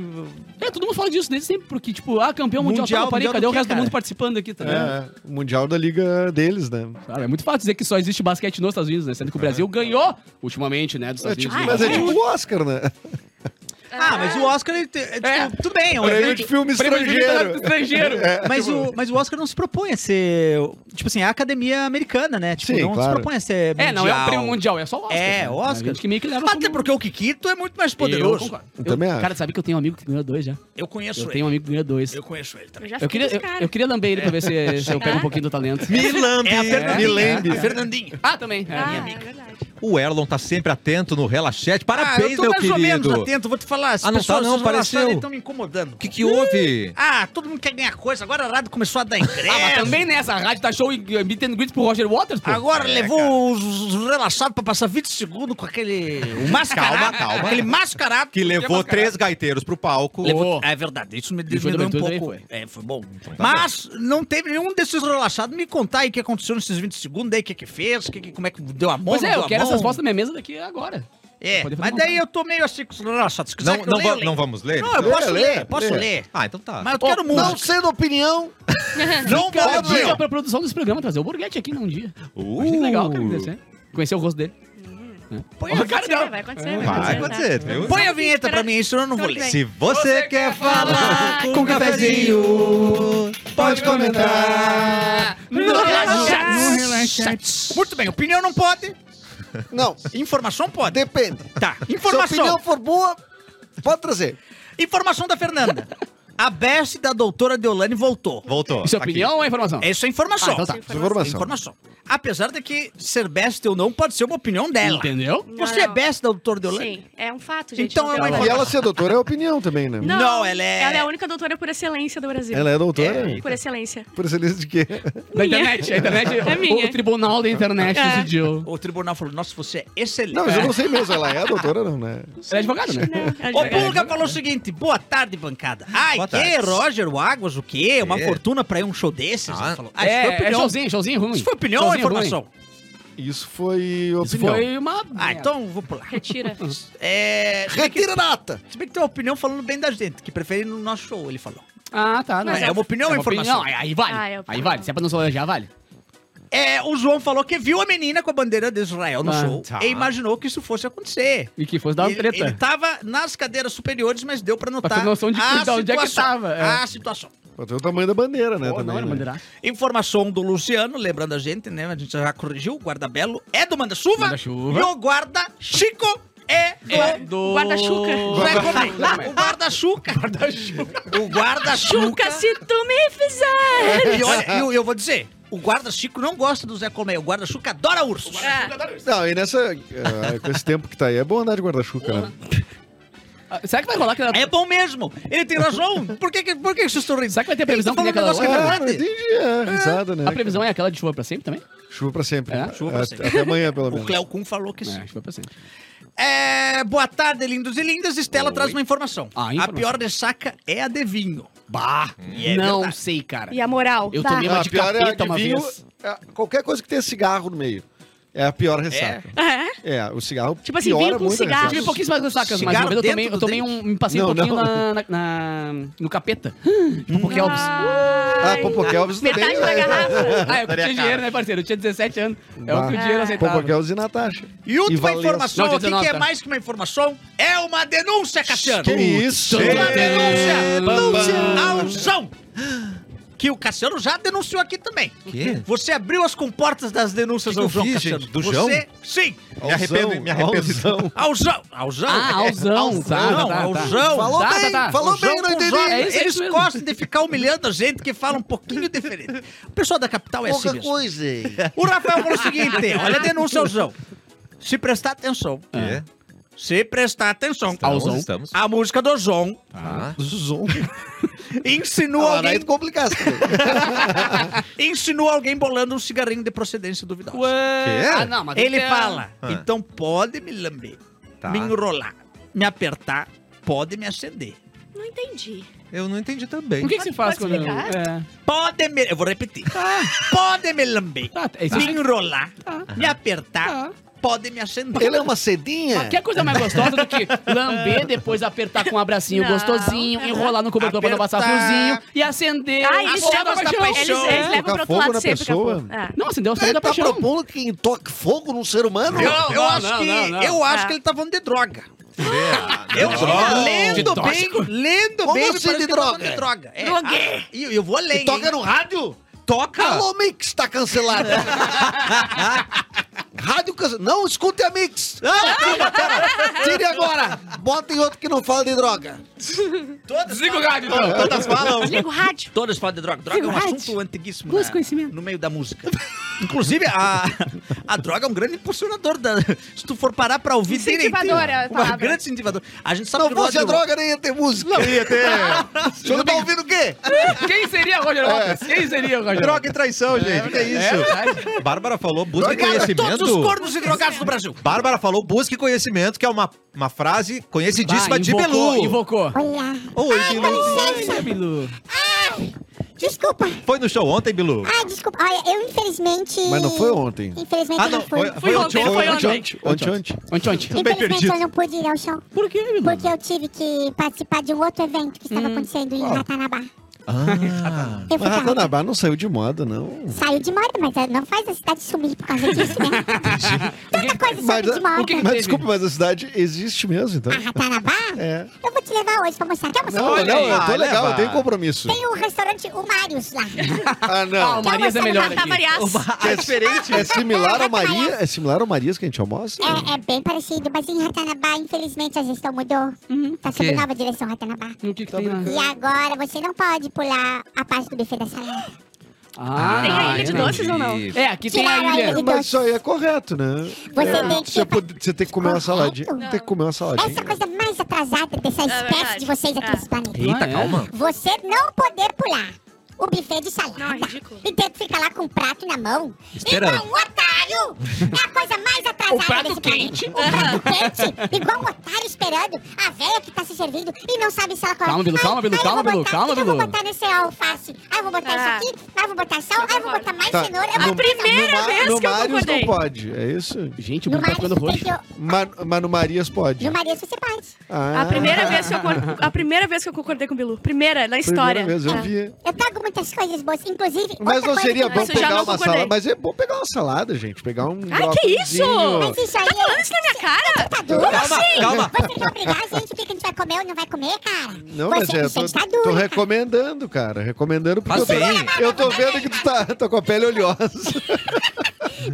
Speaker 1: É, todo mundo fala disso desde sempre, porque, tipo, ah, campeão mundial,
Speaker 3: Mundial,
Speaker 1: tá, parei,
Speaker 3: mundial
Speaker 1: cadê
Speaker 3: do
Speaker 1: o
Speaker 3: quê,
Speaker 1: resto do
Speaker 3: cara?
Speaker 1: mundo participando aqui, tá ligado?
Speaker 5: É, o mundial da liga deles, né?
Speaker 1: Cara, é muito fácil dizer que só existe basquete nos Estados Unidos, né? Sendo que o Brasil ganhou ultimamente, né? Dos
Speaker 5: É
Speaker 1: Estados
Speaker 5: tipo,
Speaker 1: Unidos.
Speaker 5: mas é tipo o Oscar, né?
Speaker 3: Ah, mas o Oscar, ele te- é, tipo,
Speaker 1: É.
Speaker 3: tudo bem, é um
Speaker 5: Prêmio
Speaker 3: evento.
Speaker 5: de filme
Speaker 1: Prêmio de
Speaker 6: [LAUGHS]
Speaker 5: estrangeiro.
Speaker 1: estrangeiro.
Speaker 3: Mas, o, mas o Oscar não se propõe a ser Tipo assim, é a academia americana, né? Tipo,
Speaker 5: Sim,
Speaker 3: não
Speaker 5: claro.
Speaker 3: se propõe a ser
Speaker 1: É, não é o
Speaker 3: mundial.
Speaker 1: prêmio mundial, é só o Oscar.
Speaker 3: É,
Speaker 1: né?
Speaker 3: Oscar.
Speaker 1: A gente que meio que leva
Speaker 6: Até
Speaker 1: como-
Speaker 6: porque o Kikito é muito mais
Speaker 1: Eu,
Speaker 6: poderoso.
Speaker 1: concordo.
Speaker 5: Eu também acho.
Speaker 1: Cara, sabe que eu tenho um amigo que ganhou dois já.
Speaker 6: Eu conheço
Speaker 1: Eu
Speaker 6: ele.
Speaker 1: tenho um amigo que ganhou dois.
Speaker 6: Eu conheço ele também.
Speaker 4: Eu já
Speaker 1: Eu
Speaker 4: fiquei
Speaker 1: queria,
Speaker 4: com esse
Speaker 1: eu,
Speaker 4: cara.
Speaker 1: eu queria lamber ele pra ver se, se eu pego um pouquinho do talento.
Speaker 2: Milambi!
Speaker 6: É a
Speaker 5: Me
Speaker 6: Fernandinha.
Speaker 5: lembre.
Speaker 6: A Fernandinha.
Speaker 1: Ah, também. É.
Speaker 4: Ah, é verdade.
Speaker 2: O Erlon tá sempre atento no Relaxete. Parabéns,
Speaker 6: Ah, eu tô
Speaker 2: meu
Speaker 6: mais ou menos
Speaker 2: querido.
Speaker 6: atento, vou te falar. As
Speaker 2: Ah, não tá
Speaker 6: pessoas,
Speaker 2: não,
Speaker 6: os relacionados
Speaker 2: pareceu.
Speaker 6: estão me incomodando.
Speaker 2: O que, que houve?
Speaker 6: Ah, todo mundo quer ganhar coisa. Agora a rádio começou a dar
Speaker 1: Ah, mas
Speaker 6: ingresso.
Speaker 1: também nessa rádio tá show e uh, meet and greet pro Roger Waters, pô.
Speaker 6: Agora levou os os relaxados pra passar 20 segundos com [LAUGHS] aquele... O mascarado.
Speaker 2: Calma, calma.
Speaker 6: Aquele mascarado.
Speaker 2: Que levou três gaiteiros pro palco.
Speaker 1: Levou.
Speaker 6: É verdade, isso me
Speaker 1: E o Júlio
Speaker 6: diminuiu um
Speaker 1: Ventura
Speaker 6: pouco.
Speaker 1: também
Speaker 6: É, foi bom. Mas não teve nenhum desses relaxados me contar aí o que aconteceu nesses 20 segundos, aí o que que fez, que, que- como é que deu a mão,
Speaker 1: Pois
Speaker 6: não
Speaker 1: é,
Speaker 6: deu
Speaker 1: eu
Speaker 6: a
Speaker 1: quero
Speaker 6: mão.
Speaker 1: essas fotos da minha mesa daqui agora.
Speaker 6: É,
Speaker 1: Pode fazer
Speaker 6: mas
Speaker 1: uma
Speaker 6: daí eu tô meio assim com os relaxados. Se quiser
Speaker 2: Não,
Speaker 6: que eu
Speaker 2: não,
Speaker 6: leia,
Speaker 2: va-
Speaker 6: eu leio.
Speaker 2: não vamos ler?
Speaker 6: Não, eu
Speaker 5: Lê,
Speaker 6: posso
Speaker 5: lê,
Speaker 6: ler, posso
Speaker 5: lê.
Speaker 6: ler.
Speaker 2: Ah, então tá.
Speaker 6: Mas eu quero muito.
Speaker 5: Não sendo opinião,
Speaker 6: Não
Speaker 1: Fica a
Speaker 6: vou ler.
Speaker 1: dica pra produção desse programa, trazer o Borghetti aqui num dia.
Speaker 2: Uh.
Speaker 1: Achei legal, cara, conhecer. Conhecer o rosto dele.
Speaker 6: Põe
Speaker 1: Ó,
Speaker 6: a,
Speaker 1: cara,
Speaker 4: Vai acontecer, vai acontecer, vai
Speaker 2: Vai
Speaker 4: acontecer.
Speaker 2: acontecer, viu?
Speaker 6: põe a vinheta pra mim, senão eu não vou
Speaker 4: Tudo
Speaker 6: ler.
Speaker 4: né? bem.
Speaker 2: Se você quer falar
Speaker 4: Fala
Speaker 2: com cafezinho,
Speaker 5: pode comentar.
Speaker 6: Muito bem, opinião não pode,
Speaker 5: Não,
Speaker 6: informação pode.
Speaker 5: depende.
Speaker 6: Tá,
Speaker 5: Se a opinião
Speaker 6: informação.
Speaker 5: for boa, pode trazer.
Speaker 6: Informação da Fernanda. A Bessie da doutora Deolane voltou.
Speaker 2: Voltou. Tá
Speaker 1: Isso é
Speaker 2: Aqui.
Speaker 1: opinião ou é informação?
Speaker 6: Isso tá é informação.
Speaker 1: Ah, então tá.
Speaker 5: Informação.
Speaker 6: Informação. Apesar de que ser besta ou não pode ser uma opinião dela.
Speaker 1: Entendeu?
Speaker 6: Você é besta, doutor Deolane?
Speaker 4: Sim, é um fato, gente.
Speaker 6: Então
Speaker 4: não
Speaker 6: é
Speaker 4: tem
Speaker 6: uma
Speaker 4: como.
Speaker 5: E ela ser doutora é opinião também, né?
Speaker 4: Não,
Speaker 6: Não, ela é-
Speaker 4: Ela é a única doutora por excelência do Brasil.
Speaker 5: Ela é doutora?
Speaker 4: Por excelência.
Speaker 5: Por excelência de quê?
Speaker 6: É
Speaker 1: Da
Speaker 4: Minha.
Speaker 1: internet. A internet
Speaker 4: É
Speaker 1: o-
Speaker 4: minha.
Speaker 1: O tribunal da internet
Speaker 4: É.
Speaker 1: decidiu.
Speaker 6: O tribunal falou, nossa, você é excelente.
Speaker 5: Não, mas eu não sei mesmo. Ela é doutora, não, né?
Speaker 1: Ela é advogada, né?
Speaker 4: Não,
Speaker 6: O
Speaker 4: ela é
Speaker 6: Pulga falou o seguinte, boa tarde, bancada. Ai,
Speaker 2: Boa
Speaker 6: que
Speaker 2: tarde.
Speaker 6: Roger Águas, o quê? Uma
Speaker 2: É.
Speaker 6: fortuna pra ir um show desses?
Speaker 2: Ah.
Speaker 6: Ela falou, ah, isso foi
Speaker 1: É, é
Speaker 6: opinião.
Speaker 1: showzinho, showzinho ruim.
Speaker 6: Isso foi opinião ou
Speaker 1: Showzinho ruim.
Speaker 6: informação?
Speaker 5: Isso foi opinião.
Speaker 1: Isso foi uma...
Speaker 6: Ah, então vou pular.
Speaker 4: Retira.
Speaker 6: [LAUGHS] É,
Speaker 5: Retira nata!
Speaker 6: se bem que tem uma opinião falando bem da gente, que prefere no nosso show, ele falou.
Speaker 1: Ah, tá. Não.
Speaker 4: Mas
Speaker 6: é uma opinião ou informação?
Speaker 1: opinião, Aí vale.
Speaker 4: Ah, é
Speaker 1: aí
Speaker 4: opinião.
Speaker 1: vale. Se é pra não elogiar, vale.
Speaker 6: É, o João falou que viu a menina com a bandeira de Israel no
Speaker 1: Ah,
Speaker 6: show
Speaker 2: tá.
Speaker 6: e imaginou que isso fosse acontecer.
Speaker 1: E que fosse dar uma
Speaker 6: ele,
Speaker 1: treta.
Speaker 6: ele tá tava nas cadeiras superiores, mas deu pra notar
Speaker 1: Pra ter noção de
Speaker 6: a
Speaker 1: que- da onde é que
Speaker 6: situação,
Speaker 1: tava, é.
Speaker 6: A situação.
Speaker 5: Pra ter o tamanho da bandeira, né?
Speaker 1: Pô,
Speaker 5: também,
Speaker 1: não era
Speaker 5: né?
Speaker 1: bandeira.
Speaker 6: Informação do Luciano, lembrando a gente, né? A gente já corrigiu, o guarda-belo é do manda-chuva.
Speaker 1: Manda-chuva.
Speaker 6: E o guarda Chico é do...
Speaker 1: É do...
Speaker 4: Guarda-chuca.
Speaker 6: Zé
Speaker 1: Guarda-
Speaker 6: Gomes. [LAUGHS] O guarda-chuca. O
Speaker 4: Chuca,
Speaker 6: guarda-chuca.
Speaker 4: se tu me fizer.
Speaker 6: E olha, eu, eu vou dizer, o guarda-chico não gosta do Zé Colmeia, o guarda-chuca adora urso.
Speaker 4: Ah,
Speaker 5: Não, e nessa. ah, com esse tempo que tá aí, é bom andar de guarda-chuva, né?
Speaker 1: Ah, Será que vai rolar aquela...
Speaker 6: É bom mesmo, ele tem razão. Por que, que- por que vocês estão rindo?
Speaker 1: Será que vai ter previsão
Speaker 6: Ele tá
Speaker 1: que nem
Speaker 6: falando um
Speaker 1: aquela
Speaker 6: negócio
Speaker 5: Ah,
Speaker 6: que é verdade.
Speaker 5: entendi, é, risada, né?
Speaker 1: A previsão é aquela de chuva pra sempre também?
Speaker 5: Chuva pra sempre.
Speaker 1: É,
Speaker 6: chuva pra
Speaker 5: At-
Speaker 6: sempre.
Speaker 5: Até amanhã, pelo
Speaker 6: O
Speaker 5: menos.
Speaker 6: Cleo Kuhn falou que sim.
Speaker 1: É, chuva pra sempre.
Speaker 6: É, boa tarde, lindos e lindas. Estela traz uma informação.
Speaker 1: Ah,
Speaker 6: A
Speaker 1: informação.
Speaker 6: pior ressaca é a de vinho. Hum. Bah!
Speaker 5: é
Speaker 1: não sei, cara.
Speaker 4: E a moral? Tá.
Speaker 1: Eu
Speaker 4: Bah.
Speaker 1: tomei uma
Speaker 5: Ah,
Speaker 1: de
Speaker 5: pior é a
Speaker 1: capeta
Speaker 5: que
Speaker 1: uma
Speaker 5: vinho,
Speaker 1: vez.
Speaker 5: é, qualquer coisa que tenha cigarro no meio. É a pior ressaca.
Speaker 4: É?
Speaker 5: É, o cigarro.
Speaker 4: Tipo assim,
Speaker 5: piora
Speaker 4: vinho com
Speaker 5: muito né? a
Speaker 4: cigarro.
Speaker 5: ressaca.
Speaker 1: Tive pouquíssimas ressacas, mas
Speaker 6: Cigarro
Speaker 1: uma vez eu
Speaker 6: dentro
Speaker 1: tomei, eu tomei
Speaker 6: do
Speaker 1: um. Me passei um
Speaker 5: Não,
Speaker 1: pouquinho
Speaker 5: não.
Speaker 1: Na, na- na- no
Speaker 5: [LAUGHS]
Speaker 1: capeta. Tipo, porque Elvis.
Speaker 5: Ah, tá
Speaker 4: Ai.
Speaker 5: Popo Kelvis também. né?
Speaker 4: Metade da
Speaker 5: [LAUGHS]
Speaker 4: garrafa.
Speaker 1: Ah, eu que tinha dinheiro, né, parceiro? Eu tinha 17 anos. É o que o
Speaker 5: Bah.
Speaker 4: Ah.
Speaker 1: dinheiro aceitava.
Speaker 5: Popo Kelvis e Natasha.
Speaker 6: E última
Speaker 5: Valença.
Speaker 6: informação,
Speaker 1: Não,
Speaker 6: o que,
Speaker 1: 19,
Speaker 6: é
Speaker 1: tá.
Speaker 6: mais que uma informação? É uma denúncia, Cassiano!
Speaker 5: Que isso?
Speaker 6: Uma denúncia! Denúncia
Speaker 1: Bambam.
Speaker 6: ao João! Que o Cassiano já denunciou aqui também.
Speaker 2: Quê?
Speaker 6: Você abriu as comportas das denúncias
Speaker 2: Que que eu
Speaker 6: ao João,
Speaker 2: fiz,
Speaker 6: Cassiano.
Speaker 2: gente? Do
Speaker 6: Você...
Speaker 2: João?
Speaker 6: Sim!
Speaker 2: Me arrependo, me arrependo.
Speaker 6: Ao João! Ao João!
Speaker 1: Ah, ao João, tá,
Speaker 6: Ao João,
Speaker 1: tá,
Speaker 6: ao
Speaker 1: tá.
Speaker 6: João.
Speaker 5: Falou
Speaker 1: Tá,
Speaker 5: bem,
Speaker 1: tá, tá.
Speaker 5: falou
Speaker 6: Os
Speaker 5: bem,
Speaker 6: jogos
Speaker 5: não entendi.
Speaker 6: jogam,
Speaker 1: É isso, é
Speaker 6: Eles
Speaker 1: isso mesmo.
Speaker 6: gostam de ficar humilhando a gente que fala um pouquinho diferente. O pessoal da capital é assim
Speaker 5: Pouca
Speaker 6: mesmo.
Speaker 5: coisa. [LAUGHS]
Speaker 6: O Rafael falou o seguinte: olha a denúncia, Alzão. Se prestar atenção,
Speaker 2: É.
Speaker 6: se prestar atenção,
Speaker 1: Ao
Speaker 2: Então,
Speaker 1: Zon.
Speaker 2: Estamos.
Speaker 6: a música do Zon
Speaker 5: Ah.
Speaker 2: Tá.
Speaker 5: Zon.
Speaker 6: insinua
Speaker 5: Ah,
Speaker 6: alguém,
Speaker 5: Aí tu complicaste.
Speaker 6: insinua alguém bolando um cigarrinho de procedência duvidosa.
Speaker 2: Tá. Quê?
Speaker 1: Ah, não, mas.
Speaker 6: Ele
Speaker 1: tem-
Speaker 6: fala:
Speaker 2: Ah.
Speaker 6: então pode me lamber,
Speaker 2: Tá.
Speaker 6: me enrolar, me apertar, pode me acender.
Speaker 4: Não entendi.
Speaker 2: Eu não entendi também.
Speaker 1: O que, que se faz
Speaker 4: Pode
Speaker 1: quando.
Speaker 4: explicar?
Speaker 1: É.
Speaker 6: Pode me. Eu vou repetir.
Speaker 4: Ah.
Speaker 6: Pode me lamber.
Speaker 1: Tá, é isso.
Speaker 6: me enrolar, me apertar,
Speaker 4: Ah.
Speaker 1: Tá.
Speaker 6: pode me acender.
Speaker 5: Ele é uma cedinha.
Speaker 1: Quer coisa mais gostosa do que lamber, depois apertar com um abracinho
Speaker 4: Não.
Speaker 1: gostosinho, enrolar no cobertor pra não passar
Speaker 6: Apertar.
Speaker 1: friozinho e acender
Speaker 4: Ah,
Speaker 1: a
Speaker 4: eles
Speaker 1: sola da
Speaker 4: levam,
Speaker 1: paixão. É.
Speaker 4: eles,
Speaker 1: né?
Speaker 4: eles levam
Speaker 5: Tocar
Speaker 4: pra outro
Speaker 5: fogo na
Speaker 4: lado sempre.
Speaker 5: pessoa?
Speaker 4: capô. Ah.
Speaker 1: Não, acendeu a sola
Speaker 5: Ele
Speaker 1: da
Speaker 5: tá
Speaker 1: paixão.
Speaker 5: propondo que toque fogo num ser humano?
Speaker 6: Eu,
Speaker 1: Não,
Speaker 6: eu
Speaker 1: não,
Speaker 6: acho
Speaker 1: não,
Speaker 6: que,
Speaker 1: não, não.
Speaker 6: eu acho
Speaker 4: Ah.
Speaker 6: que ele tá falando de droga.
Speaker 2: É.
Speaker 6: Eu
Speaker 2: Droga.
Speaker 1: De
Speaker 6: lendo bem,
Speaker 1: tóxico?
Speaker 6: lendo
Speaker 5: Como
Speaker 6: bem,
Speaker 5: assim
Speaker 6: parece
Speaker 5: de
Speaker 6: que ele tá
Speaker 5: droga?
Speaker 6: falando de droga. É,
Speaker 4: Droguê.
Speaker 6: ah, E eu, eu vou além.
Speaker 5: E toca
Speaker 6: hein?
Speaker 5: no rádio?
Speaker 2: toca!
Speaker 5: [LAUGHS] Alô, Mix, tá cancelado. [LAUGHS] Rádio cancelado. Não escute a Mix. Ah, tira, cara. Tire agora. Bota em outro que não fala de droga.
Speaker 7: Desliga o rádio. então.
Speaker 6: [LAUGHS]
Speaker 2: Todas falam.
Speaker 4: Desliga o rádio.
Speaker 6: Todas falam de droga. Droga é um
Speaker 4: Verdade.
Speaker 6: assunto antiguíssimo.
Speaker 4: Busca
Speaker 6: né?
Speaker 4: conhecimento.
Speaker 6: No meio da música. Inclusive, a, a droga é um grande impulsionador. Da, se tu for parar pra ouvir direitinho.
Speaker 4: Incentivador é a
Speaker 6: Uma
Speaker 4: palavra.
Speaker 6: grande incentivador. A gente sabe
Speaker 5: Não
Speaker 6: que o
Speaker 5: fosse a
Speaker 6: Roger-
Speaker 5: droga, nem ia ter música. Não
Speaker 2: [LAUGHS]
Speaker 5: ia ter. O senhor tá ouvindo o quê?
Speaker 7: Quem seria Roger Lopes? Quem seria Roger Lopes?
Speaker 2: Droga e traição, gente. Que isso? É Bárbara falou, busque
Speaker 6: Obrigado a
Speaker 2: conhecimento.
Speaker 6: todos os cornos e drogados é do Brasil.
Speaker 2: Bárbara falou, busque conhecimento, que é uma, uma frase conhecidíssima
Speaker 1: Vai,
Speaker 2: de
Speaker 1: Ah, invocou,
Speaker 2: Belu.
Speaker 1: Invocou.
Speaker 2: Oi, Bilu.
Speaker 7: é,
Speaker 1: Ai, Bilu.
Speaker 8: Desculpa.
Speaker 2: Foi no show ontem, Bilu?
Speaker 8: Ah, desculpa. Olha, eu infelizmente.
Speaker 5: Mas não foi ontem.
Speaker 8: Infelizmente
Speaker 2: Ah,
Speaker 8: eu
Speaker 2: não.
Speaker 8: não fui.
Speaker 2: Foi, foi
Speaker 4: ontem,
Speaker 2: ontem.
Speaker 4: foi ontem.
Speaker 5: Ontem, ontem, ontem, ontem.
Speaker 1: Ontem, ontem.
Speaker 5: tá
Speaker 2: bem
Speaker 8: Infelizmente
Speaker 2: perdido.
Speaker 8: eu não pude ir ao show.
Speaker 1: Por que, Bilu?
Speaker 8: Porque eu tive que participar de um outro evento que
Speaker 4: Hum.
Speaker 8: estava acontecendo em Ratanabá.
Speaker 2: Ah,
Speaker 8: Eu
Speaker 5: Mas
Speaker 8: fui pra Ratanabá.
Speaker 5: Ratanabá não saiu de moda, não.
Speaker 8: Saiu de moda, mas eh, não faz a cidade sumir por causa disso,
Speaker 5: [LAUGHS]
Speaker 8: né? Tanta coisa
Speaker 5: Mas, ah,
Speaker 8: sobe de moda.
Speaker 5: mas desculpa, mas a cidade existe mesmo, então.
Speaker 8: A Ratanabá?
Speaker 5: É.
Speaker 8: Eu vou te levar hoje pra mostrar. Quer mostrar?
Speaker 5: Não,
Speaker 8: Olha
Speaker 5: não,
Speaker 8: aí.
Speaker 5: eu tô
Speaker 2: Ah,
Speaker 5: legal, eu
Speaker 2: leva.
Speaker 5: tenho compromisso.
Speaker 8: Tem o restaurante O Marius lá.
Speaker 5: [LAUGHS] Ah, não.
Speaker 1: O Marias é melhor aqui.
Speaker 2: é diferente.
Speaker 5: É similar ao Maria, é similar ao Marias que a gente almoça?
Speaker 8: É, é bem parecido, mas em Ratanabá, infelizmente, a gestão mudou.
Speaker 4: Hum.
Speaker 8: tá sob
Speaker 1: quê?
Speaker 8: nova direção
Speaker 1: O
Speaker 8: Ratanabá.
Speaker 4: Tá
Speaker 1: que, que tem lá?
Speaker 8: E agora você não pode pular a parte do buffet da salada.
Speaker 1: Ah,
Speaker 4: Tem a ilha de
Speaker 1: entendi.
Speaker 4: doces ou não?
Speaker 1: É, aqui tem
Speaker 8: Tiraram
Speaker 1: a
Speaker 8: a
Speaker 1: ilha.
Speaker 8: ilha.
Speaker 5: Mas isso aí é correto, né?
Speaker 8: Você
Speaker 5: É,
Speaker 8: tem que-
Speaker 5: Você, pode- você tem que comer uma
Speaker 8: Correto.
Speaker 5: saladinha.
Speaker 8: Não.
Speaker 5: Tem que comer uma saladinha.
Speaker 8: Essa coisa mais atrasada dessa espécie
Speaker 4: É verdade.
Speaker 8: de vocês aqui
Speaker 4: É.
Speaker 8: nesse planeta.
Speaker 1: Eita, calma.
Speaker 8: Você não poder pular o buffet de salada.
Speaker 4: Não, é ridículo.
Speaker 8: E ter que ficar lá com o prato na mão.
Speaker 2: Esperando.
Speaker 8: Igual um otário! É a coisa mais atrasada
Speaker 7: O prato
Speaker 8: desse planeta. O prato quente. Igual um otário esperando a velha que tá se servindo e não sabe se ela...
Speaker 1: Calma, Bilu, calma, Bilu,
Speaker 8: Ai, eu
Speaker 1: calma,
Speaker 8: vou
Speaker 1: Bilu,
Speaker 8: botar-
Speaker 1: calma,
Speaker 8: o que que Eu
Speaker 1: Bilu.
Speaker 8: vou botar nesse alface. Aí eu vou botar
Speaker 4: Ah.
Speaker 8: isso aqui. Aí eu vou botar sal. Aí eu vou botar mais
Speaker 5: Tá.
Speaker 8: cenoura.
Speaker 5: No-
Speaker 8: Eu vou botar
Speaker 4: é primeira
Speaker 5: no, Ma-
Speaker 4: vez
Speaker 5: no
Speaker 4: que eu
Speaker 5: Marias não
Speaker 4: concordei.
Speaker 5: pode, é isso?
Speaker 1: Gente, o
Speaker 8: No
Speaker 1: Bilu tá
Speaker 8: Marias,
Speaker 1: ficando
Speaker 8: você tem
Speaker 1: roxo.
Speaker 8: que...
Speaker 5: Ma- mas no Marias pode.
Speaker 8: No Marias você pode.
Speaker 5: Ah,
Speaker 4: A primeira vez que eu concor- a primeira vez que eu concordei com o Bilu. Primeira na
Speaker 5: primeira
Speaker 4: história.
Speaker 5: vez, eu
Speaker 4: Ah.
Speaker 5: vi.
Speaker 8: Eu pago muitas coisas boas, inclusive.
Speaker 5: Mas
Speaker 8: outra
Speaker 5: não
Speaker 8: coisa
Speaker 5: seria
Speaker 8: que-
Speaker 5: bom
Speaker 4: Isso eu já
Speaker 5: pegar
Speaker 4: não
Speaker 5: uma
Speaker 4: concordei.
Speaker 5: salada. Mas é bom pegar uma salada, gente. Pegar um.
Speaker 4: Ai, que isso?
Speaker 5: brócolizinho.
Speaker 8: Mas isso aí
Speaker 4: Tá falando isso na minha cara?
Speaker 8: é ditadura.
Speaker 2: Calma, calma.
Speaker 8: Você vai obrigar a gente o que que a gente vai comer ou não vai comer, cara?
Speaker 5: Não,
Speaker 8: Você,
Speaker 5: mas é, eu
Speaker 8: isso
Speaker 5: tô,
Speaker 8: é ditadura.
Speaker 5: tô recomendando, cara. Recomendando porque eu
Speaker 2: Faz
Speaker 5: tô,
Speaker 2: bem.
Speaker 5: eu tô vendo que tu tá, tá com a pele oleosa.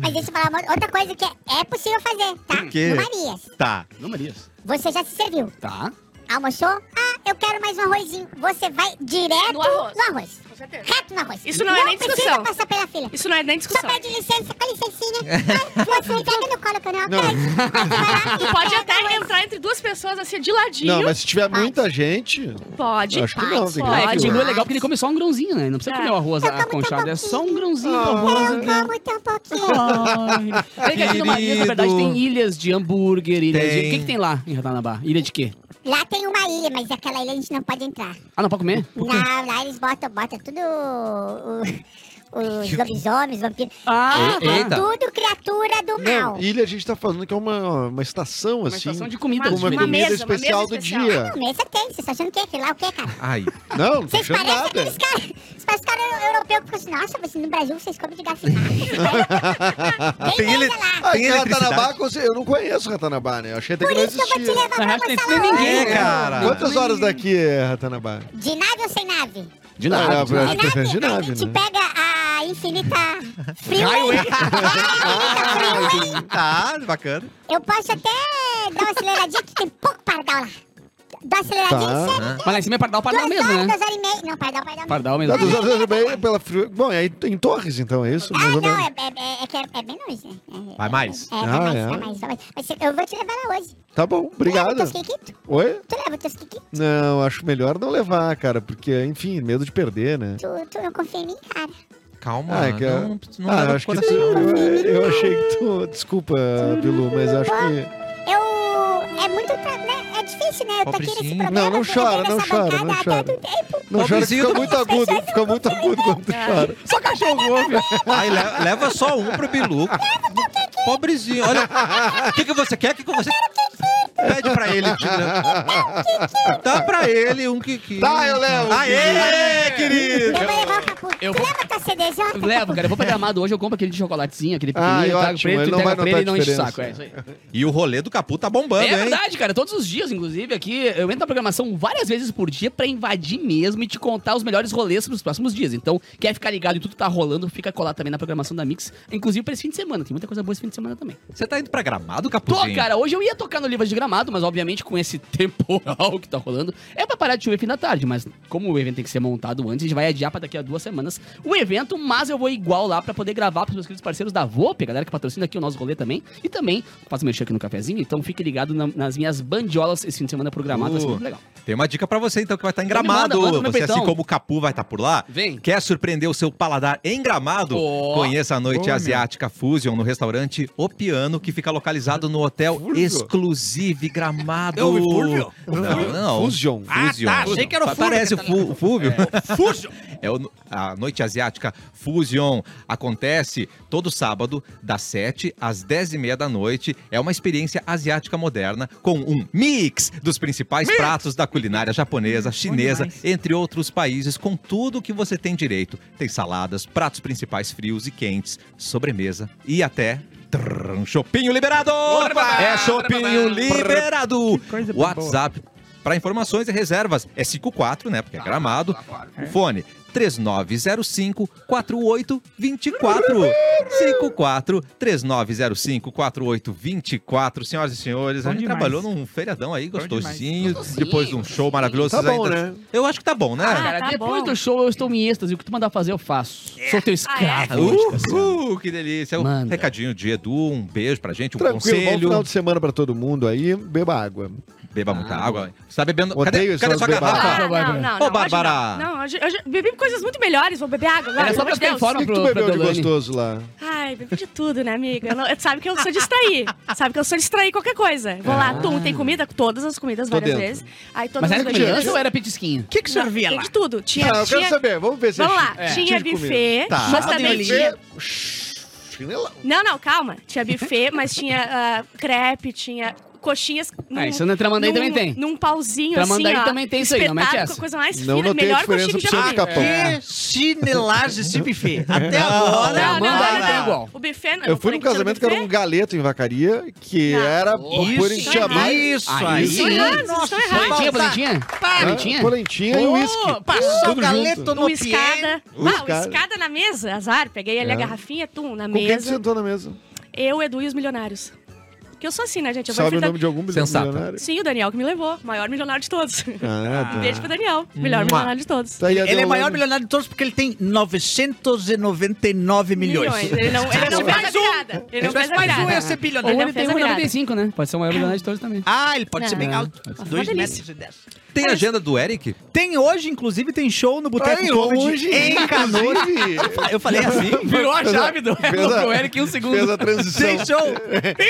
Speaker 8: Mas deixa eu falar uma- outra coisa que é, é possível fazer, tá?
Speaker 2: Por quê?
Speaker 8: No Marias,
Speaker 2: Tá.
Speaker 1: No Marias.
Speaker 8: você já se serviu.
Speaker 1: Tá.
Speaker 8: Almoçou? Ah, eu quero mais um arrozinho. Você vai direto
Speaker 4: No arroz.
Speaker 8: no arroz.
Speaker 4: Com certeza.
Speaker 8: Reto no arroz.
Speaker 4: Isso não é nem discussão.
Speaker 8: precisa passar pela fila.
Speaker 4: Isso não é nem
Speaker 8: Só
Speaker 4: discussão.
Speaker 8: pede licença, com
Speaker 5: [LAUGHS]
Speaker 8: licencinha. Ai, você entrega no colo que eu não
Speaker 5: Não.
Speaker 8: alcanço. Aí você
Speaker 4: [LAUGHS]
Speaker 8: vai lá,
Speaker 4: Tu pode até entrar entre duas pessoas assim de ladinho.
Speaker 5: Não, mas se tiver muita gente.
Speaker 4: Pode.
Speaker 5: Acho que não, tem que
Speaker 1: Ah,
Speaker 4: pode.
Speaker 1: é que o Bilu é
Speaker 4: pode.
Speaker 1: legal porque ele come só um grãozinho, né? Não precisa
Speaker 4: É.
Speaker 1: comer o arroz
Speaker 8: Eu como
Speaker 1: aconchado, é
Speaker 8: tão
Speaker 1: só um
Speaker 8: pouquinho.
Speaker 1: grãozinho.
Speaker 5: Ah.
Speaker 1: arroz,
Speaker 8: Eu como tão pouquinho.
Speaker 1: Ai, é que aqui no Marias, na verdade,
Speaker 2: Querido.
Speaker 1: tem ilhas de hambúrguer, ilhas de...
Speaker 2: Tem.
Speaker 1: O que, que tem lá em Ratanabá? Ilha de quê?
Speaker 8: Lá tem uma ilha, mas aquela ilha a gente não pode entrar.
Speaker 1: Ah, não pode comer?
Speaker 8: Não, lá eles botam, botam tudo. o- o-
Speaker 5: [LAUGHS]
Speaker 8: os lobisomens, vampiros.
Speaker 1: Ah,
Speaker 8: É,
Speaker 2: eita.
Speaker 8: tudo criatura do mal.
Speaker 5: Não, ilha a gente tá falando que é uma, uma estação,
Speaker 1: Uma
Speaker 5: assim.
Speaker 1: estação de comida.
Speaker 5: com uma,
Speaker 4: Uma
Speaker 5: comida
Speaker 4: mesa, uma
Speaker 5: especial
Speaker 4: mesa
Speaker 5: do
Speaker 4: especial.
Speaker 5: dia.
Speaker 8: Não, mesa tem, vocês estão achando que é aquilo lá, o que, cara?
Speaker 2: Ai.
Speaker 5: Não, não tô
Speaker 8: Vocês
Speaker 5: achando
Speaker 8: parecem
Speaker 5: nada.
Speaker 8: aqueles caras. Os caras cara europeus que falam assim, nossa, mas no Brasil vocês comem de garfinhada.
Speaker 5: [LAUGHS]
Speaker 8: Tem
Speaker 2: Tem ele-
Speaker 8: mesa lá.
Speaker 5: Ah,
Speaker 2: Tem
Speaker 5: em Ratanabá,
Speaker 2: eletricidade?
Speaker 5: eu sei- eu não conheço Ratanabá, né? Eu achei até
Speaker 8: Por
Speaker 5: que não
Speaker 8: isso que eu vou te
Speaker 5: existia.
Speaker 8: levar
Speaker 1: Na
Speaker 8: pra
Speaker 1: real,
Speaker 8: uma
Speaker 1: tem
Speaker 8: sala
Speaker 1: ninguém.
Speaker 8: hoje.
Speaker 2: É, cara.
Speaker 5: Quantas horas daqui é Ratanabá?
Speaker 8: De nave ou sem nave?
Speaker 1: De nada.
Speaker 5: Ah,
Speaker 1: de nada.
Speaker 5: Ah, tem [LAUGHS] de
Speaker 8: a
Speaker 5: nave,
Speaker 8: gente
Speaker 5: né?
Speaker 8: pega a infinita freeway.
Speaker 5: Ah,
Speaker 8: a infinita freeway.
Speaker 2: Tá, bacana.
Speaker 8: Eu posso até dar uma aceleradinha, que tem pouco pardal lá. Dá uma aceleradinha,
Speaker 5: Tá.
Speaker 8: sério.
Speaker 1: Mas lá em cima é pardal, pardal
Speaker 8: Duas
Speaker 1: mesmo,
Speaker 8: horas,
Speaker 1: né?
Speaker 8: duas horas e meia. Não, pardal, pardal. mesmo.
Speaker 1: Pardal mesmo.
Speaker 5: Dá duas horas e meia pela frio. Bom, aí em Torres, então, é isso?
Speaker 8: Ah,
Speaker 5: Mais ou
Speaker 8: não,
Speaker 5: menos.
Speaker 8: é, é- é- é que é, é bem longe, né? É-
Speaker 2: Vai
Speaker 8: é-
Speaker 2: mais?
Speaker 8: É, vai
Speaker 5: Ah,
Speaker 8: mais,
Speaker 5: é.
Speaker 8: vai mais, vai mais. Mas se- eu vou te levar lá hoje.
Speaker 5: Tá bom,
Speaker 8: Tu
Speaker 5: obrigado.
Speaker 8: leva teus quiquitos?
Speaker 5: Oi?
Speaker 8: Tu leva teus quiquitos?
Speaker 5: Não, acho melhor não levar, cara, porque, enfim, medo de perder, né?
Speaker 8: Tu, tu não confia em mim, cara.
Speaker 2: Calma,
Speaker 5: Ah, é que
Speaker 2: não, não
Speaker 5: ah,
Speaker 2: leva
Speaker 5: acho
Speaker 2: pro
Speaker 5: que tu,
Speaker 2: coração.
Speaker 5: eu achei que tu. Desculpa, Bilu, mas acho que.
Speaker 8: Eu... É muito... Tra... Né? É difícil, né? Eu tô aqui nesse
Speaker 2: Pobrezinho.
Speaker 8: programa.
Speaker 5: Não, não
Speaker 8: vivendo
Speaker 5: chora, não
Speaker 8: essa
Speaker 5: chora,
Speaker 8: bancada
Speaker 5: não
Speaker 8: há
Speaker 5: chora.
Speaker 8: tanto tempo.
Speaker 5: Não chora, que
Speaker 2: Pobrezinho,
Speaker 5: fica
Speaker 2: tá-
Speaker 5: muito agudo, fica muito agudo quando tu chora.
Speaker 1: Só cachorro ouve.
Speaker 2: Ai, le- leva, só um pro [LAUGHS] Bilu. Pobrezinho, olha. O que, que você quer? O que, que você. Pede pra ele. tira. Dá pra ele um que.
Speaker 5: Tá, eu levo.
Speaker 2: Aê, querido!
Speaker 8: Eu vou levar o papai papo.
Speaker 1: Eu
Speaker 8: tu
Speaker 1: vou-
Speaker 8: leva tua CDJ?
Speaker 1: Levo, cara. Eu vou pra Gramado hoje, eu compro aquele de chocolatezinho, aquele
Speaker 5: Ah,
Speaker 1: pequenininho, eu trago
Speaker 5: ótimo,
Speaker 1: pra ele,
Speaker 5: ele
Speaker 1: tu
Speaker 5: não
Speaker 1: entrega
Speaker 5: vai
Speaker 1: pra ele e não
Speaker 5: notar
Speaker 1: enche o
Speaker 5: a
Speaker 1: saco. É, isso aí.
Speaker 2: E o rolê do Capu tá bombando,
Speaker 1: É
Speaker 2: hein?
Speaker 1: verdade, cara. Todos os dias, inclusive, aqui eu entro na programação várias vezes por dia pra invadir mesmo e te contar os melhores rolês pros próximos dias. Então, quer ficar ligado em tudo que tá rolando, fica colado também na programação da Mix, inclusive pra esse fim de semana. Tem muita coisa boa esse fim de semana também.
Speaker 2: Você tá indo pra Gramado,
Speaker 1: Tô,
Speaker 2: Capuzinho?
Speaker 1: cara, hoje eu ia tocar no Livas de Gramado, mas obviamente com esse [LAUGHS] temporal que tá rolando, é pra parar de chover fim da tarde, mas como o evento tem que ser montado antes, a gente vai adiar pra daqui a duas semanas o evento, mas eu vou igual lá pra poder gravar pros meus queridos parceiros da VOP, a galera que patrocina aqui o nosso rolê também, e também faço merchan aqui no cafezinho, então fique ligado na- nas minhas bandiolas esse fim de semana programado, vai ser
Speaker 2: Uh.
Speaker 1: muito legal.
Speaker 2: Tem uma dica pra você, então, que vai estar em
Speaker 1: Então me manda,
Speaker 2: Gramado.
Speaker 1: manda no meu
Speaker 2: você, assim
Speaker 1: peitão.
Speaker 2: como o Capu, vai estar por lá.
Speaker 1: Vem.
Speaker 2: Quer surpreender o seu paladar em Gramado?
Speaker 1: Ó.
Speaker 2: Conheça a Noite
Speaker 3: Boa,
Speaker 2: Asiática Fusion no restaurante O Piano, que fica localizado no Hotel Exclusive Gramado.
Speaker 3: Eu ouvi Fulvio.
Speaker 2: Não, não.
Speaker 5: Fusion.
Speaker 2: Fusion.
Speaker 3: Ah, tá, achei que era o
Speaker 2: Pa-
Speaker 3: Fulvio
Speaker 2: Parece o
Speaker 3: que tá
Speaker 2: Fu- o Fulvio. Fusion. É o- a Noite Asiática Fusion. Acontece todo sábado, das 7 às 10 e meia da noite. É uma experiência asiática moderna com um mix dos principais pratos da culinária japonesa, chinesa, entre outros países, com tudo o que você tem direito. Tem saladas, pratos principais frios e quentes, sobremesa e até... trrr, Chopinho liberado! É chopinho liberado! WhatsApp para informações e reservas é 54, né? Porque é gramado. O fone 3905 4824. 54 3905 4824. Senhoras e senhores, a gente
Speaker 7: demais.
Speaker 2: trabalhou num feriadão aí gostosinho,
Speaker 1: Gostosinho.
Speaker 2: depois de um show maravilhoso.
Speaker 5: Tá
Speaker 2: Vocês
Speaker 5: bom,
Speaker 2: ainda-
Speaker 5: né?
Speaker 2: Eu acho que tá bom, né?
Speaker 4: Ah,
Speaker 1: Cara,
Speaker 4: tá
Speaker 1: depois
Speaker 4: bom. É. Ah,
Speaker 1: do show eu estou em êxtase, o que tu mandar fazer eu faço. Sou teu escravo. hoje,
Speaker 4: Uh.
Speaker 1: Cassiano.
Speaker 2: Uhul, que delícia. Um
Speaker 1: Manda.
Speaker 2: recadinho de Edu, um beijo pra gente, um
Speaker 5: Tranquilo, bom
Speaker 2: conselho.
Speaker 5: final de semana pra todo mundo aí. Beba água.
Speaker 2: Beba muita água. Você tá bebendo.
Speaker 5: Odeio
Speaker 2: Cadê,
Speaker 5: esse
Speaker 2: cadê sua
Speaker 5: beba-
Speaker 2: garrafa?
Speaker 4: Ah, não, não, não.
Speaker 2: Ô, Bárbara.
Speaker 4: hoje Não, Não, hoje- hoje eu bebi coisas muito melhores, vou beber água agora,
Speaker 5: é
Speaker 1: Era só
Speaker 4: pelo amor de
Speaker 1: pra ficar em
Speaker 4: Deus.
Speaker 5: O
Speaker 1: forma.
Speaker 5: que, que tu
Speaker 1: pro-
Speaker 5: bebeu
Speaker 1: pra
Speaker 5: de
Speaker 1: Deolane.
Speaker 5: gostoso lá?
Speaker 4: Ai, bebi de tudo, né, amiga? Eu não- eu- sabe que eu sou distrair. Sabe que eu sou distrair qualquer coisa. Vou lá, tum, tem comida, todas as comidas,
Speaker 5: Tô
Speaker 4: várias
Speaker 5: dentro.
Speaker 4: vezes. Aí todas
Speaker 1: Mas
Speaker 4: as
Speaker 1: era
Speaker 4: comidas.
Speaker 1: criança ou era petisquinho?
Speaker 6: O que, que servia
Speaker 4: Tinha
Speaker 6: lá?
Speaker 4: de tudo. Tinha,
Speaker 5: Ah, eu quero
Speaker 4: tinha...
Speaker 5: saber. Vamos ver se
Speaker 4: Vamos
Speaker 5: é
Speaker 4: lá,
Speaker 5: chi- é,
Speaker 4: tinha
Speaker 5: de comida.
Speaker 4: buffet,
Speaker 5: Tá.
Speaker 4: mas também tinha...
Speaker 5: Buffet, um chinelão.
Speaker 4: Não, não, calma. Tinha buffet, mas tinha ah, crepe, tinha coxinhas...
Speaker 1: Ah, isso na Tramandaí
Speaker 4: num-
Speaker 1: também tem.
Speaker 4: Num pauzinho, assim,
Speaker 1: Tramandaí
Speaker 4: ó.
Speaker 1: também tem isso aí, não mete
Speaker 4: espetado
Speaker 1: essa.
Speaker 4: com a coisa mais
Speaker 5: Não
Speaker 4: fina,
Speaker 5: notei a
Speaker 4: melhor coxinha que
Speaker 5: diferença
Speaker 4: já
Speaker 5: pro seu
Speaker 4: comi.
Speaker 5: escapão.
Speaker 2: É,
Speaker 6: Que chinelagem esse buffet. Até
Speaker 4: Não,
Speaker 6: agora.
Speaker 4: não,
Speaker 1: Tramandaí
Speaker 4: não,
Speaker 1: tem
Speaker 4: não.
Speaker 1: igual.
Speaker 4: O buffet... não,
Speaker 5: Eu
Speaker 4: não falei
Speaker 5: fui num
Speaker 4: que tinha
Speaker 5: casamento que
Speaker 4: buffet. Tá.
Speaker 5: era um galeto em vacaria, que era por
Speaker 4: isso
Speaker 5: chamar.
Speaker 6: Ah, Isso
Speaker 1: Aí
Speaker 6: aí.
Speaker 1: sim.
Speaker 4: Vocês
Speaker 6: Nossa,
Speaker 1: é
Speaker 4: estão
Speaker 6: isso
Speaker 4: errados.
Speaker 1: Polentinha,
Speaker 6: aí. Tá.
Speaker 1: polentinha? Polentinha?
Speaker 5: Polentinha e
Speaker 6: Ô,
Speaker 5: uísque.
Speaker 6: Passou o
Speaker 5: Tudo
Speaker 6: galeto
Speaker 5: junto.
Speaker 6: no
Speaker 4: O
Speaker 6: escada.
Speaker 4: escada. Ah, o
Speaker 5: Escada. É.
Speaker 4: escada na mesa, azar. Peguei ali a garrafinha, tum, na
Speaker 5: Com quem que
Speaker 4: mesa.
Speaker 5: sentou na mesa?
Speaker 4: Eu, Edu e os milionários. Que eu sou assim, né, gente? Eu vou
Speaker 5: Sabe o
Speaker 4: enfrentar-
Speaker 5: nome de algum bilhão-
Speaker 2: Sensata.
Speaker 5: milionário?
Speaker 4: Sim, o Daniel que me levou. Maior milionário de todos.
Speaker 5: Ah,
Speaker 4: Um
Speaker 5: tá.
Speaker 4: [LAUGHS] beijo pro Daniel. Melhor milionário de todos.
Speaker 5: Tá aí a
Speaker 6: Ele é
Speaker 5: Deolane.
Speaker 6: maior milionário de todos porque ele tem 999 milhões.
Speaker 4: Ele é não, ele não fez a
Speaker 5: um.
Speaker 4: virada. Ele não
Speaker 6: Se
Speaker 4: fez
Speaker 6: tivesse
Speaker 4: a
Speaker 6: mais um,
Speaker 4: virada.
Speaker 6: ia ser bilionário.
Speaker 4: Ele
Speaker 1: Ou
Speaker 4: não
Speaker 1: ele tem
Speaker 4: fez a virada.
Speaker 1: 1,95, né? Pode ser o maior milionário de todos também.
Speaker 6: Ah, ele pode ser
Speaker 4: Não.
Speaker 6: bem alto.
Speaker 1: Mas
Speaker 4: uma
Speaker 6: 2
Speaker 4: delícia.
Speaker 6: metros e 10.
Speaker 2: Tem agenda do Eric?
Speaker 6: Tem hoje, inclusive, tem show no Boteco
Speaker 5: Ai,
Speaker 6: Comedy
Speaker 5: hoje,
Speaker 6: em
Speaker 5: [LAUGHS]
Speaker 6: Canoas.
Speaker 5: inclusive,
Speaker 6: Eu falei
Speaker 5: [LAUGHS]
Speaker 6: assim?
Speaker 1: Virou a chave do
Speaker 5: fez a-
Speaker 1: do Eric em um segundo.
Speaker 5: Fez a transição.
Speaker 6: Tem show.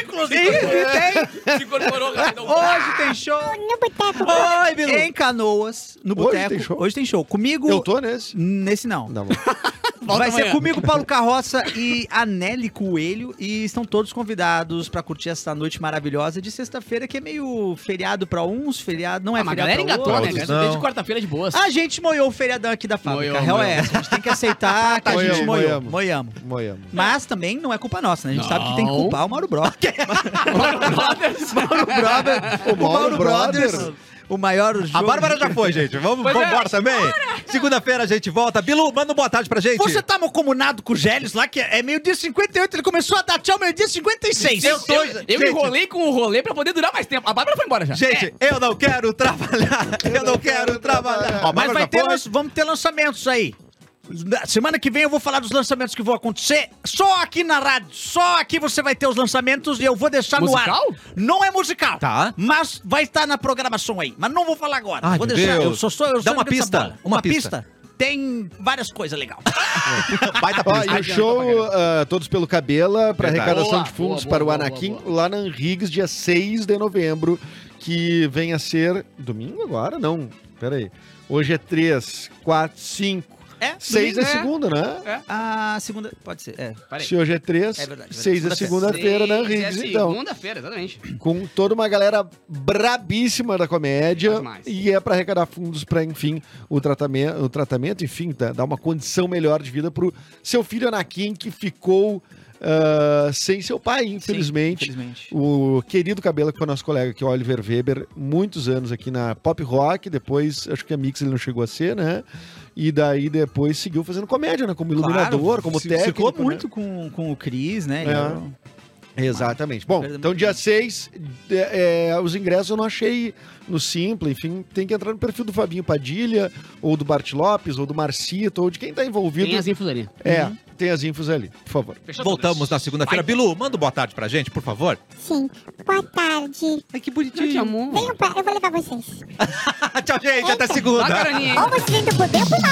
Speaker 6: Inclusive,
Speaker 5: assim.
Speaker 6: tem.
Speaker 7: Se incorporou, cara. Então,
Speaker 6: Hoje tem show.
Speaker 8: No boteco.
Speaker 6: Oi, Bilu. Em Canoas, no
Speaker 5: Hoje
Speaker 6: Boteco.
Speaker 5: tem show?
Speaker 6: Hoje tem show. Comigo...
Speaker 5: Eu tô nesse.
Speaker 6: Nesse não.
Speaker 5: Não,
Speaker 6: Vai ser
Speaker 1: amanhã.
Speaker 6: comigo, Paulo Carroça e a Nelly Coelho. E estão todos convidados pra curtir essa noite maravilhosa de sexta-feira, que é meio feriado pra uns, feriado. Não é
Speaker 1: Ah, mas a
Speaker 6: feriado
Speaker 1: galera
Speaker 6: pra
Speaker 1: engatou, né?
Speaker 6: outros.
Speaker 1: cara?
Speaker 2: não.
Speaker 1: Desde quarta-feira de boas.
Speaker 6: A gente moiou o feriadão aqui da fábrica.
Speaker 1: Moiou,
Speaker 6: a real é
Speaker 1: moiou.
Speaker 6: essa. A gente tem que aceitar que a gente
Speaker 5: Moiamos,
Speaker 6: moiou.
Speaker 5: moiamos.
Speaker 6: Moiamos.
Speaker 5: Moiamo.
Speaker 6: Mas também não é culpa nossa, né? A gente sabe que tem que
Speaker 1: Não.
Speaker 6: culpar o Mauro [LAUGHS] Brothers. Mauro Brothers.
Speaker 5: O Mauro Brothers.
Speaker 6: O maior jogo.
Speaker 2: A Bárbara já foi, gente. Vamos
Speaker 7: Pois é.
Speaker 2: embora também. Segunda-feira a gente volta. Bilu, manda um boa tarde pra gente.
Speaker 6: Você tá comunado com o Gélios lá, que é meio-dia e 58, ele começou a dar tchau meio-dia e 56.
Speaker 1: Eu, eu, eu enrolei com o rolê pra poder durar mais tempo. A Bárbara foi embora já.
Speaker 2: Gente, eu
Speaker 6: [LAUGHS]
Speaker 2: não quero trabalhar. Eu não quero trabalhar. Ó,
Speaker 6: Mas
Speaker 2: É, Bárbara
Speaker 6: vai ter,
Speaker 2: já foi.
Speaker 6: lan- vamos ter lançamentos aí. Na semana que vem eu vou falar dos lançamentos que vão acontecer só aqui na rádio. Só aqui você vai ter os lançamentos e eu vou deixar
Speaker 1: Musical?
Speaker 6: no ar. Não é musical.
Speaker 2: Tá.
Speaker 6: Mas vai estar na programação aí. Mas não vou falar agora.
Speaker 2: Ai,
Speaker 6: vou
Speaker 2: meu
Speaker 6: deixar.
Speaker 2: Deus.
Speaker 6: Eu sou só eu
Speaker 2: Dá
Speaker 6: sou
Speaker 2: uma
Speaker 6: amigo dessa
Speaker 2: pista,
Speaker 6: bola.
Speaker 2: uma
Speaker 6: Uma pista. Tem várias coisas legais.
Speaker 2: Vai dar
Speaker 5: Ó,
Speaker 2: pra
Speaker 5: e o show ah, Todos pelo Cabela para
Speaker 2: Verdade.
Speaker 5: arrecadação
Speaker 1: Boa,
Speaker 5: de fundos
Speaker 1: boa,
Speaker 5: para o
Speaker 1: boa,
Speaker 5: Anakin
Speaker 1: boa,
Speaker 5: lá na Henrigues, dia 6 de novembro, que vem a ser domingo agora? Não, peraí. Hoje é 3, 4, 5.
Speaker 3: É?
Speaker 5: Seis é
Speaker 3: domingo?
Speaker 5: segunda, né?
Speaker 3: Ah, segunda. Pode ser. É.
Speaker 7: Parei.
Speaker 5: Se hoje é três,
Speaker 3: É verdade,
Speaker 5: seis é
Speaker 3: verdade.
Speaker 5: segunda-feira, né,
Speaker 1: Seis
Speaker 5: Riggs?
Speaker 1: é
Speaker 5: Então,
Speaker 1: Segunda-feira, exatamente.
Speaker 5: com toda uma galera brabíssima da comédia
Speaker 1: Faz mais.
Speaker 5: e é para arrecadar fundos para enfim o tratamento, o tratamento enfim, tá, dar uma condição melhor de vida pro seu filho Anakin que ficou ah, sem seu pai, infelizmente.
Speaker 3: Infelizmente.
Speaker 5: O querido Cabela, que foi nosso colega aqui, o Oliver Weber, muitos anos aqui na pop rock, depois, acho que a Mix ele não chegou a ser, né? E daí depois seguiu fazendo comédia, né? Como iluminador, como
Speaker 3: se-
Speaker 5: técnico.
Speaker 3: Ficou
Speaker 5: né?
Speaker 3: muito com, com o Cris, né? Ele
Speaker 5: É.
Speaker 3: era-
Speaker 5: Exatamente. Bom,
Speaker 3: Perdemos
Speaker 5: então dia 6, é, é, os ingressos eu não achei no Simpla, enfim, tem que entrar no perfil do Fabinho Padilha, ou do Bart Lopes, ou do Marcito, ou de quem tá envolvido.
Speaker 1: Tem as influências.
Speaker 5: É, tem as infos ali, por favor.
Speaker 2: Voltamos na segunda-feira. Bilu, manda um boa tarde pra gente, por favor.
Speaker 8: Sim. Boa tarde.
Speaker 3: Ai, que bonitinho.
Speaker 8: Venham pra... Eu vou levar vocês.
Speaker 2: [LAUGHS] Tchau, gente. Até segunda. Tá.
Speaker 1: Lá, Garaninha, hein?
Speaker 8: Ou vocês vêm do poder ou pro mal,